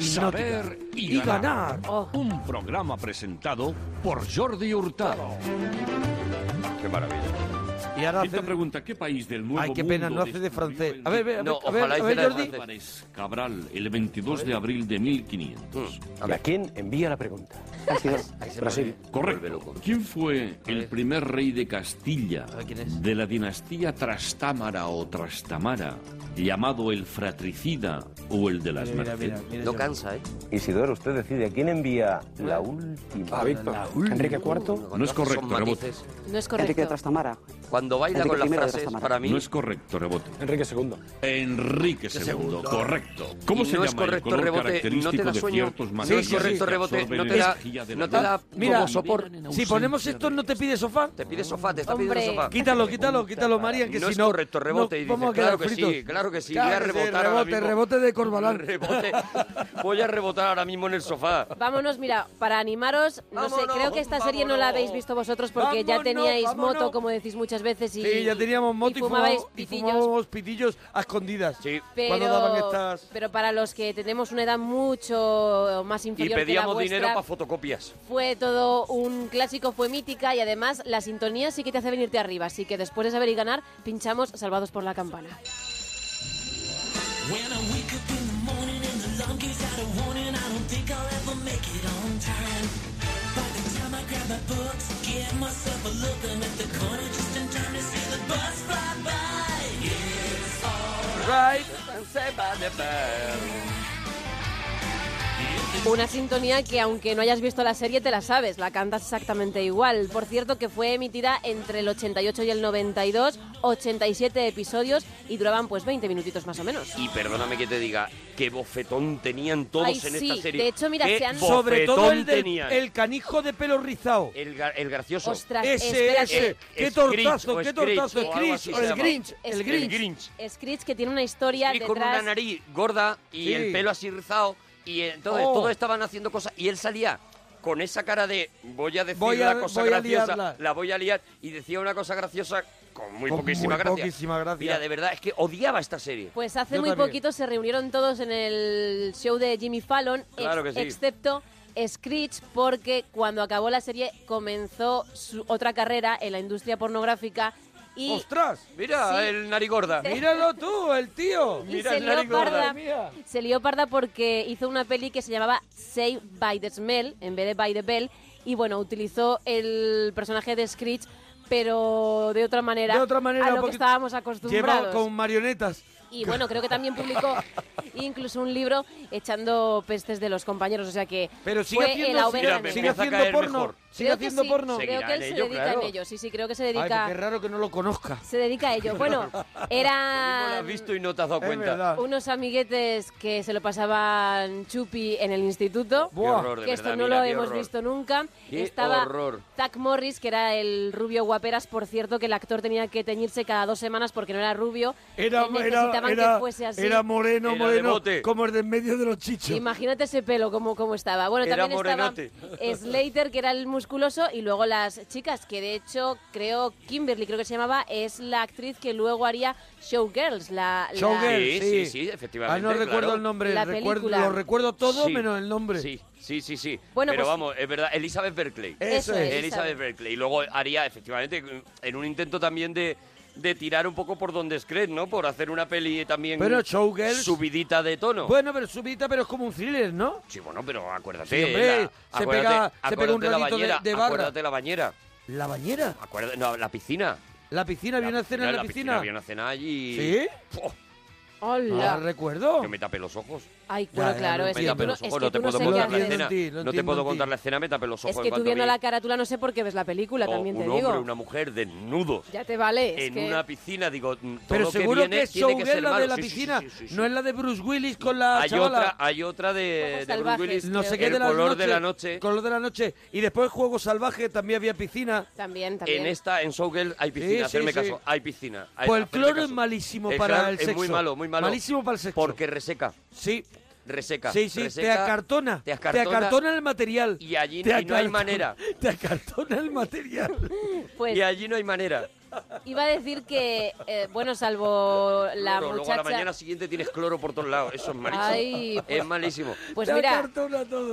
Speaker 1: Saber y,
Speaker 5: Y
Speaker 1: ganar. Oh. Un programa presentado por Jordi Hurtado.
Speaker 4: Qué maravilla.
Speaker 5: Y ahora hace-
Speaker 1: pregunta, ¿qué país del nuevo
Speaker 5: Ay, qué pena, no
Speaker 1: mundo
Speaker 5: hace de francés. A ver, a ver, a ver,
Speaker 1: No,
Speaker 5: a ver,
Speaker 1: ojalá
Speaker 5: a ver,
Speaker 1: hiciera de
Speaker 5: Jordi.
Speaker 1: Álvarez Cabral el 22 de abril de 1500.
Speaker 4: Mm,
Speaker 12: ¿Y a quién envía la pregunta? Ha sido Brasil.
Speaker 1: Correcto. ¿Quién fue el primer rey de Castilla de la dinastía Trastámara o Trastamara, llamado el fratricida o el de las Mercedes?
Speaker 4: No cansa, ¿eh?
Speaker 12: Isidoro, usted decide a quién envía la última.
Speaker 4: A Víctor.
Speaker 5: Ah,
Speaker 12: La última. Enrique IV.
Speaker 4: No es correcto, Son Ramón. matices.
Speaker 10: No es correcto.
Speaker 12: Enrique de Trastamara.
Speaker 4: Cuando baila
Speaker 1: Enrique
Speaker 4: con
Speaker 1: I de
Speaker 4: las frases,
Speaker 1: Trastamara.
Speaker 4: para mí...
Speaker 1: No es correcto, rebote.
Speaker 12: Enrique II.
Speaker 1: Enrique II, correcto. ¿Cómo
Speaker 4: Y
Speaker 1: se
Speaker 4: no
Speaker 1: llama
Speaker 4: es correcto
Speaker 1: el color
Speaker 4: rebote, no te
Speaker 1: característico
Speaker 4: da
Speaker 1: de
Speaker 4: sueño.
Speaker 1: ciertos
Speaker 4: No
Speaker 1: materiales
Speaker 4: es correcto
Speaker 1: que
Speaker 4: rejebote,
Speaker 1: absorben
Speaker 4: no te
Speaker 1: la
Speaker 4: da,
Speaker 1: energía de la
Speaker 4: no te da
Speaker 1: luz?
Speaker 4: como sopor.
Speaker 5: Si ponemos esto, ¿no te pide sofá?
Speaker 4: Te pide sofá, te está pidiendo
Speaker 5: Hombre.
Speaker 4: sofá.
Speaker 5: Quítalo, quítalo, quítalo, María, que
Speaker 4: no
Speaker 5: si
Speaker 4: es
Speaker 5: no...
Speaker 4: correcto rebote
Speaker 5: no,
Speaker 4: y dices,
Speaker 5: vamos a quedar
Speaker 4: claro que sí,
Speaker 5: fritos.
Speaker 4: claro que sí,
Speaker 5: Claro
Speaker 4: voy a
Speaker 5: que sí,
Speaker 4: rebotar ahora
Speaker 5: rebote,
Speaker 4: mismo.
Speaker 5: rebote de Corbalán.
Speaker 4: Rebote. Voy a rebotar ahora mismo en el sofá.
Speaker 10: Vámonos, mira, para animaros, no sé, creo que esta serie no la habéis visto vosotros porque ya
Speaker 5: Vámonos,
Speaker 10: teníais
Speaker 5: vámonos.
Speaker 10: moto, como decís muchas veces, y,
Speaker 5: Sí, ya teníamos moto y,
Speaker 10: fumabais
Speaker 5: fumaba- y
Speaker 10: pitillos.
Speaker 5: fumábamos pitillos a escondidas. Sí. Cuando daban
Speaker 10: Pero,
Speaker 5: estas...
Speaker 10: pero para los que tenemos una edad mucho más
Speaker 4: Y
Speaker 10: inferior que la
Speaker 4: pedíamos
Speaker 10: vuestra,
Speaker 4: dinero para fotocopias.
Speaker 10: fue todo un clásico, fue mítica y además la sintonía sí que te hace venirte arriba. Así que después de saber y ganar, pinchamos Salvados por la Campana.
Speaker 6: When I wake up in the morning and the alarm goes out of warning, I don't think I'll ever make it on time. By the time I grab my books, give myself a look, I'm at the corner just in time to see the bus fly by. Yeah, it's alright.
Speaker 10: Una sintonía que aunque no hayas visto la serie te la sabes, la cantas exactamente igual. Por cierto que fue emitida entre el 88 y el 92, 87 episodios y duraban pues 20 minutitos más o menos.
Speaker 4: Y perdóname que te diga, qué bofetón tenían todos
Speaker 10: Ay,
Speaker 4: en
Speaker 10: sí,
Speaker 4: esta serie.
Speaker 10: de hecho, mira,
Speaker 4: Qué
Speaker 10: se han-
Speaker 5: Sobre todo
Speaker 4: bofetón
Speaker 5: el, del-
Speaker 4: tenían.
Speaker 5: el canijo de pelo rizado.
Speaker 4: El, gracioso.
Speaker 10: Ostras,
Speaker 5: ese,
Speaker 10: espérate.
Speaker 5: ese.
Speaker 10: Eh,
Speaker 5: Qué
Speaker 4: Screech,
Speaker 5: tortazo,
Speaker 4: o
Speaker 5: qué
Speaker 4: Screech,
Speaker 5: tortazo.
Speaker 4: o algo así
Speaker 5: Screech, o
Speaker 4: se
Speaker 5: el
Speaker 4: llama.
Speaker 5: Grinch.
Speaker 4: El
Speaker 5: El Grinch.
Speaker 4: Grinch.
Speaker 10: Screech que tiene una historia
Speaker 4: Y
Speaker 10: detrás...
Speaker 4: con una nariz gorda y
Speaker 10: Sí.
Speaker 4: el pelo así rizado. Y entonces
Speaker 10: Oh.
Speaker 4: todos estaban haciendo cosas. Y él salía con esa cara de voy a decir
Speaker 5: Voy a-
Speaker 4: la cosa
Speaker 5: voy a
Speaker 4: graciosa,
Speaker 5: liarla".
Speaker 4: la voy a liar. Y decía una cosa graciosa con muy
Speaker 5: Con
Speaker 4: poquísima
Speaker 5: muy
Speaker 4: gracia.
Speaker 5: poquísima gracia.
Speaker 4: Mira, de verdad, es que odiaba esta serie.
Speaker 10: Pues hace muy poquito se reunieron todos en el show de Jimmy Fallon, ex-
Speaker 4: Claro que sí.
Speaker 10: excepto Screech, porque cuando acabó la serie comenzó su otra carrera en la industria pornográfica y...
Speaker 5: ¡Ostras!
Speaker 4: Mira
Speaker 10: Sí.
Speaker 4: el narigorda.
Speaker 5: Míralo tú, el tío.
Speaker 10: Y se lió, parda, se lió parda porque hizo una peli que se llamaba Save by the Smell en vez de By the Bell y bueno, utilizó el personaje de Screech pero de otra manera,
Speaker 5: De otra manera,
Speaker 10: a lo que
Speaker 5: porque
Speaker 10: estábamos
Speaker 5: Lleva
Speaker 10: acostumbrados.
Speaker 5: con marionetas.
Speaker 10: Y bueno, creo que también publicó incluso un libro echando pestes de los compañeros, o sea que
Speaker 5: Pero sigue
Speaker 10: fue el
Speaker 5: haciendo,
Speaker 10: AOB
Speaker 5: sigue
Speaker 10: de la noche.
Speaker 5: haciendo porno. Sigue
Speaker 10: Creo que
Speaker 5: haciendo
Speaker 10: sí,
Speaker 5: porno.
Speaker 10: Creo que él se dedica en ello, sí, sí, creo que se
Speaker 5: Ay,
Speaker 10: dedica,
Speaker 5: pues qué raro que no lo conozca.
Speaker 10: se dedica a ello. Bueno,
Speaker 4: Lo
Speaker 10: eran
Speaker 4: has visto y no te has dado
Speaker 5: Es
Speaker 4: cuenta.
Speaker 5: verdad.
Speaker 10: unos amiguetes que se lo pasaban chupi en el instituto,
Speaker 4: Buah. horror, de
Speaker 10: que esto
Speaker 4: verdad,
Speaker 10: no
Speaker 4: mira,
Speaker 10: lo
Speaker 4: qué
Speaker 10: hemos
Speaker 4: horror.
Speaker 10: visto nunca.
Speaker 4: Qué
Speaker 10: Estaba
Speaker 4: horror.
Speaker 10: Zach Morris, que era el rubio guaperas, por cierto, que el actor tenía que teñirse cada dos semanas porque no era rubio.
Speaker 5: Era,
Speaker 10: y
Speaker 5: era,
Speaker 10: necesitaban
Speaker 5: era-
Speaker 10: que fuese así.
Speaker 5: era moreno,
Speaker 4: Era de
Speaker 5: moreno,
Speaker 4: bote.
Speaker 5: como el de en medio de los chichos.
Speaker 10: Imagínate ese pelo como, como estaba. Bueno,
Speaker 5: Era
Speaker 10: también
Speaker 5: morenote.
Speaker 10: estaba Slater, que era el musculoso, y luego las chicas, que de hecho creo Kimberly, creo que se llamaba, es la actriz que luego haría Showgirls. La, la-
Speaker 5: Showgirl,
Speaker 4: Sí, sí, sí, efectivamente,
Speaker 5: Ah, no recuerdo
Speaker 4: claro.
Speaker 5: el nombre,
Speaker 10: La
Speaker 5: recuerdo-
Speaker 10: película.
Speaker 5: lo recuerdo todo
Speaker 4: Sí.
Speaker 5: menos el nombre.
Speaker 4: Sí, sí, sí, sí.
Speaker 10: Bueno,
Speaker 4: Pero
Speaker 10: pues-
Speaker 4: vamos, es verdad, Elizabeth Berkeley.
Speaker 5: Eso Eso es. es.
Speaker 4: Elizabeth
Speaker 5: Elizabeth.
Speaker 4: Berkeley. Y luego haría, efectivamente, en un intento también de, de tirar un poco por donde es Craig, ¿no? Por hacer una peli también
Speaker 5: Pero Showgirls-
Speaker 4: subidita de tono.
Speaker 5: Bueno, pero subita, pero es como un thriller, ¿no?
Speaker 4: sí, bueno, pero acuérdate.
Speaker 5: Sí, hombre,
Speaker 4: la-
Speaker 5: se
Speaker 4: acuérdate-
Speaker 5: pega- se pega un
Speaker 4: acuérdate la
Speaker 5: ratito de-
Speaker 4: bañera,
Speaker 5: de barra.
Speaker 4: Acuérdate la bañera.
Speaker 5: ¿La bañera?
Speaker 4: Acuérdate, no, la piscina.
Speaker 5: ¿La piscina? ¿Había una cena en la piscina?
Speaker 4: Había una cena allí.
Speaker 5: ¿Sí?
Speaker 10: Hola.
Speaker 5: recuerdo.
Speaker 4: Que me tapé los ojos.
Speaker 10: Ay, bueno, claro, es
Speaker 4: me
Speaker 10: que tú
Speaker 4: tapé
Speaker 10: no,
Speaker 4: los
Speaker 10: es que
Speaker 4: ojos. No te
Speaker 10: tú no
Speaker 4: puedo
Speaker 10: sé qué
Speaker 4: contar la
Speaker 10: haces.
Speaker 4: escena. No te puedo contar la escena, me tapé los ojos.
Speaker 10: Es que tú
Speaker 4: cuando
Speaker 10: viendo
Speaker 4: vi-
Speaker 10: la carátula no sé por qué ves la película,
Speaker 4: o
Speaker 10: también te
Speaker 4: un
Speaker 10: digo.
Speaker 4: hombre, una mujer desnudos.
Speaker 10: Ya te vale, es
Speaker 4: en
Speaker 10: que-
Speaker 4: una piscina, digo, mm, todo
Speaker 5: Pero
Speaker 4: lo que
Speaker 5: seguro que,
Speaker 4: viene
Speaker 5: es
Speaker 4: tiene que
Speaker 5: Showgirl
Speaker 4: ser
Speaker 5: la
Speaker 4: malo.
Speaker 5: de la
Speaker 4: Sí, sí, sí,
Speaker 5: piscina,
Speaker 4: sí, sí, sí.
Speaker 5: no es la de Bruce Willis con la
Speaker 4: Hay
Speaker 5: chavala.
Speaker 4: otra, hay otra de, de Bruce
Speaker 5: Salvajes,
Speaker 4: Willis,
Speaker 5: no sé qué
Speaker 4: el
Speaker 5: de la
Speaker 4: color
Speaker 5: noche,
Speaker 4: de la noche.
Speaker 5: Color de la noche. Y después Juego Salvaje también había piscina.
Speaker 10: También, también.
Speaker 4: En este, esta, en Showgirl, hay piscina,
Speaker 5: Sí, sí,
Speaker 4: hacerme
Speaker 5: sí.
Speaker 4: caso, hay piscina. hay-
Speaker 5: Pues el
Speaker 4: hacerme
Speaker 5: cloro
Speaker 4: caso.
Speaker 5: es malísimo
Speaker 4: El
Speaker 5: para
Speaker 4: cloro
Speaker 5: el sexo.
Speaker 4: Es muy malo, muy malo.
Speaker 5: Malísimo para el sexo.
Speaker 4: Porque reseca.
Speaker 5: Sí.
Speaker 4: Reseca.
Speaker 5: Sí, sí, te
Speaker 4: reseca,
Speaker 5: acartona.
Speaker 4: Te acartona.
Speaker 5: el material.
Speaker 4: Y allí
Speaker 5: Te
Speaker 4: y no hay
Speaker 5: acartona-
Speaker 4: manera.
Speaker 5: Te acartona el material.
Speaker 10: Pues-
Speaker 4: Y allí no hay manera.
Speaker 10: Iba a decir que, eh, bueno, salvo la
Speaker 4: Cloro, Luego a
Speaker 10: muchacha...
Speaker 4: la mañana siguiente tienes cloro por todos lados. Eso es malísimo.
Speaker 10: Ay,
Speaker 4: es malísimo.
Speaker 10: Pues mira,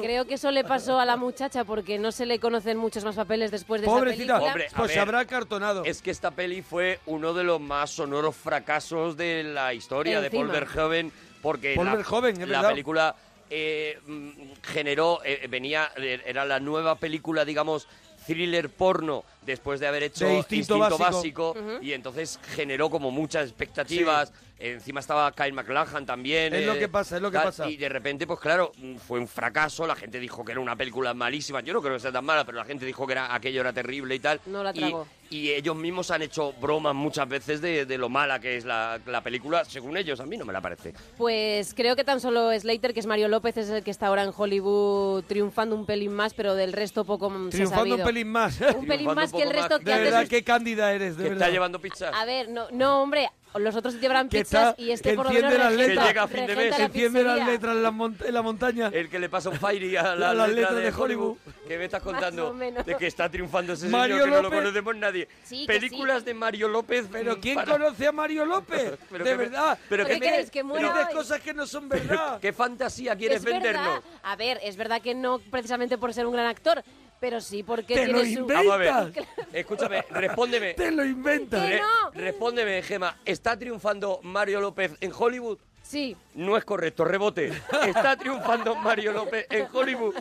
Speaker 10: creo que eso le pasó a la muchacha porque no se le conocen muchos más papeles después de esa película.
Speaker 4: Hombre, a
Speaker 5: Pues se
Speaker 4: ver,
Speaker 5: habrá cartonado.
Speaker 4: Es que esta peli fue uno de los más sonoros fracasos de la historia de
Speaker 5: Encima.
Speaker 4: Paul Verhoeven, porque
Speaker 5: Paul
Speaker 4: la,
Speaker 5: Verhoeven, es
Speaker 4: la
Speaker 5: verdad.
Speaker 4: película eh, mm, generó, eh, venía, eh, era la nueva película, digamos, thriller porno después de haber hecho
Speaker 5: De Instinto Básico.
Speaker 10: Ujú.
Speaker 4: y entonces generó como muchas expectativas. Encima estaba Kyle MacLachlan también.
Speaker 5: Es lo
Speaker 4: eh,
Speaker 5: que pasa, es lo que
Speaker 4: tal,
Speaker 5: pasa.
Speaker 4: Y de repente, pues claro, mm, fue un fracaso. La gente dijo que era una película malísima. Yo no creo que sea tan mala, pero la gente dijo que era aquello era terrible y tal.
Speaker 10: No la
Speaker 4: Y-
Speaker 10: trago.
Speaker 4: y ellos mismos han hecho bromas muchas veces de, de lo mala que es la, la película, según ellos, a mí no me la parece.
Speaker 10: Pues creo que tan solo Slater, que es Mario López, es el que está ahora en Hollywood triunfando un pelín más, pero del resto poco se ha
Speaker 5: Triunfando un
Speaker 10: sabido.
Speaker 5: pelín más.
Speaker 10: Un pelín más que el resto que
Speaker 5: De
Speaker 10: antes.
Speaker 5: verdad, qué cándida eres, de
Speaker 4: Que
Speaker 5: verdad.
Speaker 4: está llevando pizzas.
Speaker 10: A ver, no, no hombre, los otros llevarán
Speaker 5: Que
Speaker 10: pizzas
Speaker 5: está-
Speaker 10: y este
Speaker 5: que
Speaker 10: por lo menos
Speaker 5: enciende las
Speaker 10: regenta-
Speaker 5: letras. Que llega a fin de
Speaker 10: regenta
Speaker 5: mes,
Speaker 10: la
Speaker 5: enciende las
Speaker 10: pizzería.
Speaker 5: letras en la, mon- en la montaña.
Speaker 4: El que le pasa un fire a la,
Speaker 5: A las
Speaker 4: letra
Speaker 5: letras
Speaker 4: de,
Speaker 5: de Hollywood.
Speaker 4: Hollywood. que me estás
Speaker 5: Más
Speaker 4: contando?
Speaker 5: o menos.
Speaker 4: De que está triunfando ese
Speaker 5: Mario
Speaker 4: señor, que no
Speaker 5: López.
Speaker 4: lo conocemos nadie.
Speaker 10: Sí, que
Speaker 4: Películas de Mario López.
Speaker 5: Pero ¿quién
Speaker 4: para-
Speaker 5: conoce a Mario López?
Speaker 4: Pero
Speaker 5: de
Speaker 4: que me-
Speaker 5: verdad.
Speaker 4: pero
Speaker 10: que ¿Qué me- queréis, que muera
Speaker 5: Dices
Speaker 10: hoy?
Speaker 5: cosas que no son verdad.
Speaker 4: ¿Qué fantasía quieres
Speaker 10: es
Speaker 4: vendernos?
Speaker 10: Verdad, a ver, es verdad que no precisamente por ser un gran actor, pero sí porque
Speaker 4: Te
Speaker 10: tiene
Speaker 4: lo
Speaker 10: su...
Speaker 4: inventas. Vamos a ver. Escúchame, respóndeme.
Speaker 5: Te lo inventas.
Speaker 10: Que no.
Speaker 4: Respóndeme, Gema. ¿Está triunfando Mario López en Hollywood?
Speaker 10: Sí.
Speaker 4: No es correcto, rebote. ¿Está triunfando Mario López en Hollywood?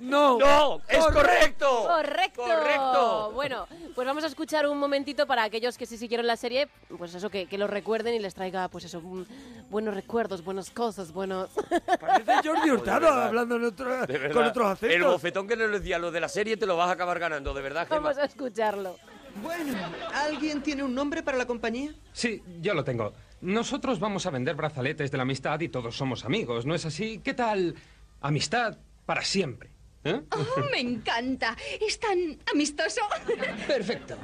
Speaker 5: No.
Speaker 4: No, es correcto.
Speaker 10: Correcto.
Speaker 4: Correcto.
Speaker 10: Bueno, pues vamos a escuchar un momentito para aquellos que sí siguieron la serie, pues eso, que, que lo recuerden y les traiga, pues eso, un- buenos recuerdos, buenas cosas, buenos...
Speaker 5: Parece Jordi Hurtado
Speaker 4: verdad.
Speaker 5: hablando en otro-
Speaker 4: De verdad,
Speaker 5: con otros
Speaker 4: El
Speaker 5: acentos.
Speaker 4: bofetón que nos decía lo de la serie te lo vas a acabar ganando, de verdad, Gema.
Speaker 10: Vamos a escucharlo.
Speaker 13: Bueno, ¿alguien tiene un nombre para la compañía?
Speaker 14: Sí, yo lo tengo. Nosotros vamos a vender brazaletes de la amistad y todos somos amigos, ¿no es así? ¿Qué tal? Amistad para siempre. ¿eh?
Speaker 26: Oh,
Speaker 3: Ah,
Speaker 26: me encanta. Es tan amistoso.
Speaker 13: Perfecto.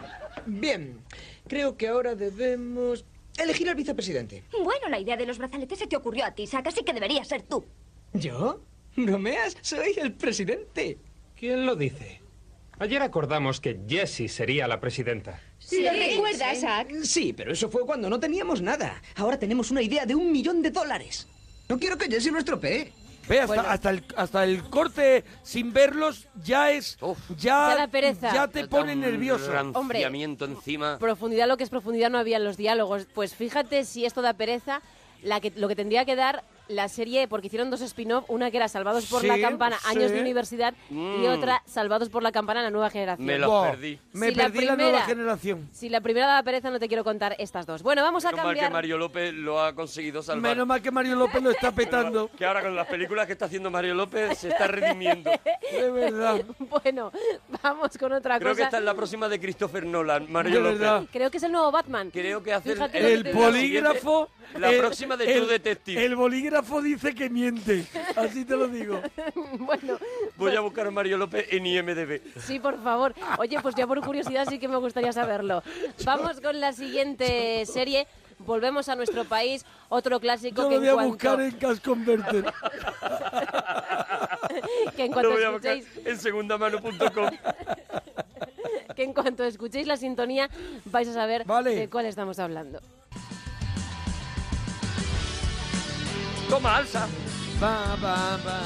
Speaker 13: Bien, creo que ahora debemos elegir al vicepresidente.
Speaker 16: Bueno, la idea de los brazaletes se te ocurrió a ti, Saka, así que deberías ser tú.
Speaker 13: ¿Yo? ¿Bromeas? Soy el presidente.
Speaker 14: ¿Quién lo dice? Ayer acordamos que Jessie sería la presidenta.
Speaker 26: Sí, ¿Lo recuerdas,
Speaker 13: sí. Sí, pero eso fue cuando no teníamos nada. Ahora tenemos una idea de un millón de dólares. No quiero que Jesse lo estropee.
Speaker 5: Ve, hasta, hasta el, hasta el corte sin verlos ya es. Ya,
Speaker 10: Ya la pereza.
Speaker 5: ya te pone nervioso.
Speaker 10: Hombre.
Speaker 4: Ranciamiento encima.
Speaker 10: Profundidad, lo que es profundidad no había en los diálogos. Pues fíjate si esto da pereza, la que, lo que tendría que dar la serie, porque hicieron dos spin-off, una que era Salvados por
Speaker 5: Sí,
Speaker 10: la Campana,
Speaker 5: sí.
Speaker 10: años de universidad, y
Speaker 5: Mm.
Speaker 10: otra Salvados por la Campana, la nueva generación.
Speaker 5: Me las Buah, perdí. me
Speaker 10: Si la
Speaker 5: perdí la nueva
Speaker 10: primera-
Speaker 5: generación.
Speaker 10: Si la primera da pereza, no te quiero contar estas dos. Bueno, vamos a
Speaker 4: Menos mal que
Speaker 10: cambiar.
Speaker 4: Mario López lo ha conseguido salvar.
Speaker 5: Menos mal que Mario López lo está petando.
Speaker 4: Que ahora con las películas que está haciendo Mario López se está redimiendo.
Speaker 5: De verdad.
Speaker 10: bueno, vamos con otra
Speaker 4: Creo que
Speaker 10: cosa.
Speaker 4: está en la próxima de Christopher Nolan,
Speaker 5: De
Speaker 4: Mario
Speaker 5: verdad.
Speaker 4: López.
Speaker 10: Creo que es el nuevo Batman. Creo
Speaker 4: que hace
Speaker 10: Fíjate lo que
Speaker 5: El
Speaker 10: te digo.
Speaker 5: bolígrafo.
Speaker 4: La
Speaker 5: el-
Speaker 4: próxima de
Speaker 5: el-
Speaker 4: True Detective.
Speaker 5: El bolígrafo dice que miente. Así te lo digo.
Speaker 10: bueno,
Speaker 4: Voy a buscar a Mario López en IMDB.
Speaker 10: Sí, por favor. Oye, pues ya por curiosidad sí que me gustaría saberlo. Vamos con la siguiente serie. Volvemos a nuestro país. Otro clásico
Speaker 5: Yo lo
Speaker 10: que en,
Speaker 5: voy a
Speaker 10: cuanto,
Speaker 5: buscar ¿eh? en Cash Converter.
Speaker 10: que en
Speaker 4: Lo
Speaker 10: cuanto
Speaker 4: voy a buscar
Speaker 10: escuchéis,
Speaker 4: en segundamano.com.
Speaker 10: que en cuanto escuchéis la sintonía vais a saber
Speaker 4: Vale.
Speaker 10: de cuál estamos hablando.
Speaker 4: Toma, alza.
Speaker 10: Para, para.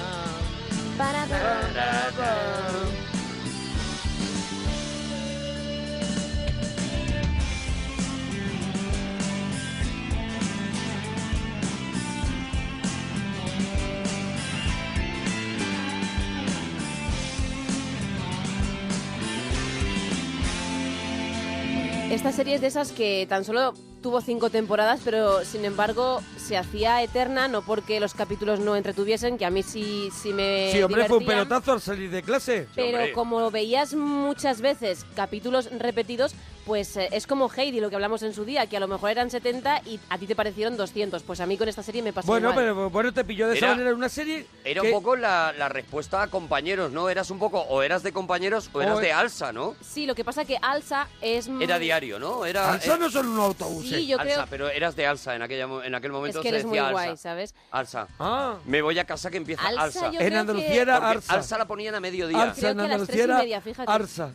Speaker 10: Esta serie es de esas que tan solo tuvo cinco temporadas, pero sin embargo se hacía eterna, no porque los capítulos no entretuviesen, que a mí sí, sí me.
Speaker 5: Sí, hombre, fue un
Speaker 10: Eh, divertían.
Speaker 5: pelotazo al salir de clase.
Speaker 10: Pero como veías muchas veces capítulos repetidos, pues eh, es como Heidi, lo que hablamos en su día, que a lo mejor eran 70 y a ti te parecieron 200. Pues a mí con esta serie me pasó
Speaker 5: Bueno,
Speaker 10: igual.
Speaker 5: pero bueno, te pilló de esa
Speaker 4: Era-
Speaker 5: manera en una serie.
Speaker 4: Era
Speaker 5: que-
Speaker 4: un poco la, la respuesta a compañeros, ¿no? Eras un poco, o eras de compañeros o eras
Speaker 5: O-
Speaker 4: de alza, ¿no?
Speaker 10: Sí, lo que pasa que Alsa es... m-
Speaker 4: Era diario, ¿no? Era, eh,
Speaker 5: Alsa no son eh. unos autobuses.
Speaker 10: Mm. Sí, yo
Speaker 4: Alsa,
Speaker 10: creo-
Speaker 4: pero eras de alza en, aquella, mo- en aquel momento
Speaker 10: es que
Speaker 4: se
Speaker 10: eres
Speaker 4: decía
Speaker 10: muy
Speaker 4: alza.
Speaker 10: guay, ¿sabes?
Speaker 4: Alza.
Speaker 5: Ah.
Speaker 4: Me voy a casa que empieza
Speaker 10: Alsa,
Speaker 4: alza.
Speaker 10: yo En creo que- Andalucía era
Speaker 4: Porque
Speaker 5: Arsa.
Speaker 4: la ponían a mediodía.
Speaker 5: Alsa
Speaker 10: Creo
Speaker 5: en
Speaker 10: que a las
Speaker 5: Andalucía
Speaker 10: tres y
Speaker 5: era
Speaker 10: media, fíjate.
Speaker 5: Arsa.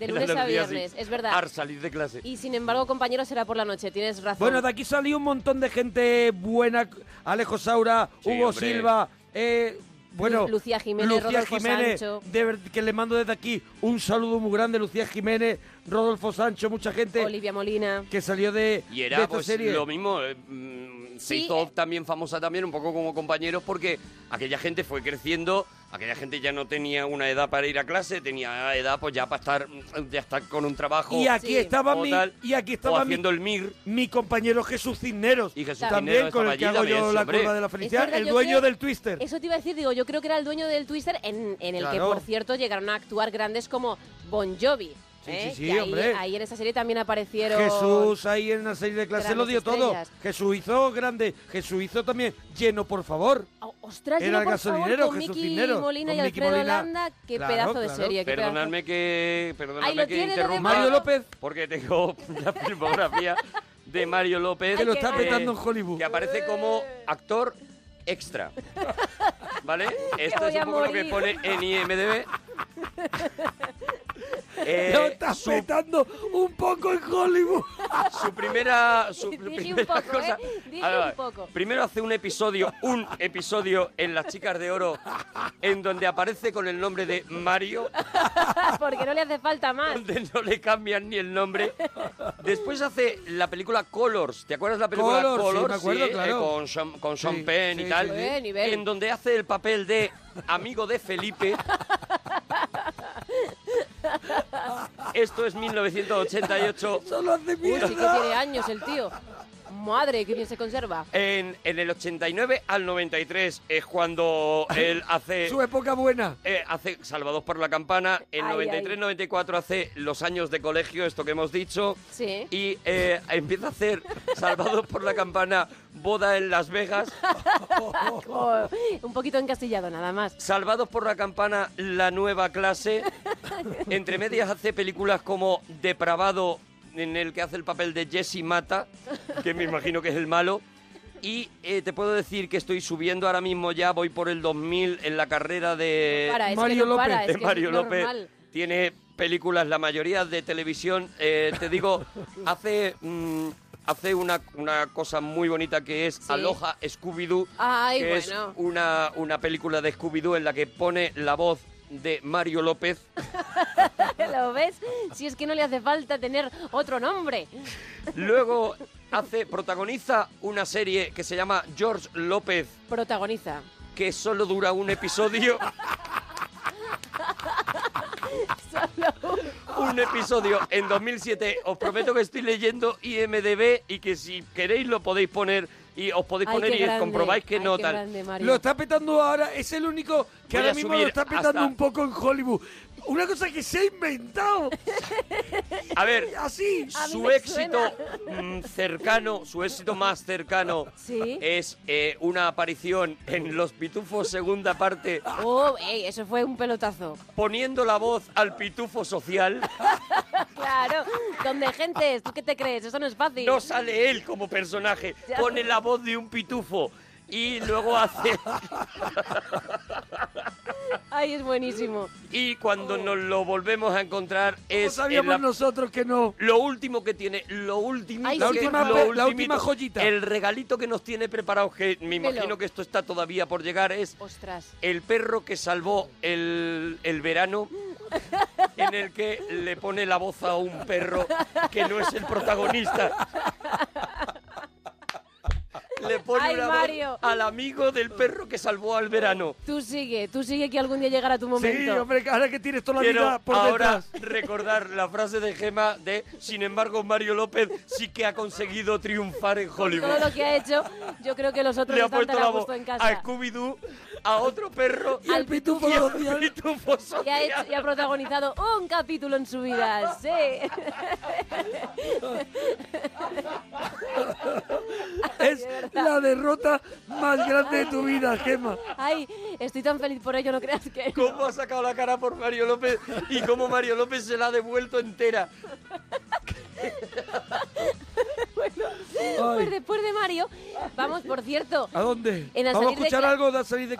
Speaker 10: De
Speaker 4: En
Speaker 10: lunes a
Speaker 4: Andalucía, sí.
Speaker 10: viernes, es verdad.
Speaker 4: Al salir de clase.
Speaker 10: Y sin embargo, compañeros, era por la noche, tienes razón.
Speaker 5: Bueno, de aquí salió un montón de gente buena. Alejo Saura,
Speaker 4: Sí,
Speaker 5: Hugo
Speaker 4: hombre.
Speaker 5: Silva, eh, bueno...
Speaker 10: Lu- Lucía Jiménez,
Speaker 5: Lucía
Speaker 10: Rodolfo
Speaker 5: Jiménez,
Speaker 10: Sancho.
Speaker 5: de ver- que le mando desde aquí un saludo muy grande. Lucía Jiménez, Rodolfo Sancho, mucha gente
Speaker 10: Olivia Molina.
Speaker 5: que salió de,
Speaker 4: Y
Speaker 5: de
Speaker 4: era
Speaker 5: esta
Speaker 4: pues
Speaker 5: serie.
Speaker 4: lo mismo, eh, mm, se
Speaker 10: Sí,
Speaker 4: hizo
Speaker 10: eh.
Speaker 4: también famosa también un poco como compañeros porque aquella gente fue creciendo, aquella gente ya no tenía una edad para ir a clase, tenía edad pues ya para estar mm, ya estar con un trabajo.
Speaker 5: Y aquí estaba
Speaker 4: o
Speaker 5: mi-
Speaker 4: tal,
Speaker 5: y aquí
Speaker 4: o
Speaker 5: estaba mi-
Speaker 4: haciendo el mir.
Speaker 5: Mi compañero Jesús Cisneros. Y
Speaker 4: Jesús
Speaker 5: También
Speaker 4: Cisneros
Speaker 5: con el
Speaker 4: estaba
Speaker 5: que
Speaker 4: allí
Speaker 5: hago yo
Speaker 4: también,
Speaker 5: la
Speaker 4: hombre.
Speaker 5: curva de la
Speaker 10: Es
Speaker 5: felicidad.
Speaker 10: verdad,
Speaker 5: el
Speaker 10: yo
Speaker 5: dueño
Speaker 10: creo-
Speaker 5: del Twister.
Speaker 10: Eso te iba a decir, digo, yo creo que era el dueño del Twister en, en el
Speaker 5: Claro.
Speaker 10: que, por cierto, llegaron a actuar grandes como Bon Jovi,
Speaker 5: Sí,
Speaker 10: ¿eh?
Speaker 5: sí, sí,
Speaker 10: Que ahí-
Speaker 5: hombre.
Speaker 10: Ahí en esa serie también aparecieron...
Speaker 5: Jesús ahí en una serie de clases lo dio
Speaker 10: grandes
Speaker 5: todo.
Speaker 10: estrellas.
Speaker 5: Jesús hizo grande. Jesús hizo también lleno, por favor.
Speaker 10: Oh, Ostras,
Speaker 5: Era
Speaker 10: Lleno,
Speaker 5: el
Speaker 10: por favor,
Speaker 5: gasolinero,
Speaker 10: con
Speaker 5: Jesús
Speaker 10: Miki
Speaker 5: Cisneros,
Speaker 10: Molina
Speaker 5: con
Speaker 10: y
Speaker 5: Miki
Speaker 10: Alfredo
Speaker 5: Molina.
Speaker 10: Landa, qué
Speaker 5: Claro,
Speaker 10: pedazo de
Speaker 5: claro.
Speaker 10: serie. qué pedazo.
Speaker 4: Perdonadme que,
Speaker 10: Ahí lo
Speaker 4: perdonadme que
Speaker 10: tiene, lo de
Speaker 4: interrumpa.
Speaker 10: Mario
Speaker 5: López.
Speaker 4: Porque tengo la filmografía de Mario López.
Speaker 5: Que lo está
Speaker 4: eh,
Speaker 5: petando en Hollywood.
Speaker 4: Que aparece como actor extra. ¿Vale? Esto es
Speaker 10: voy
Speaker 4: un
Speaker 10: a
Speaker 4: poco lo que
Speaker 10: morir.
Speaker 4: pone en IMDB. Eh,
Speaker 5: Lo está
Speaker 4: su-
Speaker 5: petando un poco en Hollywood.
Speaker 4: su primera, su
Speaker 10: Dije un
Speaker 4: primera
Speaker 10: poco,
Speaker 4: cosa.
Speaker 10: ¿eh? Dije
Speaker 4: Ahora,
Speaker 10: un poco.
Speaker 4: Primero hace un episodio, un episodio en Las Chicas de Oro, en donde aparece con el nombre de Mario,
Speaker 10: Porque no le hace falta más.
Speaker 4: donde no le cambian ni el nombre. Después hace la película Colors, ¿te acuerdas la película
Speaker 5: Colors,
Speaker 4: Colors?
Speaker 5: sí, me acuerdo,
Speaker 4: eh,
Speaker 5: claro.
Speaker 4: con Sean, con Sean
Speaker 5: Sí,
Speaker 4: Penn y
Speaker 5: sí,
Speaker 4: tal,
Speaker 5: sí, sí. Eh, nivel.
Speaker 4: en donde hace el papel de amigo de Felipe. Esto es 1988.
Speaker 5: Solo hace
Speaker 10: Uy, sí que tiene años el tío. Madre, qué bien se conserva.
Speaker 4: En, en el 89 al 93 es cuando él hace...
Speaker 5: Su época buena.
Speaker 4: eh, hace Salvados por la Campana. En
Speaker 10: Ay,
Speaker 4: 93-94 hace Los años de colegio, esto que hemos dicho.
Speaker 10: Sí.
Speaker 4: Y eh, empieza a hacer Salvados por la Campana, Boda en Las Vegas.
Speaker 10: Como Oh, un poquito encastillado nada más.
Speaker 4: Salvados por la Campana, La Nueva Clase. Entre medias hace películas como Depravado, en el que hace el papel de Jesse Mata, que me imagino que es el malo. Y eh, te puedo decir que estoy subiendo ahora mismo ya, voy por el 2000 en la carrera de
Speaker 10: No para, es que Mario no para, López. es
Speaker 4: de
Speaker 10: que es
Speaker 4: Mario López.
Speaker 10: normal.
Speaker 4: Tiene películas, la mayoría de televisión. Eh, te digo, hace, mm, hace una, una cosa muy bonita que es Aloha Scooby-Doo,
Speaker 10: Ay,
Speaker 4: que es
Speaker 10: bueno.
Speaker 4: una, una película de Scooby-Doo en la que pone la voz de Mario López.
Speaker 10: ¿Lo ves? Si es que no le hace falta tener otro nombre.
Speaker 4: Luego hace, protagoniza una serie que se llama George López,
Speaker 10: Protagoniza.
Speaker 4: que solo dura un episodio. un episodio en 2007. Os prometo que estoy leyendo IMDB y que si queréis lo podéis poner y os podéis
Speaker 5: Ay,
Speaker 4: poner
Speaker 5: qué
Speaker 4: y
Speaker 5: grande,
Speaker 4: comprobáis que
Speaker 5: ay,
Speaker 4: no
Speaker 5: qué
Speaker 4: tal.
Speaker 5: grande, Mario. Lo está petando ahora, es el único que
Speaker 4: Voy
Speaker 5: ahora
Speaker 4: a
Speaker 5: mismo lo
Speaker 4: subir
Speaker 5: está petando
Speaker 4: hasta-
Speaker 5: un poco en Hollywood. Una cosa que se ha inventado.
Speaker 4: A ver,
Speaker 5: Así. A mí
Speaker 4: su
Speaker 5: me
Speaker 4: éxito mm, cercano, su éxito más cercano es eh, una aparición en Los Pitufos segunda parte
Speaker 10: Oh, ey, eso fue un pelotazo.
Speaker 4: poniendo la voz al pitufo social.
Speaker 10: Claro, donde gente es, ¿tú qué te crees? Eso no es fácil.
Speaker 4: No sale él como personaje,
Speaker 10: Ya.
Speaker 4: pone la voz de un pitufo y luego hace
Speaker 10: Ay, es buenísimo.
Speaker 4: y cuando nos lo volvemos a encontrar es en
Speaker 5: Oh. sabíamos
Speaker 4: la-
Speaker 5: nosotros que no?
Speaker 4: lo último que tiene, lo último,
Speaker 5: Ay, La sí, última por pe- favor. la última joyita.
Speaker 4: el regalito que nos tiene preparado que me
Speaker 10: Velo.
Speaker 4: imagino que esto está todavía por llegar es
Speaker 10: Ostras.
Speaker 4: el perro que salvó el, el verano en el que le pone la voz a un perro que no es el protagonista. Le pone
Speaker 10: Ay,
Speaker 4: una
Speaker 10: Mario.
Speaker 4: voz al amigo del perro que salvó al verano.
Speaker 10: Tú sigue, tú sigue que algún día llegará tu momento.
Speaker 4: Sí, hombre,
Speaker 5: ahora que tienes toda la
Speaker 4: Quiero
Speaker 5: vida por
Speaker 4: ahora
Speaker 5: detrás.
Speaker 4: recordar la frase de Gema de Sin embargo, Mario López sí que ha conseguido triunfar en Hollywood.
Speaker 10: Todo lo que ha hecho, yo creo que los otros
Speaker 4: Le ha
Speaker 10: están
Speaker 4: puesto
Speaker 10: tan
Speaker 4: la
Speaker 10: a
Speaker 4: voz
Speaker 10: gusto en
Speaker 4: a
Speaker 10: casa.
Speaker 4: Scooby-Doo, a otro perro
Speaker 10: Y al pitufo
Speaker 4: y al
Speaker 10: social.
Speaker 4: pitufo
Speaker 10: Y ha, hecho-
Speaker 4: social.
Speaker 10: y ha protagonizado un capítulo en su vida, sí.
Speaker 5: Es la derrota más grande de tu vida, Gemma.
Speaker 10: Ay, estoy tan feliz por ello, no creas que...
Speaker 4: ¿Cómo ha sacado la cara por Mario López y cómo Mario López se la ha devuelto entera?
Speaker 10: Pues después de Mario, vamos, por cierto,
Speaker 5: ¿A dónde?
Speaker 10: En Al
Speaker 5: Vamos a
Speaker 10: salir de
Speaker 5: escuchar
Speaker 10: cla-
Speaker 5: algo de Al salir de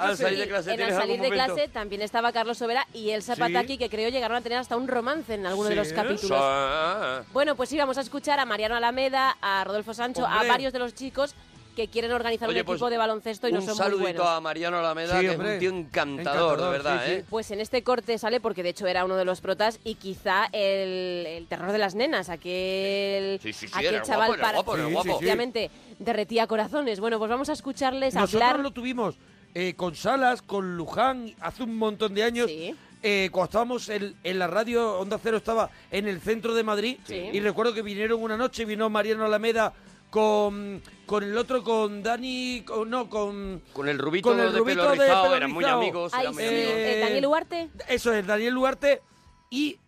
Speaker 5: clase.
Speaker 10: en Al salir de clase también estaba Carlos Sobera y Elsa
Speaker 5: Sí.
Speaker 10: Pataki, que creo llegaron a tener hasta un romance en alguno de los capítulos.
Speaker 4: Sí.
Speaker 10: Bueno, pues sí, vamos a escuchar a Mariano Alameda, a Rodolfo Sancho,
Speaker 4: Hombre.
Speaker 10: a varios de los chicos que quieren organizar
Speaker 4: Oye,
Speaker 10: un
Speaker 4: pues,
Speaker 10: equipo de baloncesto y no
Speaker 4: Un
Speaker 10: son muy
Speaker 4: saludito
Speaker 10: buenos.
Speaker 4: a Mariano Alameda,
Speaker 5: Sí,
Speaker 4: que es
Speaker 5: hombre.
Speaker 4: un tío encantador, de
Speaker 5: Encantador,
Speaker 4: verdad,
Speaker 5: sí,
Speaker 4: ¿eh?
Speaker 10: Pues en este corte sale porque de hecho era uno de los protas y quizá el, el terror de las nenas, aquel,
Speaker 4: Sí, sí, sí,
Speaker 10: aquel
Speaker 4: era
Speaker 10: chaval
Speaker 4: guapo, era
Speaker 10: para
Speaker 4: guapo, era Sí, guapo. sí, sí.
Speaker 10: efectivamente derretía corazones. Bueno, pues vamos a escucharles
Speaker 5: Nosotros
Speaker 10: hablar.
Speaker 5: lo tuvimos eh, con Salas, con Luján, hace un montón de años. eh, cuando estábamos en, en la radio Onda Cero, estaba en el centro de Madrid.
Speaker 10: Sí.
Speaker 5: Y recuerdo que vinieron una noche, vino Mariano Alameda con, con el otro, con Dani. con- no, con.
Speaker 4: Con el rubito
Speaker 5: con el
Speaker 4: de
Speaker 5: rubito
Speaker 4: pelo
Speaker 5: de
Speaker 4: rizado,
Speaker 5: pelo
Speaker 4: eran muy
Speaker 5: rizado.
Speaker 4: amigos,
Speaker 10: Ay,
Speaker 4: eran muy
Speaker 10: sí,
Speaker 4: amigos.
Speaker 10: eh, Daniel Huarte.
Speaker 5: Eso es, Daniel Luarte. Y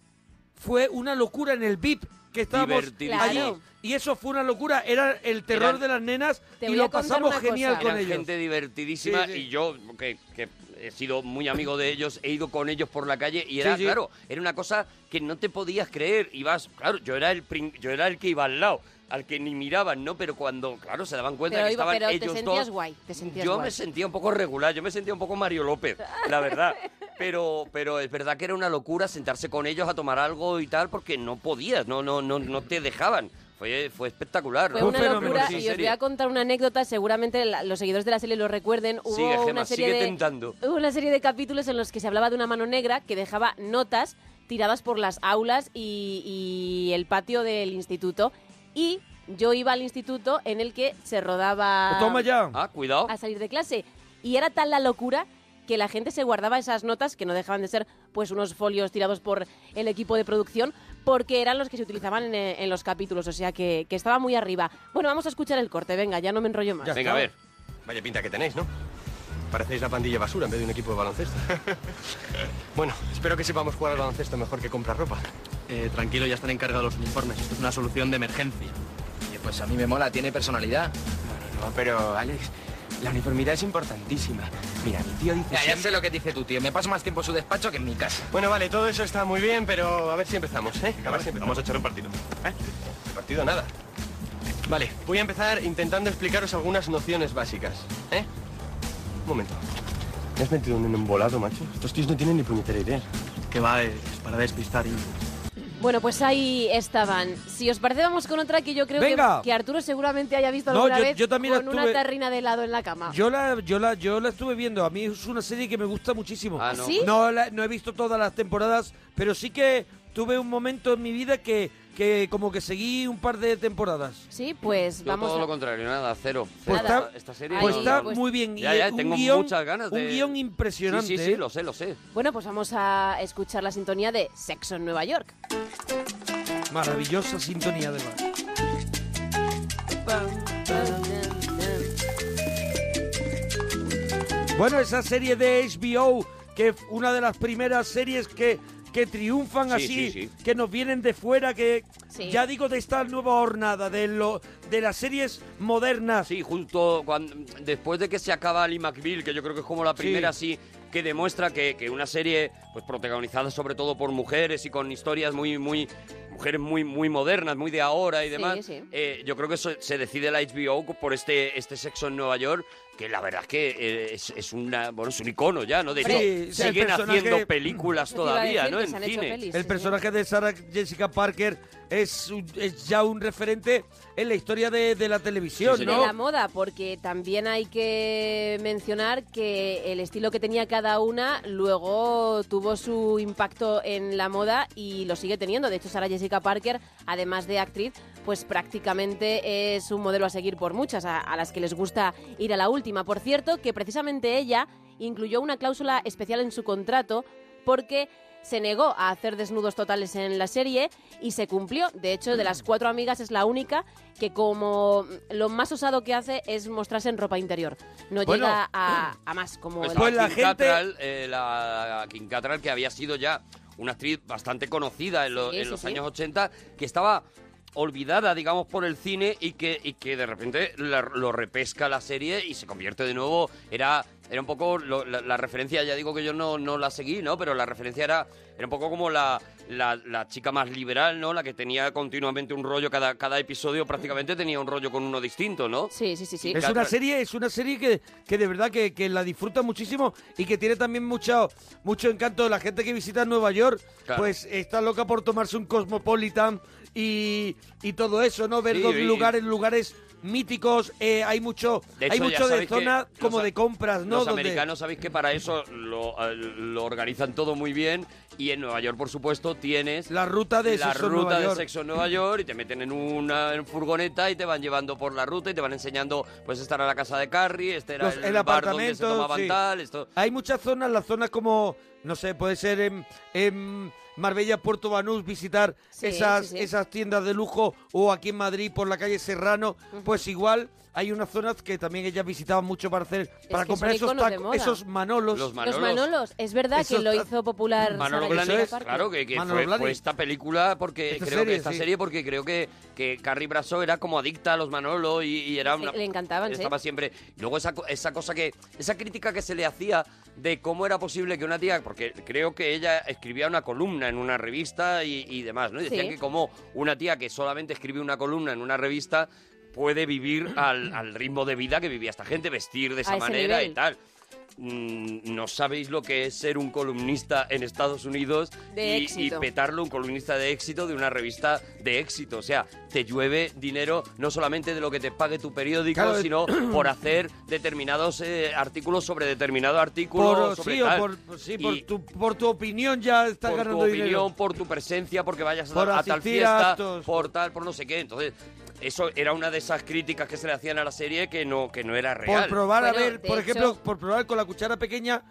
Speaker 5: fue una locura en el VIP que estábamos
Speaker 4: Divertidísimo.
Speaker 5: allí.
Speaker 4: Claro.
Speaker 5: Y eso fue una locura, era el terror
Speaker 4: Eran-
Speaker 5: de las nenas
Speaker 4: Te
Speaker 5: y
Speaker 4: voy a
Speaker 5: lo
Speaker 4: contar
Speaker 5: pasamos
Speaker 4: una
Speaker 5: genial
Speaker 4: cosa.
Speaker 5: con
Speaker 4: Eran
Speaker 5: ellos.
Speaker 4: gente divertidísima
Speaker 5: Sí, sí.
Speaker 4: y yo, que, que he sido muy amigo de ellos, he ido con ellos por la calle y
Speaker 5: Sí,
Speaker 4: era,
Speaker 5: sí.
Speaker 4: claro, era una cosa que no te podías creer. Ibas, claro, yo era el, prim- yo era el que iba al lado, al que ni miraban, ¿no? Pero cuando, claro, se daban cuenta
Speaker 10: Pero,
Speaker 4: que
Speaker 10: iba-
Speaker 4: estaban
Speaker 10: pero te
Speaker 4: ellos
Speaker 10: sentías
Speaker 4: dos,
Speaker 10: guay, te sentías
Speaker 4: yo
Speaker 10: guay.
Speaker 4: me sentía un poco regular, yo me sentía un poco Mario López, la verdad. Pero, pero es verdad que era una locura sentarse con ellos a tomar algo y tal, porque no podías, no, no, no, no te dejaban. Fue, fue espectacular.
Speaker 10: Fue
Speaker 4: ¿no?
Speaker 10: una locura
Speaker 4: Sí,
Speaker 10: y os
Speaker 4: serio.
Speaker 10: voy a contar una anécdota, seguramente la- los seguidores de la serie lo recuerden. Hubo
Speaker 4: Sigue,
Speaker 10: una
Speaker 4: Gemma,
Speaker 10: serie
Speaker 4: sigue
Speaker 10: de,
Speaker 4: tentando.
Speaker 10: hubo una serie de capítulos en los que se hablaba de una mano negra que dejaba notas tiradas por las aulas y, y el patio del instituto. Y yo iba al instituto en el que se
Speaker 27: Pues
Speaker 10: rodaba
Speaker 4: Toma ya. Ah, cuidado.
Speaker 10: a salir de clase. Y era tal la locura que la gente se guardaba esas notas, que no dejaban de ser pues unos folios tirados por el equipo de producción, porque eran los que se utilizaban en, eh, en los capítulos, o sea que, que estaba muy arriba. Bueno, vamos a escuchar el corte, venga, ya no me enrollo más.
Speaker 12: Venga, a ver. Vaya pinta que tenéis, ¿no? Parecéis la pandilla basura en vez de un equipo de baloncesto. bueno, espero que sepamos jugar al baloncesto mejor que comprar ropa.
Speaker 27: Eh, tranquilo, ya están encargados los uniformes. Esto es una solución de emergencia.
Speaker 12: Pues a mí me mola, tiene personalidad. Bueno, no, pero Alex, la uniformidad es importantísima. Mira, mi tío dice... Ya, sé lo que dice tu tío, me paso más tiempo en su despacho que en mi casa. Bueno, vale, todo eso está muy bien, pero a ver si empezamos, ¿eh? a ver si empezamos. Vamos a echar un partido. ¿Eh? Partido nada. Vale, voy a empezar intentando explicaros algunas nociones básicas, ¿eh? Un momento. ¿Te has metido un embolado, macho? Estos tíos no tienen ni puñetera idea. Que va, eh, es para despistar.
Speaker 10: Bueno, pues ahí estaban. Si os parece, vamos con otra que yo creo que,
Speaker 5: Venga.
Speaker 10: que Arturo seguramente haya visto
Speaker 5: No,
Speaker 10: alguna
Speaker 5: yo-
Speaker 10: vez
Speaker 5: yo también la
Speaker 10: con una
Speaker 5: tuve-
Speaker 10: tarrina de helado en la
Speaker 4: Ah.
Speaker 10: cama.
Speaker 5: Yo la, yo, la, yo la estuve viendo, a mí es una serie que me gusta muchísimo.
Speaker 4: Ah,
Speaker 10: no. ¿Sí?
Speaker 5: No, la- no he visto todas las temporadas, pero sí que tuve un momento en mi vida que, que como que seguí un par de temporadas.
Speaker 10: Sí, pues
Speaker 4: Yo
Speaker 10: vamos
Speaker 4: todo
Speaker 10: a-
Speaker 4: lo contrario, nada, cero.
Speaker 5: Pues
Speaker 4: Cero.
Speaker 5: está,
Speaker 4: esta serie
Speaker 5: pues
Speaker 4: no-
Speaker 5: está
Speaker 4: no-
Speaker 5: muy bien.
Speaker 4: Ya,
Speaker 5: y
Speaker 4: ya,
Speaker 5: un
Speaker 4: tengo
Speaker 5: guión-
Speaker 4: muchas ganas de...
Speaker 5: Un guión impresionante. ¿eh?
Speaker 4: Sí, sí, sí, lo sé, lo sé.
Speaker 10: Bueno, pues vamos a escuchar la sintonía de Sexo en Nueva York.
Speaker 5: Maravillosa sintonía de mar. Bueno, esa serie de HBO, que es una de las primeras series que, que triunfan
Speaker 4: Sí,
Speaker 5: así,
Speaker 4: sí, sí.
Speaker 5: que nos vienen de fuera, que
Speaker 4: Sí.
Speaker 5: ya digo de esta nueva hornada, de, lo, de las series modernas.
Speaker 4: Sí, justo cuando, después de que se acaba Lee McBeal, que yo creo que es como la primera así que demuestra que, que una serie pues protagonizada sobre todo por mujeres y con historias muy muy mujeres muy muy modernas, muy de ahora y
Speaker 10: Sí,
Speaker 4: demás.
Speaker 10: sí.
Speaker 4: eh, yo creo que eso se decide la HBO por este este sexo en Nueva York, que la verdad es que eh, es, es una bueno, es un icono ya, ¿no? De
Speaker 5: Sí,
Speaker 4: hecho,
Speaker 5: sí, el
Speaker 4: siguen
Speaker 5: personaje-
Speaker 4: haciendo películas
Speaker 5: Eso te iba a
Speaker 4: todavía,
Speaker 5: decir,
Speaker 4: ¿no?
Speaker 5: que
Speaker 4: En
Speaker 5: se han hecho
Speaker 4: cine.
Speaker 5: El personaje de Sarah Jessica Parker es, un- es ya un referente en la historia de, de la televisión,
Speaker 10: de
Speaker 5: ¿no?
Speaker 10: la moda, porque también hay que mencionar que el estilo que tenía cada una luego tuvo su impacto en la moda y lo sigue teniendo. De hecho, Sarah Jessica Parker, además de actriz, pues prácticamente es un modelo a seguir por muchas, a, a las que les gusta ir a la última. Por cierto, que precisamente ella incluyó una cláusula especial en su contrato porque se negó a hacer desnudos totales en la serie y se cumplió. De hecho, de las
Speaker 4: Mm.
Speaker 10: cuatro amigas es la única que como lo más osado que hace es mostrarse en ropa interior. No
Speaker 4: Bueno. pues
Speaker 10: llega a, a más como el-
Speaker 2: Pues
Speaker 4: Estaba Kim Cattrall, eh, la Kim Cattrall, que había sido ya una actriz bastante conocida en, lo-
Speaker 10: Sí,
Speaker 4: en
Speaker 10: sí,
Speaker 4: los
Speaker 10: sí.
Speaker 4: años 80, que estaba olvidada, digamos, por el cine y que, y que de repente la- lo repesca la serie y se convierte de nuevo, era... Era un poco lo- la, la referencia, ya digo que yo no, no la seguí, ¿no? Pero la referencia era, era un poco como la, la, la chica más liberal, ¿no? La que tenía continuamente un rollo, cada, cada episodio prácticamente tenía un rollo con uno distinto, ¿no?
Speaker 10: Sí, sí, sí, sí.
Speaker 5: Es una serie, es una serie que, que de verdad que, que la disfruta muchísimo y que tiene también mucho, mucho encanto. La gente que visita Nueva York,
Speaker 4: Claro.
Speaker 5: pues está loca por tomarse un Cosmopolitan y, y todo eso, ¿no? Ver
Speaker 4: Sí,
Speaker 5: dos
Speaker 4: y-
Speaker 5: lugares, lugares míticos, eh, hay mucho,
Speaker 4: De
Speaker 5: hay
Speaker 4: hecho, ya
Speaker 5: mucho de
Speaker 4: sabéis que
Speaker 5: zona
Speaker 4: los
Speaker 5: como
Speaker 4: a-
Speaker 5: de compras, ¿no?
Speaker 4: Los
Speaker 5: Donde-
Speaker 4: americanos sabéis que para eso lo, eh, lo organizan todo muy bien y en Nueva York, por supuesto, tienes
Speaker 5: la ruta de
Speaker 4: la
Speaker 5: Sexo en
Speaker 4: ruta
Speaker 5: Nueva
Speaker 4: de
Speaker 5: York.
Speaker 4: sexo en Nueva York y te meten en una en furgoneta y te van llevando por la ruta y te van enseñando, pues esta era la casa de Carrie, este era
Speaker 5: Los-
Speaker 4: el,
Speaker 5: el,
Speaker 4: bar
Speaker 5: apartamento.
Speaker 4: donde se tomaban
Speaker 5: sí.
Speaker 4: tal, esto...
Speaker 5: Hay muchas zonas, las zonas como, no sé, puede ser en, en, Marbella, Puerto Banús, visitar
Speaker 28: Sí,
Speaker 5: esas,
Speaker 28: sí, sí.
Speaker 5: esas tiendas de lujo o aquí en Madrid por la calle Serrano,
Speaker 28: Ujú.
Speaker 5: pues igual hay unas zonas que también ellas visitaban mucho para hacer, para
Speaker 10: que
Speaker 5: comprar
Speaker 10: son
Speaker 5: esos
Speaker 10: iconos de
Speaker 5: tacos,
Speaker 10: moda.
Speaker 5: esos manolos.
Speaker 10: Los Manolos. Es verdad
Speaker 5: Eso
Speaker 10: que lo
Speaker 5: está-
Speaker 10: hizo popular.
Speaker 4: Manolo
Speaker 10: Sara García
Speaker 4: Blanes,
Speaker 10: Parker.
Speaker 4: claro, que, que
Speaker 5: Manolo
Speaker 4: fue,
Speaker 5: Blanes.
Speaker 4: fue esta película, porque
Speaker 5: Esta
Speaker 4: creo
Speaker 5: serie,
Speaker 4: que esta
Speaker 5: sí.
Speaker 4: serie, porque creo que, que Carrie Brasso era como adicta a los Manolo y, y era
Speaker 10: Sí,
Speaker 4: una...
Speaker 10: le encantaban, sí.
Speaker 4: Estaba siempre... Luego esa, co- esa cosa que... Esa crítica que se le hacía de cómo era posible que una tía... Porque creo que ella escribía una columna en una revista y, y demás, ¿no? Y decían
Speaker 10: Sí.
Speaker 4: que como una tía que solamente escribe una columna en una revista puede vivir al, al ritmo de vida que vivía esta gente, vestir de esa
Speaker 10: ese
Speaker 4: manera y
Speaker 10: nivel.
Speaker 4: tal. Mm, no sabéis lo que es ser un columnista en Estados Unidos
Speaker 10: De
Speaker 4: y, y
Speaker 10: éxito.
Speaker 4: petarlo un columnista de éxito de una revista de éxito. O sea, te llueve dinero no solamente de lo que te pague tu periódico,
Speaker 5: Claro, eh, es-
Speaker 4: sino por hacer determinados eh, artículos sobre determinado artículo.
Speaker 5: Por-
Speaker 4: sobre
Speaker 5: sí, o
Speaker 4: tal.
Speaker 5: por, sí, por
Speaker 4: Y-
Speaker 5: tu, por tu opinión ya estás
Speaker 4: por tu
Speaker 5: ganando
Speaker 4: opinión,
Speaker 5: dinero.
Speaker 4: por tu presencia, porque vayas a,
Speaker 5: Por
Speaker 4: a tal
Speaker 5: asistir a
Speaker 4: fiesta,
Speaker 5: actos.
Speaker 4: por tal, por no sé qué. Entonces, eso era una de esas críticas que se le hacían a la serie que no, que no era real.
Speaker 5: Por probar, a ver, por ejemplo, por probar con la cuchara pequeña,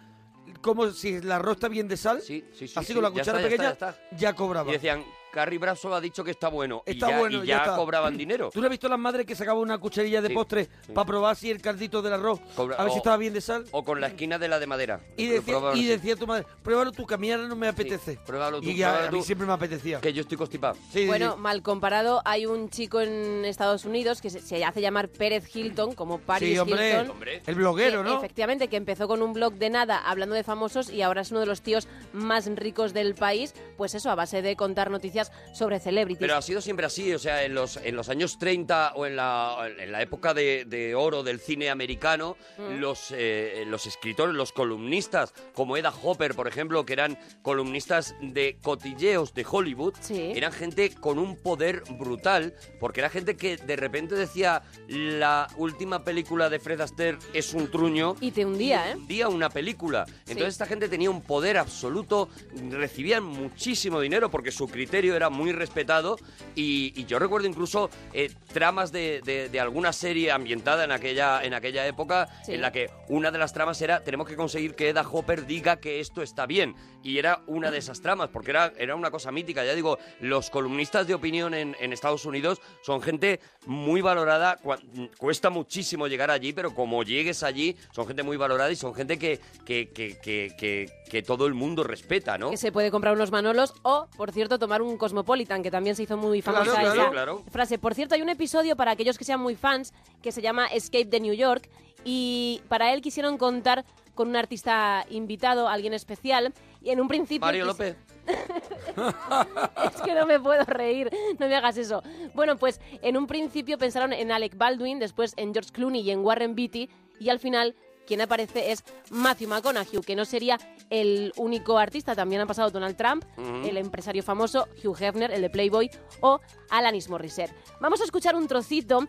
Speaker 5: como si el arroz está bien de sal, así
Speaker 4: sí,
Speaker 5: con la
Speaker 4: ya
Speaker 5: cuchara
Speaker 4: está, ya
Speaker 5: pequeña,
Speaker 4: está, ya
Speaker 5: cobraba.
Speaker 4: Y decían, Carrie Brasso ha dicho que está bueno.
Speaker 5: Está
Speaker 4: y ya,
Speaker 5: bueno,
Speaker 4: y
Speaker 5: ya
Speaker 4: ya,
Speaker 5: está.
Speaker 4: cobraban dinero.
Speaker 5: ¿Tú no has visto a las madres que sacaban una cucharilla de
Speaker 4: Sí,
Speaker 5: postre
Speaker 4: sí.
Speaker 5: para probar si el caldito del arroz,
Speaker 4: Cobra-
Speaker 5: a ver si
Speaker 4: o-
Speaker 5: estaba bien de sal?
Speaker 4: O con la esquina de la de madera.
Speaker 5: Y
Speaker 4: Lo
Speaker 5: decía,
Speaker 4: probaban
Speaker 5: y
Speaker 4: así.
Speaker 5: decía tu madre, pruébalo tú, que a mí ahora no me apetece.
Speaker 4: pruébalo tú,
Speaker 5: y ya,
Speaker 4: pruébalo
Speaker 5: a mí
Speaker 4: tú.
Speaker 5: siempre me apetecía.
Speaker 4: Que yo estoy constipado.
Speaker 5: Sí,
Speaker 10: Bueno, mal comparado, hay un chico en Estados Unidos que se, se hace llamar Pérez Hilton, como Paris
Speaker 5: sí, hombre,
Speaker 10: Hilton.
Speaker 5: el bloguero,
Speaker 10: que,
Speaker 5: ¿no?
Speaker 10: Efectivamente, que empezó con un blog de nada hablando de famosos y ahora es uno de los tíos más ricos del país, pues eso, a base de contar noticias sobre celebrities.
Speaker 4: Pero ha sido siempre así, o sea, en los, en los años 30 o en la, en la época de, de oro del cine americano,
Speaker 10: Mm.
Speaker 4: los, eh, los escritores, los columnistas, como Eda Hopper, por ejemplo, que eran columnistas de cotilleos de Hollywood, eran gente con un poder brutal, porque era gente que de repente decía, la última película de Fred Astaire es un truño.
Speaker 10: Y te hundía, ¿eh?
Speaker 4: Día una película. Entonces
Speaker 10: Sí.
Speaker 4: esta gente tenía un poder absoluto, recibían muchísimo dinero porque su criterio era muy respetado y, y yo recuerdo incluso eh, tramas de, de- de alguna serie ambientada en aquella, en aquella época
Speaker 10: Sí.
Speaker 4: en la que una de las tramas era tenemos que conseguir que Eda Hopper diga que esto está bien y era una de esas tramas porque era, era una cosa mítica. Ya digo, los columnistas de opinión en, en Estados Unidos son gente muy valorada, cua- cuesta muchísimo llegar allí, pero como llegues allí son gente muy valorada y son gente que, que, que, que, que- que todo el mundo respeta, ¿no?
Speaker 10: que se puede comprar unos manolos o, por cierto, tomar un Cosmopolitan, que también se hizo muy famosa
Speaker 4: Claro,
Speaker 10: esa
Speaker 4: claro, claro.
Speaker 10: frase. Por cierto, hay un episodio para aquellos que sean muy fans que se llama Escape de New York y para él quisieron contar con un artista invitado, alguien especial, y en un principio...
Speaker 4: Mario
Speaker 10: quis-
Speaker 4: López.
Speaker 10: es que no me puedo reír, no me hagas eso. Bueno, pues en un principio pensaron en Alec Baldwin, después en George Clooney y en Warren Beatty, y al final quien aparece es Matthew McConaughey, que no sería el único artista. También han pasado Donald Trump,
Speaker 8: Ujú.
Speaker 10: el empresario famoso Hugh Hefner, el de Playboy, o Alanis Morissette. Vamos a escuchar un trocito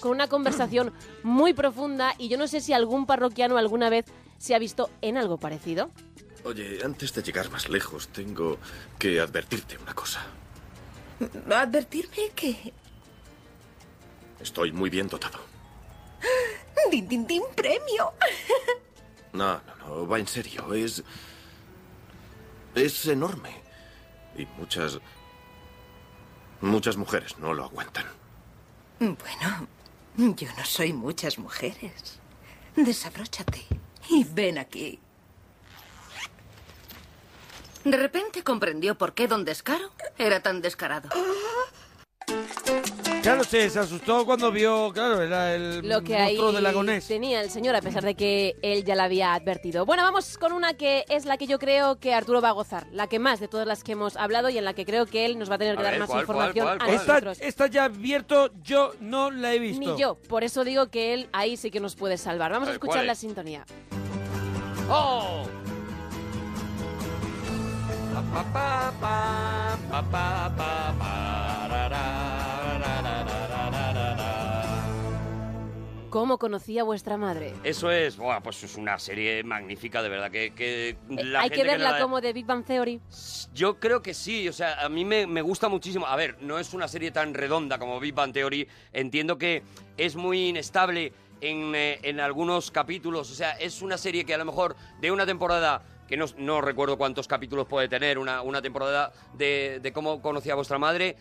Speaker 10: con una conversación muy profunda, y yo no sé si algún parroquiano alguna vez se ha visto en algo parecido.
Speaker 12: Oye, antes de llegar más lejos, tengo que advertirte una cosa.
Speaker 6: ¿Advertirme que...
Speaker 12: Estoy muy bien dotado.
Speaker 6: ¡Din, din, din! ¡Premio!
Speaker 12: No, no, no, va en serio. Es. Es enorme. Y muchas. Muchas mujeres no lo aguantan.
Speaker 6: Bueno, yo no soy muchas mujeres. Desabróchate y ven aquí.
Speaker 22: De repente comprendió por qué don Descaro era tan descarado.
Speaker 5: Claro, se, se asustó cuando vio, claro, era el
Speaker 10: lo que ahí
Speaker 5: monstruo del lagonés.
Speaker 10: tenía el señor, a pesar de que él ya la había advertido. Bueno, vamos con una que es la que yo creo que Arturo va a gozar, la que más de todas las que hemos hablado y en la que creo que él nos va a tener que dar más información a
Speaker 5: Esta,
Speaker 10: nosotros.
Speaker 5: esta ya abierto, yo no la he visto.
Speaker 10: Ni yo, por eso digo que él ahí sí que nos puede salvar. Vamos
Speaker 5: A
Speaker 10: a,
Speaker 5: ver,
Speaker 10: escuchar
Speaker 5: ¿cuál
Speaker 10: la
Speaker 5: es?
Speaker 10: sintonía.
Speaker 4: ¡Oh! Pa, pa, pa, pa, pa, pa, pa, pa, ra, ra, ra, ra, ra, ra, ra, ra, ra.
Speaker 10: ¿Cómo conocía vuestra madre?
Speaker 4: Eso es, buah, pues es una serie magnífica, de verdad, que, que la
Speaker 10: Eh, Hay
Speaker 4: gente
Speaker 10: que
Speaker 4: no
Speaker 10: verla
Speaker 4: la-
Speaker 10: como de Big Bang Theory.
Speaker 4: Yo creo que sí, o sea, a mí me, me gusta muchísimo. A ver, no es una serie tan redonda como Big Bang Theory. Entiendo que es muy inestable en, eh, en algunos capítulos. O sea, es una serie que a lo mejor de una temporada que que no, no recuerdo cuántos capítulos puede tener una, una temporada de, de cómo conocí a vuestra madre,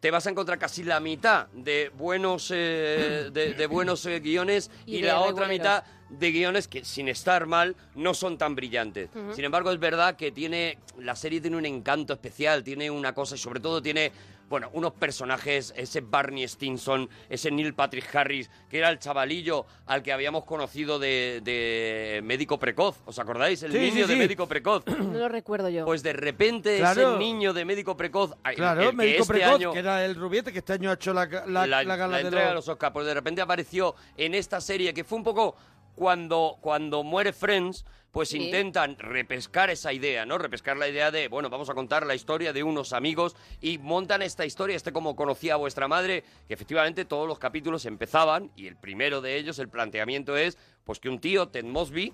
Speaker 4: te vas a encontrar casi la mitad de buenos, eh, de, de buenos eh, guiones
Speaker 10: Y
Speaker 4: y,
Speaker 10: de
Speaker 4: la otra
Speaker 10: reguleros.
Speaker 4: mitad de guiones que, sin estar mal, no son tan brillantes.
Speaker 10: Ujú.
Speaker 4: Sin embargo, es verdad que tiene la serie tiene un encanto especial, tiene una cosa y sobre todo tiene... Bueno, unos personajes, ese Barney Stinson, ese Neil Patrick Harris, que era el chavalillo al que habíamos conocido de, de médico precoz. ¿Os acordáis? El
Speaker 5: Sí, sí,
Speaker 4: niño de
Speaker 5: sí.
Speaker 4: médico precoz.
Speaker 10: No lo recuerdo yo.
Speaker 4: Pues de repente
Speaker 5: Claro.
Speaker 4: ese niño de médico precoz, el-
Speaker 5: Claro,
Speaker 4: el que
Speaker 5: médico
Speaker 4: este
Speaker 5: precoz,
Speaker 4: año
Speaker 5: que era el rubiete que este año ha hecho la, la, la gala de
Speaker 4: entrega de
Speaker 5: los...
Speaker 4: los Oscars. Pues de repente apareció en esta serie que fue un poco cuando, cuando muere Friends, pues
Speaker 10: Sí.
Speaker 4: intentan repescar esa idea, ¿no? Repescar la idea de, bueno, vamos a contar la historia de unos amigos y montan esta historia, este como conocía a vuestra madre, que efectivamente todos los capítulos empezaban y el primero de ellos, el planteamiento es, pues que un tío, Ted Mosby,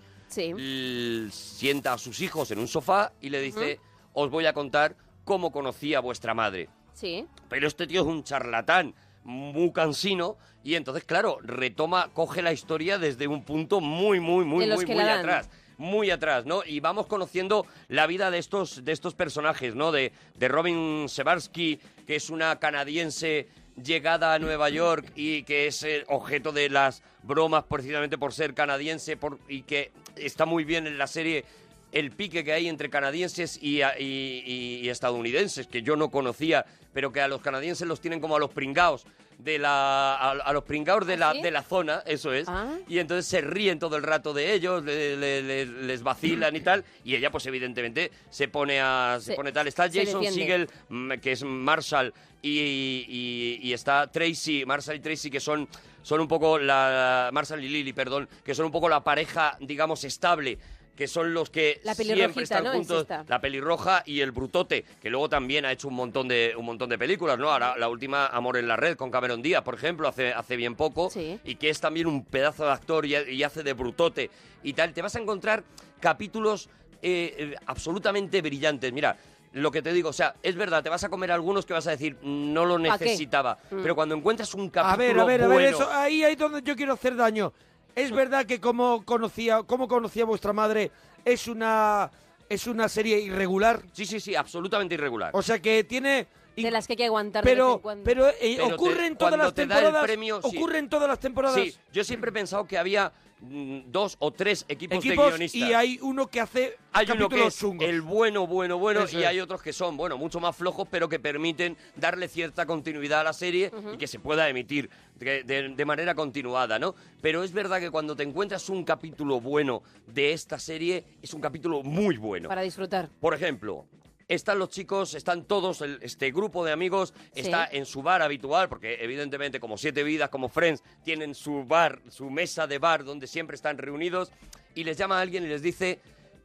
Speaker 4: l- sienta a sus hijos en un sofá y le dice, os voy a contar cómo conocí a vuestra madre
Speaker 10: Sí.
Speaker 4: pero este tío es un charlatán muy cansino y entonces claro retoma coge la historia desde un punto muy muy muy
Speaker 10: De los
Speaker 4: muy
Speaker 10: que
Speaker 4: muy
Speaker 10: la dan.
Speaker 4: atrás muy atrás no y vamos conociendo la vida de estos de estos personajes no de de Robin Sebarsky que es una canadiense llegada a Nueva York y que es eh, objeto de las bromas precisamente por ser canadiense por- y que está muy bien en la serie el pique que hay entre canadienses y, a- y- y- y estadounidenses, que yo no conocía, pero que a los canadienses los tienen como a los pringaos de la a, a los pringaos de la,
Speaker 10: ¿Ah, sí?
Speaker 4: de la zona, eso es,
Speaker 10: Ah.
Speaker 4: y entonces se ríen todo el rato de ellos, le- le- le- les vacilan y tal, y ella pues evidentemente se pone a se,
Speaker 10: Se-
Speaker 4: pone tal, está
Speaker 10: se
Speaker 4: Jason
Speaker 10: defiende.
Speaker 4: Segel mm, que es Marshall y, y- y está Tracy, Marshall y Tracy que son son un poco la Marshall y Lily, perdón, que son un poco la pareja digamos estable que son los que
Speaker 10: La pelirrojita,
Speaker 4: siempre están
Speaker 10: ¿no? Es
Speaker 4: juntos,
Speaker 10: esta.
Speaker 4: la pelirroja y el brutote, que luego también ha hecho un montón de un montón de películas, ¿no? Ahora la última Amor en la red con Cameron Díaz, por ejemplo, hace hace bien poco y que es también un pedazo de actor y, ha- y hace de brutote y tal. Te vas a encontrar capítulos eh, eh, absolutamente brillantes. Mira, lo que te digo, o sea, es verdad, te vas a comer algunos que vas a decir no lo
Speaker 5: ¿Pa qué?
Speaker 4: necesitaba,
Speaker 5: Mm.
Speaker 4: pero cuando encuentras un capítulo
Speaker 5: A ver, a ver, a ver,
Speaker 4: bueno-
Speaker 5: eso, ahí es donde yo quiero hacer daño.
Speaker 4: Mm.
Speaker 5: Es verdad que como conocía, como conocía vuestra madre, es una, es una serie irregular.
Speaker 4: Sí, sí, sí, absolutamente irregular.
Speaker 5: O sea que tiene... y-
Speaker 10: De las que hay que aguantar de vez en
Speaker 5: pero
Speaker 10: cuando.
Speaker 5: pero, eh,
Speaker 4: Pero te-
Speaker 5: ocurren todas
Speaker 4: cuando
Speaker 5: las
Speaker 4: te da el
Speaker 5: temporadas.
Speaker 4: premio, sí.
Speaker 5: ocurren todas las temporadas.
Speaker 4: Sí, yo siempre he pensado que había mm, dos o tres equipos, de
Speaker 5: equipos
Speaker 4: guionistas.
Speaker 5: y hay uno que hace
Speaker 4: Hay uno
Speaker 5: capítulos
Speaker 4: que es
Speaker 5: chungos.
Speaker 4: el bueno, bueno, bueno,
Speaker 5: Eso
Speaker 4: y
Speaker 5: es.
Speaker 4: hay otros que son, bueno, mucho más flojos, pero que permiten darle cierta continuidad a la serie y que se pueda emitir de, de- de manera continuada, ¿no? Pero es verdad que cuando te encuentras un capítulo bueno de esta serie, es un capítulo muy bueno.
Speaker 10: Para disfrutar.
Speaker 4: Por ejemplo, están los chicos, están todos, el- este grupo de amigos
Speaker 10: Sí.
Speaker 4: está en su bar habitual, porque evidentemente como Siete Vidas, como Friends, tienen su bar, su mesa de bar donde siempre están reunidos, y les llama a alguien y les dice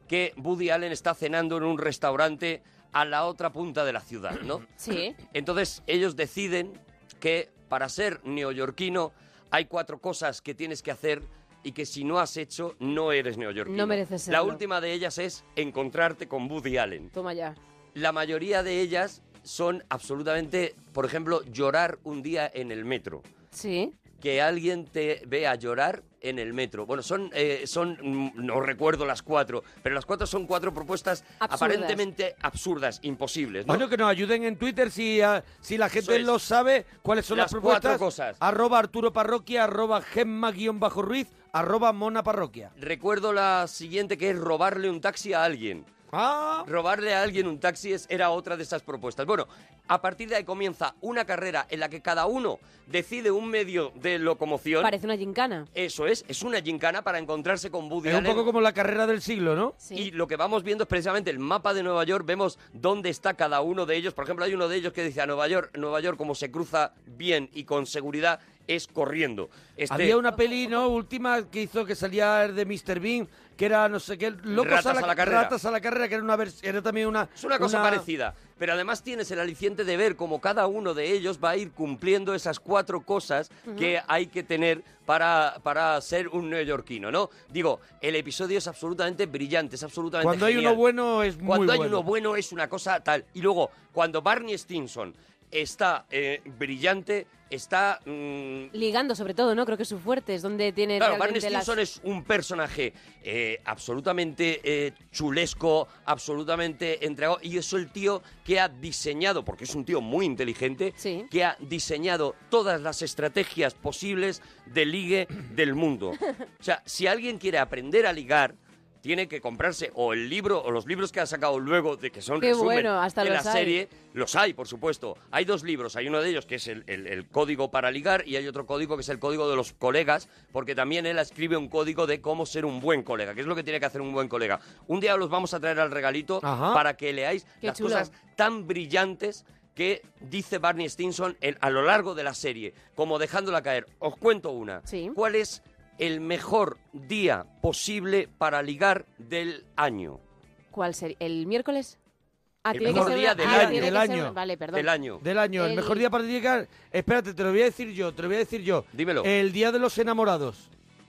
Speaker 4: que Woody Allen está cenando en un restaurante a la otra punta de la ciudad, ¿no?
Speaker 10: Sí.
Speaker 4: Entonces ellos deciden que para ser neoyorquino hay cuatro cosas que tienes que hacer y que si no has hecho no eres neoyorquino.
Speaker 10: No mereces
Speaker 4: La
Speaker 10: serlo.
Speaker 4: última de ellas es encontrarte con Woody Allen.
Speaker 10: Toma ya.
Speaker 4: La mayoría de ellas son absolutamente, por ejemplo, llorar un día en el metro.
Speaker 10: Sí.
Speaker 4: Que alguien te vea llorar en el metro. Bueno, son, eh, son mm, no recuerdo las cuatro, pero las cuatro son cuatro propuestas
Speaker 5: Absurdas.
Speaker 4: aparentemente absurdas, imposibles. ¿no?
Speaker 5: Bueno, que nos ayuden en Twitter si, ah, si la gente
Speaker 4: Eso es.
Speaker 5: lo sabe, cuáles son las,
Speaker 4: Las
Speaker 5: propuestas.
Speaker 4: cuatro cosas.
Speaker 5: Arroba Arturo Parroquia, arroba Gemma-Ruiz, arroba Mona Parroquia.
Speaker 4: Recuerdo la siguiente que es robarle un taxi a alguien.
Speaker 5: Ah.
Speaker 4: Robarle a alguien un taxi es- era otra de esas propuestas. Bueno, a partir de ahí comienza una carrera en la que cada uno decide un medio de locomoción.
Speaker 10: Parece una gincana.
Speaker 4: Eso es, es una gincana para encontrarse con Woody
Speaker 5: Es un
Speaker 4: Allen.
Speaker 5: poco como la carrera del siglo, ¿no?
Speaker 4: Y lo que vamos viendo es precisamente el mapa de Nueva York, vemos dónde está cada uno de ellos. Por ejemplo, hay uno de ellos que dice a Nueva York, Nueva York como se cruza bien y con seguridad es corriendo. Este-
Speaker 5: Había una peli, ¿no? Última que hizo que salía el de Mr. Bean, que era, no sé qué, Locos
Speaker 4: Ratas a la carrera.
Speaker 5: Ratas a la carrera, que era, una vers- era también una...
Speaker 4: Es una cosa
Speaker 5: una-
Speaker 4: parecida. Pero además tienes el aliciente de ver cómo cada uno de ellos va a ir cumpliendo esas cuatro cosas
Speaker 10: Ujú.
Speaker 4: que hay que tener para, para ser un neoyorquino, ¿no? Digo, el episodio es absolutamente brillante, es absolutamente
Speaker 5: Cuando hay
Speaker 4: genial.
Speaker 5: uno bueno es muy
Speaker 4: Cuando hay
Speaker 5: bueno.
Speaker 4: uno bueno es una cosa tal. Y luego, cuando Barney Stinson está eh, brillante, está... mm,
Speaker 10: Ligando sobre todo, ¿no? Creo que es su fuerte, es donde tiene
Speaker 4: Claro, Barney
Speaker 10: realmente las...
Speaker 4: Stinson es un personaje eh, absolutamente eh, chulesco, absolutamente entregado. Y es el tío que ha diseñado, porque es un tío muy inteligente, que ha diseñado todas las estrategias posibles de ligue del mundo. O sea, si alguien quiere aprender a ligar, tiene que comprarse o el libro o los libros que ha sacado luego de que son
Speaker 10: Qué
Speaker 4: resumen
Speaker 10: bueno, hasta
Speaker 4: de la
Speaker 10: los hay.
Speaker 4: serie. Los hay, por supuesto. Hay dos libros. Hay uno de ellos que es el, el- el código para ligar y hay otro código que es el código de los colegas, porque también él escribe un código de cómo ser un buen colega, que es lo que tiene que hacer un buen colega. Un día los vamos a traer al regalito
Speaker 5: Ajá.
Speaker 4: para que leáis
Speaker 10: Qué
Speaker 4: las
Speaker 10: chulo.
Speaker 4: cosas tan brillantes que dice Barney Stinson en- a lo largo de la serie, como dejándola caer. Os cuento una. ¿Cuál es el mejor día posible para ligar del año?
Speaker 10: ¿Cuál sería? ¿El miércoles? Ah,
Speaker 4: El
Speaker 10: tiene que
Speaker 4: mejor
Speaker 10: ser
Speaker 4: día
Speaker 10: una-
Speaker 4: del
Speaker 10: ah,
Speaker 4: año.
Speaker 10: tiene
Speaker 4: Del
Speaker 10: que ser
Speaker 4: año.
Speaker 10: una- Vale, perdón.
Speaker 4: Del año.
Speaker 5: Del año, el,
Speaker 10: El-
Speaker 5: mejor día para llegar. Espérate, te lo voy a decir yo, te lo voy a decir yo.
Speaker 4: Dímelo.
Speaker 5: El día de los enamorados.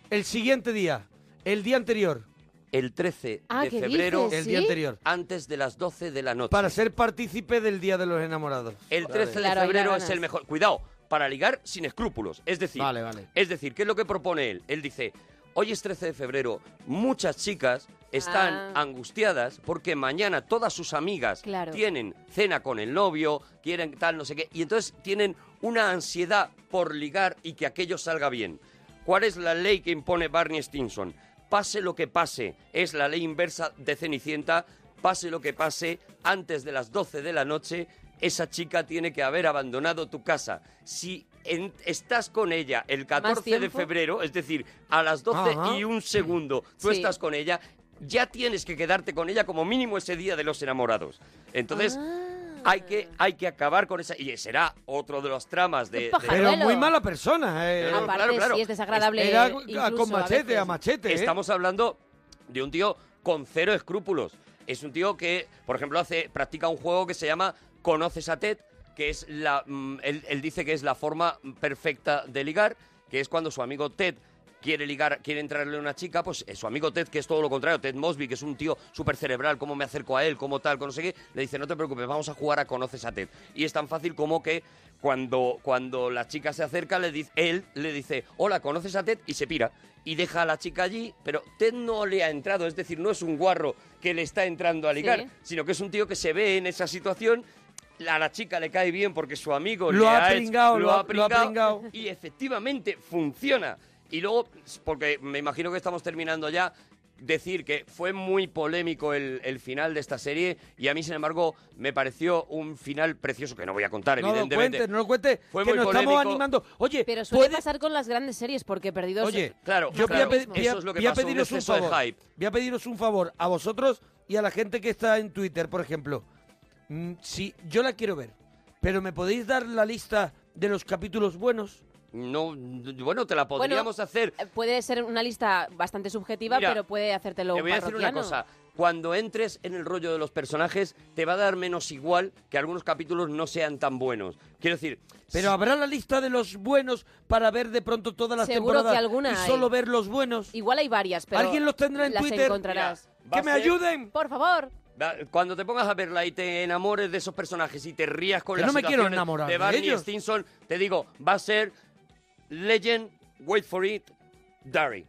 Speaker 5: El siguiente día. El día anterior.
Speaker 4: El 13
Speaker 5: Ah,
Speaker 4: de
Speaker 5: ¿qué
Speaker 4: febrero,
Speaker 5: dices? El día ¿Sí? anterior.
Speaker 4: antes de las 12 de la noche.
Speaker 5: Para ser partícipe del día de los enamorados.
Speaker 4: El 13
Speaker 5: Claro,
Speaker 4: de
Speaker 5: ahí la
Speaker 4: febrero
Speaker 5: ganas.
Speaker 4: es el mejor. Cuidado, para ligar sin escrúpulos. Es decir,
Speaker 5: Vale, vale.
Speaker 4: es decir, ¿qué es lo que propone él? Él dice, hoy es 13 de febrero, muchas chicas están
Speaker 10: Ah.
Speaker 4: angustiadas porque mañana todas sus amigas
Speaker 10: Claro.
Speaker 4: tienen cena con el novio, quieren tal, no sé qué, y entonces tienen una ansiedad por ligar y que aquello salga bien. ¿Cuál es la ley que impone Barney Stinson? Pase lo que pase, es la ley inversa de Cenicienta, pase lo que pase, antes de las 12 de la noche, esa chica tiene que haber abandonado tu casa. Si en- estás con ella el 14 de
Speaker 10: tiempo?
Speaker 4: febrero, es decir, a las 12
Speaker 10: Ajá.
Speaker 4: y un segundo, tú
Speaker 10: Sí.
Speaker 4: estás con ella, ya tienes que quedarte con ella como mínimo ese día de los enamorados. Entonces...
Speaker 10: Ah.
Speaker 4: Hay que, hay que acabar con esa... Y será otro de los tramas de... de-
Speaker 5: Pero muy mala persona. eh.
Speaker 4: Claro,
Speaker 10: Aparte,
Speaker 4: claro, claro.
Speaker 10: sí, es desagradable
Speaker 5: Era a-
Speaker 10: incluso
Speaker 5: con
Speaker 10: a
Speaker 5: machete,
Speaker 10: veces.
Speaker 5: a, machete. ¿eh?
Speaker 4: Estamos hablando de un tío con cero escrúpulos. Es un tío que, por ejemplo, hace, practica un juego que se llama Conoces a Ted, que es la. mm, Él, él dice que es la forma perfecta de ligar, que es cuando su amigo Ted quiere ligar, quiere entrarle a una chica, pues eh, su amigo Ted, que es todo lo contrario, Ted Mosby, que es un tío súper cerebral, cómo me acerco a él, cómo tal, con no sé qué, le dice, no te preocupes, vamos a jugar a Conoces a Ted. Y es tan fácil como que cuando, cuando la chica se acerca, le dice, él le dice, hola, ¿conoces a Ted? Y se pira. Y deja a la chica allí, pero Ted no le ha entrado, es decir, no es un guarro que le está entrando a ligar,
Speaker 10: Sí.
Speaker 4: sino que es un tío que se ve en esa situación, a la chica le cae bien porque su amigo
Speaker 5: Lo
Speaker 4: le
Speaker 5: ha
Speaker 4: hecho-
Speaker 5: pringao, lo ha- lo ha pringao.
Speaker 4: y efectivamente funciona. Y luego, porque me imagino que estamos terminando ya, decir que fue muy polémico el, el final de esta serie y a mí, sin embargo, me pareció un final precioso, que no voy a contar,
Speaker 5: No lo
Speaker 4: evidentemente.
Speaker 5: cuentes, no lo cuentes.
Speaker 4: Fue
Speaker 5: que
Speaker 4: muy
Speaker 5: nos estamos
Speaker 4: polémico.
Speaker 5: animando. Oye,
Speaker 10: Pero suele
Speaker 5: puede-
Speaker 10: pasar con las grandes series porque perdidos.
Speaker 5: Oye,
Speaker 4: claro,
Speaker 5: yo
Speaker 4: claro,
Speaker 5: voy a, pe- voy a-
Speaker 4: eso es lo que
Speaker 5: voy a
Speaker 4: pasó, un
Speaker 5: pediros un
Speaker 4: exceso de
Speaker 5: favor.
Speaker 4: hype.
Speaker 5: Voy a pediros un favor a vosotros y a la gente que está en Twitter, por ejemplo. Mm, Si yo la quiero ver, pero me podéis dar la lista de los capítulos buenos.
Speaker 4: No, bueno, te la podríamos hacer.
Speaker 10: eh, Puede ser una lista bastante subjetiva,
Speaker 4: Mira,
Speaker 10: pero puede hacértelo
Speaker 4: Te voy a decir una
Speaker 10: parroquiano.
Speaker 4: cosa. Cuando entres en el rollo de los personajes, te va a dar menos igual que algunos capítulos no sean tan buenos. Quiero decir,
Speaker 5: Pero habrá la lista de los buenos para ver de pronto todas las
Speaker 10: Seguro
Speaker 5: temporadas
Speaker 10: que alguna
Speaker 5: y
Speaker 10: hay.
Speaker 5: solo ver los buenos.
Speaker 10: Igual hay varias, pero
Speaker 5: ¿Alguien los tendrá en
Speaker 10: las
Speaker 5: Twitter?
Speaker 10: encontrarás.
Speaker 5: Mira, va ¡Que a me ser- ayuden!
Speaker 10: Por favor.
Speaker 4: Da- Cuando te pongas a verla y te enamores de esos personajes y te rías con
Speaker 5: Que
Speaker 4: las
Speaker 5: no me quiero
Speaker 4: situaciones
Speaker 5: enamorar
Speaker 4: de
Speaker 5: de
Speaker 4: Barney
Speaker 5: ellos.
Speaker 4: Stinson, te digo, va a ser Legend, Wait for It, Darry.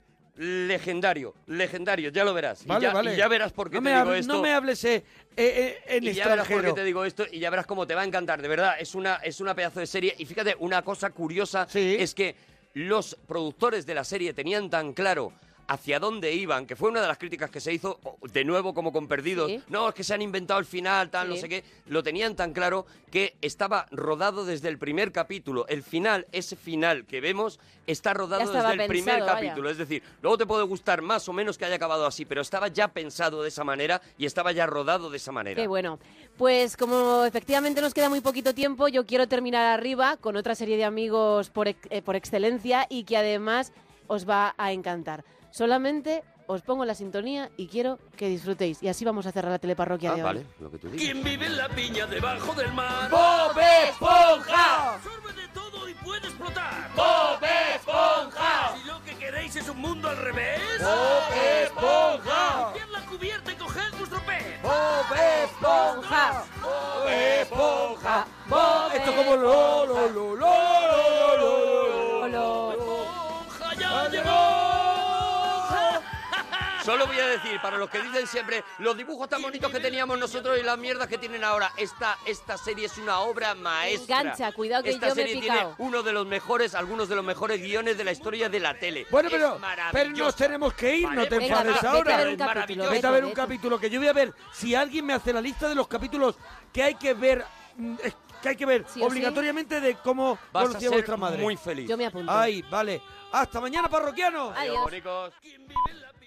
Speaker 4: Legendario, legendario, ya lo verás.
Speaker 5: Vale,
Speaker 4: y, ya,
Speaker 5: vale.
Speaker 4: y ya verás por qué
Speaker 5: no
Speaker 4: te
Speaker 5: me
Speaker 4: digo
Speaker 5: hab-
Speaker 4: esto.
Speaker 5: No me hables eh, eh, eh, en
Speaker 4: y ya verás por qué
Speaker 5: extranjero.
Speaker 4: te digo esto y ya verás cómo te va a encantar. De verdad, es una, es una pedazo de serie. Y fíjate, una cosa curiosa es que los productores de la serie tenían tan claro hacia dónde iban, que fue una de las críticas que se hizo o- de nuevo como con Perdidos.
Speaker 10: Sí.
Speaker 4: No, es que se han inventado el final, tal, no
Speaker 10: Sí.
Speaker 4: sé qué. Lo tenían tan claro que estaba rodado desde el primer capítulo. El final, ese final que vemos, está rodado
Speaker 10: Ya estaba
Speaker 4: desde el primer
Speaker 10: pensado, vaya.
Speaker 4: capítulo. Es decir, luego te puede gustar más o menos que haya acabado así, pero estaba ya pensado de esa manera y estaba ya rodado de esa manera.
Speaker 10: Qué bueno. Pues como efectivamente nos queda muy poquito tiempo, yo quiero terminar arriba con otra serie de amigos por, ex- eh, por excelencia y que además os va a encantar. Solamente os pongo la sintonía y quiero que disfrutéis. Y así vamos a cerrar la teleparroquia
Speaker 4: Ah,
Speaker 10: de hoy.
Speaker 4: vale, lo que tú digas.
Speaker 13: ¿Quién vive en la piña debajo del mar?
Speaker 4: ¡Bob Esponja!
Speaker 13: Absorbe de todo y puede explotar.
Speaker 4: ¡Bob Esponja!
Speaker 13: Si lo que queréis es un mundo al revés.
Speaker 7: ¡Bob Esponja!
Speaker 13: Limpiad la cubierta y coged vuestro pez.
Speaker 7: Bob Esponja, Bob Esponja, Bob
Speaker 5: Esto como
Speaker 4: Solo voy a decir, para los que dicen siempre, los dibujos tan bonitos que teníamos nosotros y las mierdas que tienen ahora, esta, esta serie es una obra maestra.
Speaker 10: Engancha, cuidado que
Speaker 4: esta
Speaker 10: yo me he
Speaker 4: serie
Speaker 10: picado.
Speaker 4: tiene uno de los mejores, algunos de los mejores guiones de la historia de la tele.
Speaker 5: Bueno,
Speaker 4: Es
Speaker 5: pero, pero nos
Speaker 4: maravilloso.
Speaker 5: tenemos que ir, no te
Speaker 4: Vale, pues venga,
Speaker 5: enfades
Speaker 4: va, vete
Speaker 5: ahora.
Speaker 4: a ver un Es capítulo, maravilloso.
Speaker 5: Vete a ver un
Speaker 4: vete.
Speaker 5: capítulo que yo voy a ver si alguien me hace la lista de los capítulos que hay que ver, mm, es- que hay que ver
Speaker 10: Sí o sí.
Speaker 5: obligatoriamente de cómo
Speaker 4: Vas a
Speaker 5: conocía
Speaker 4: ser
Speaker 5: vuestra madre.
Speaker 4: muy feliz.
Speaker 10: Yo me apunto.
Speaker 5: Ay, vale. Hasta mañana, parroquianos.
Speaker 10: Adiós.
Speaker 4: Chicos.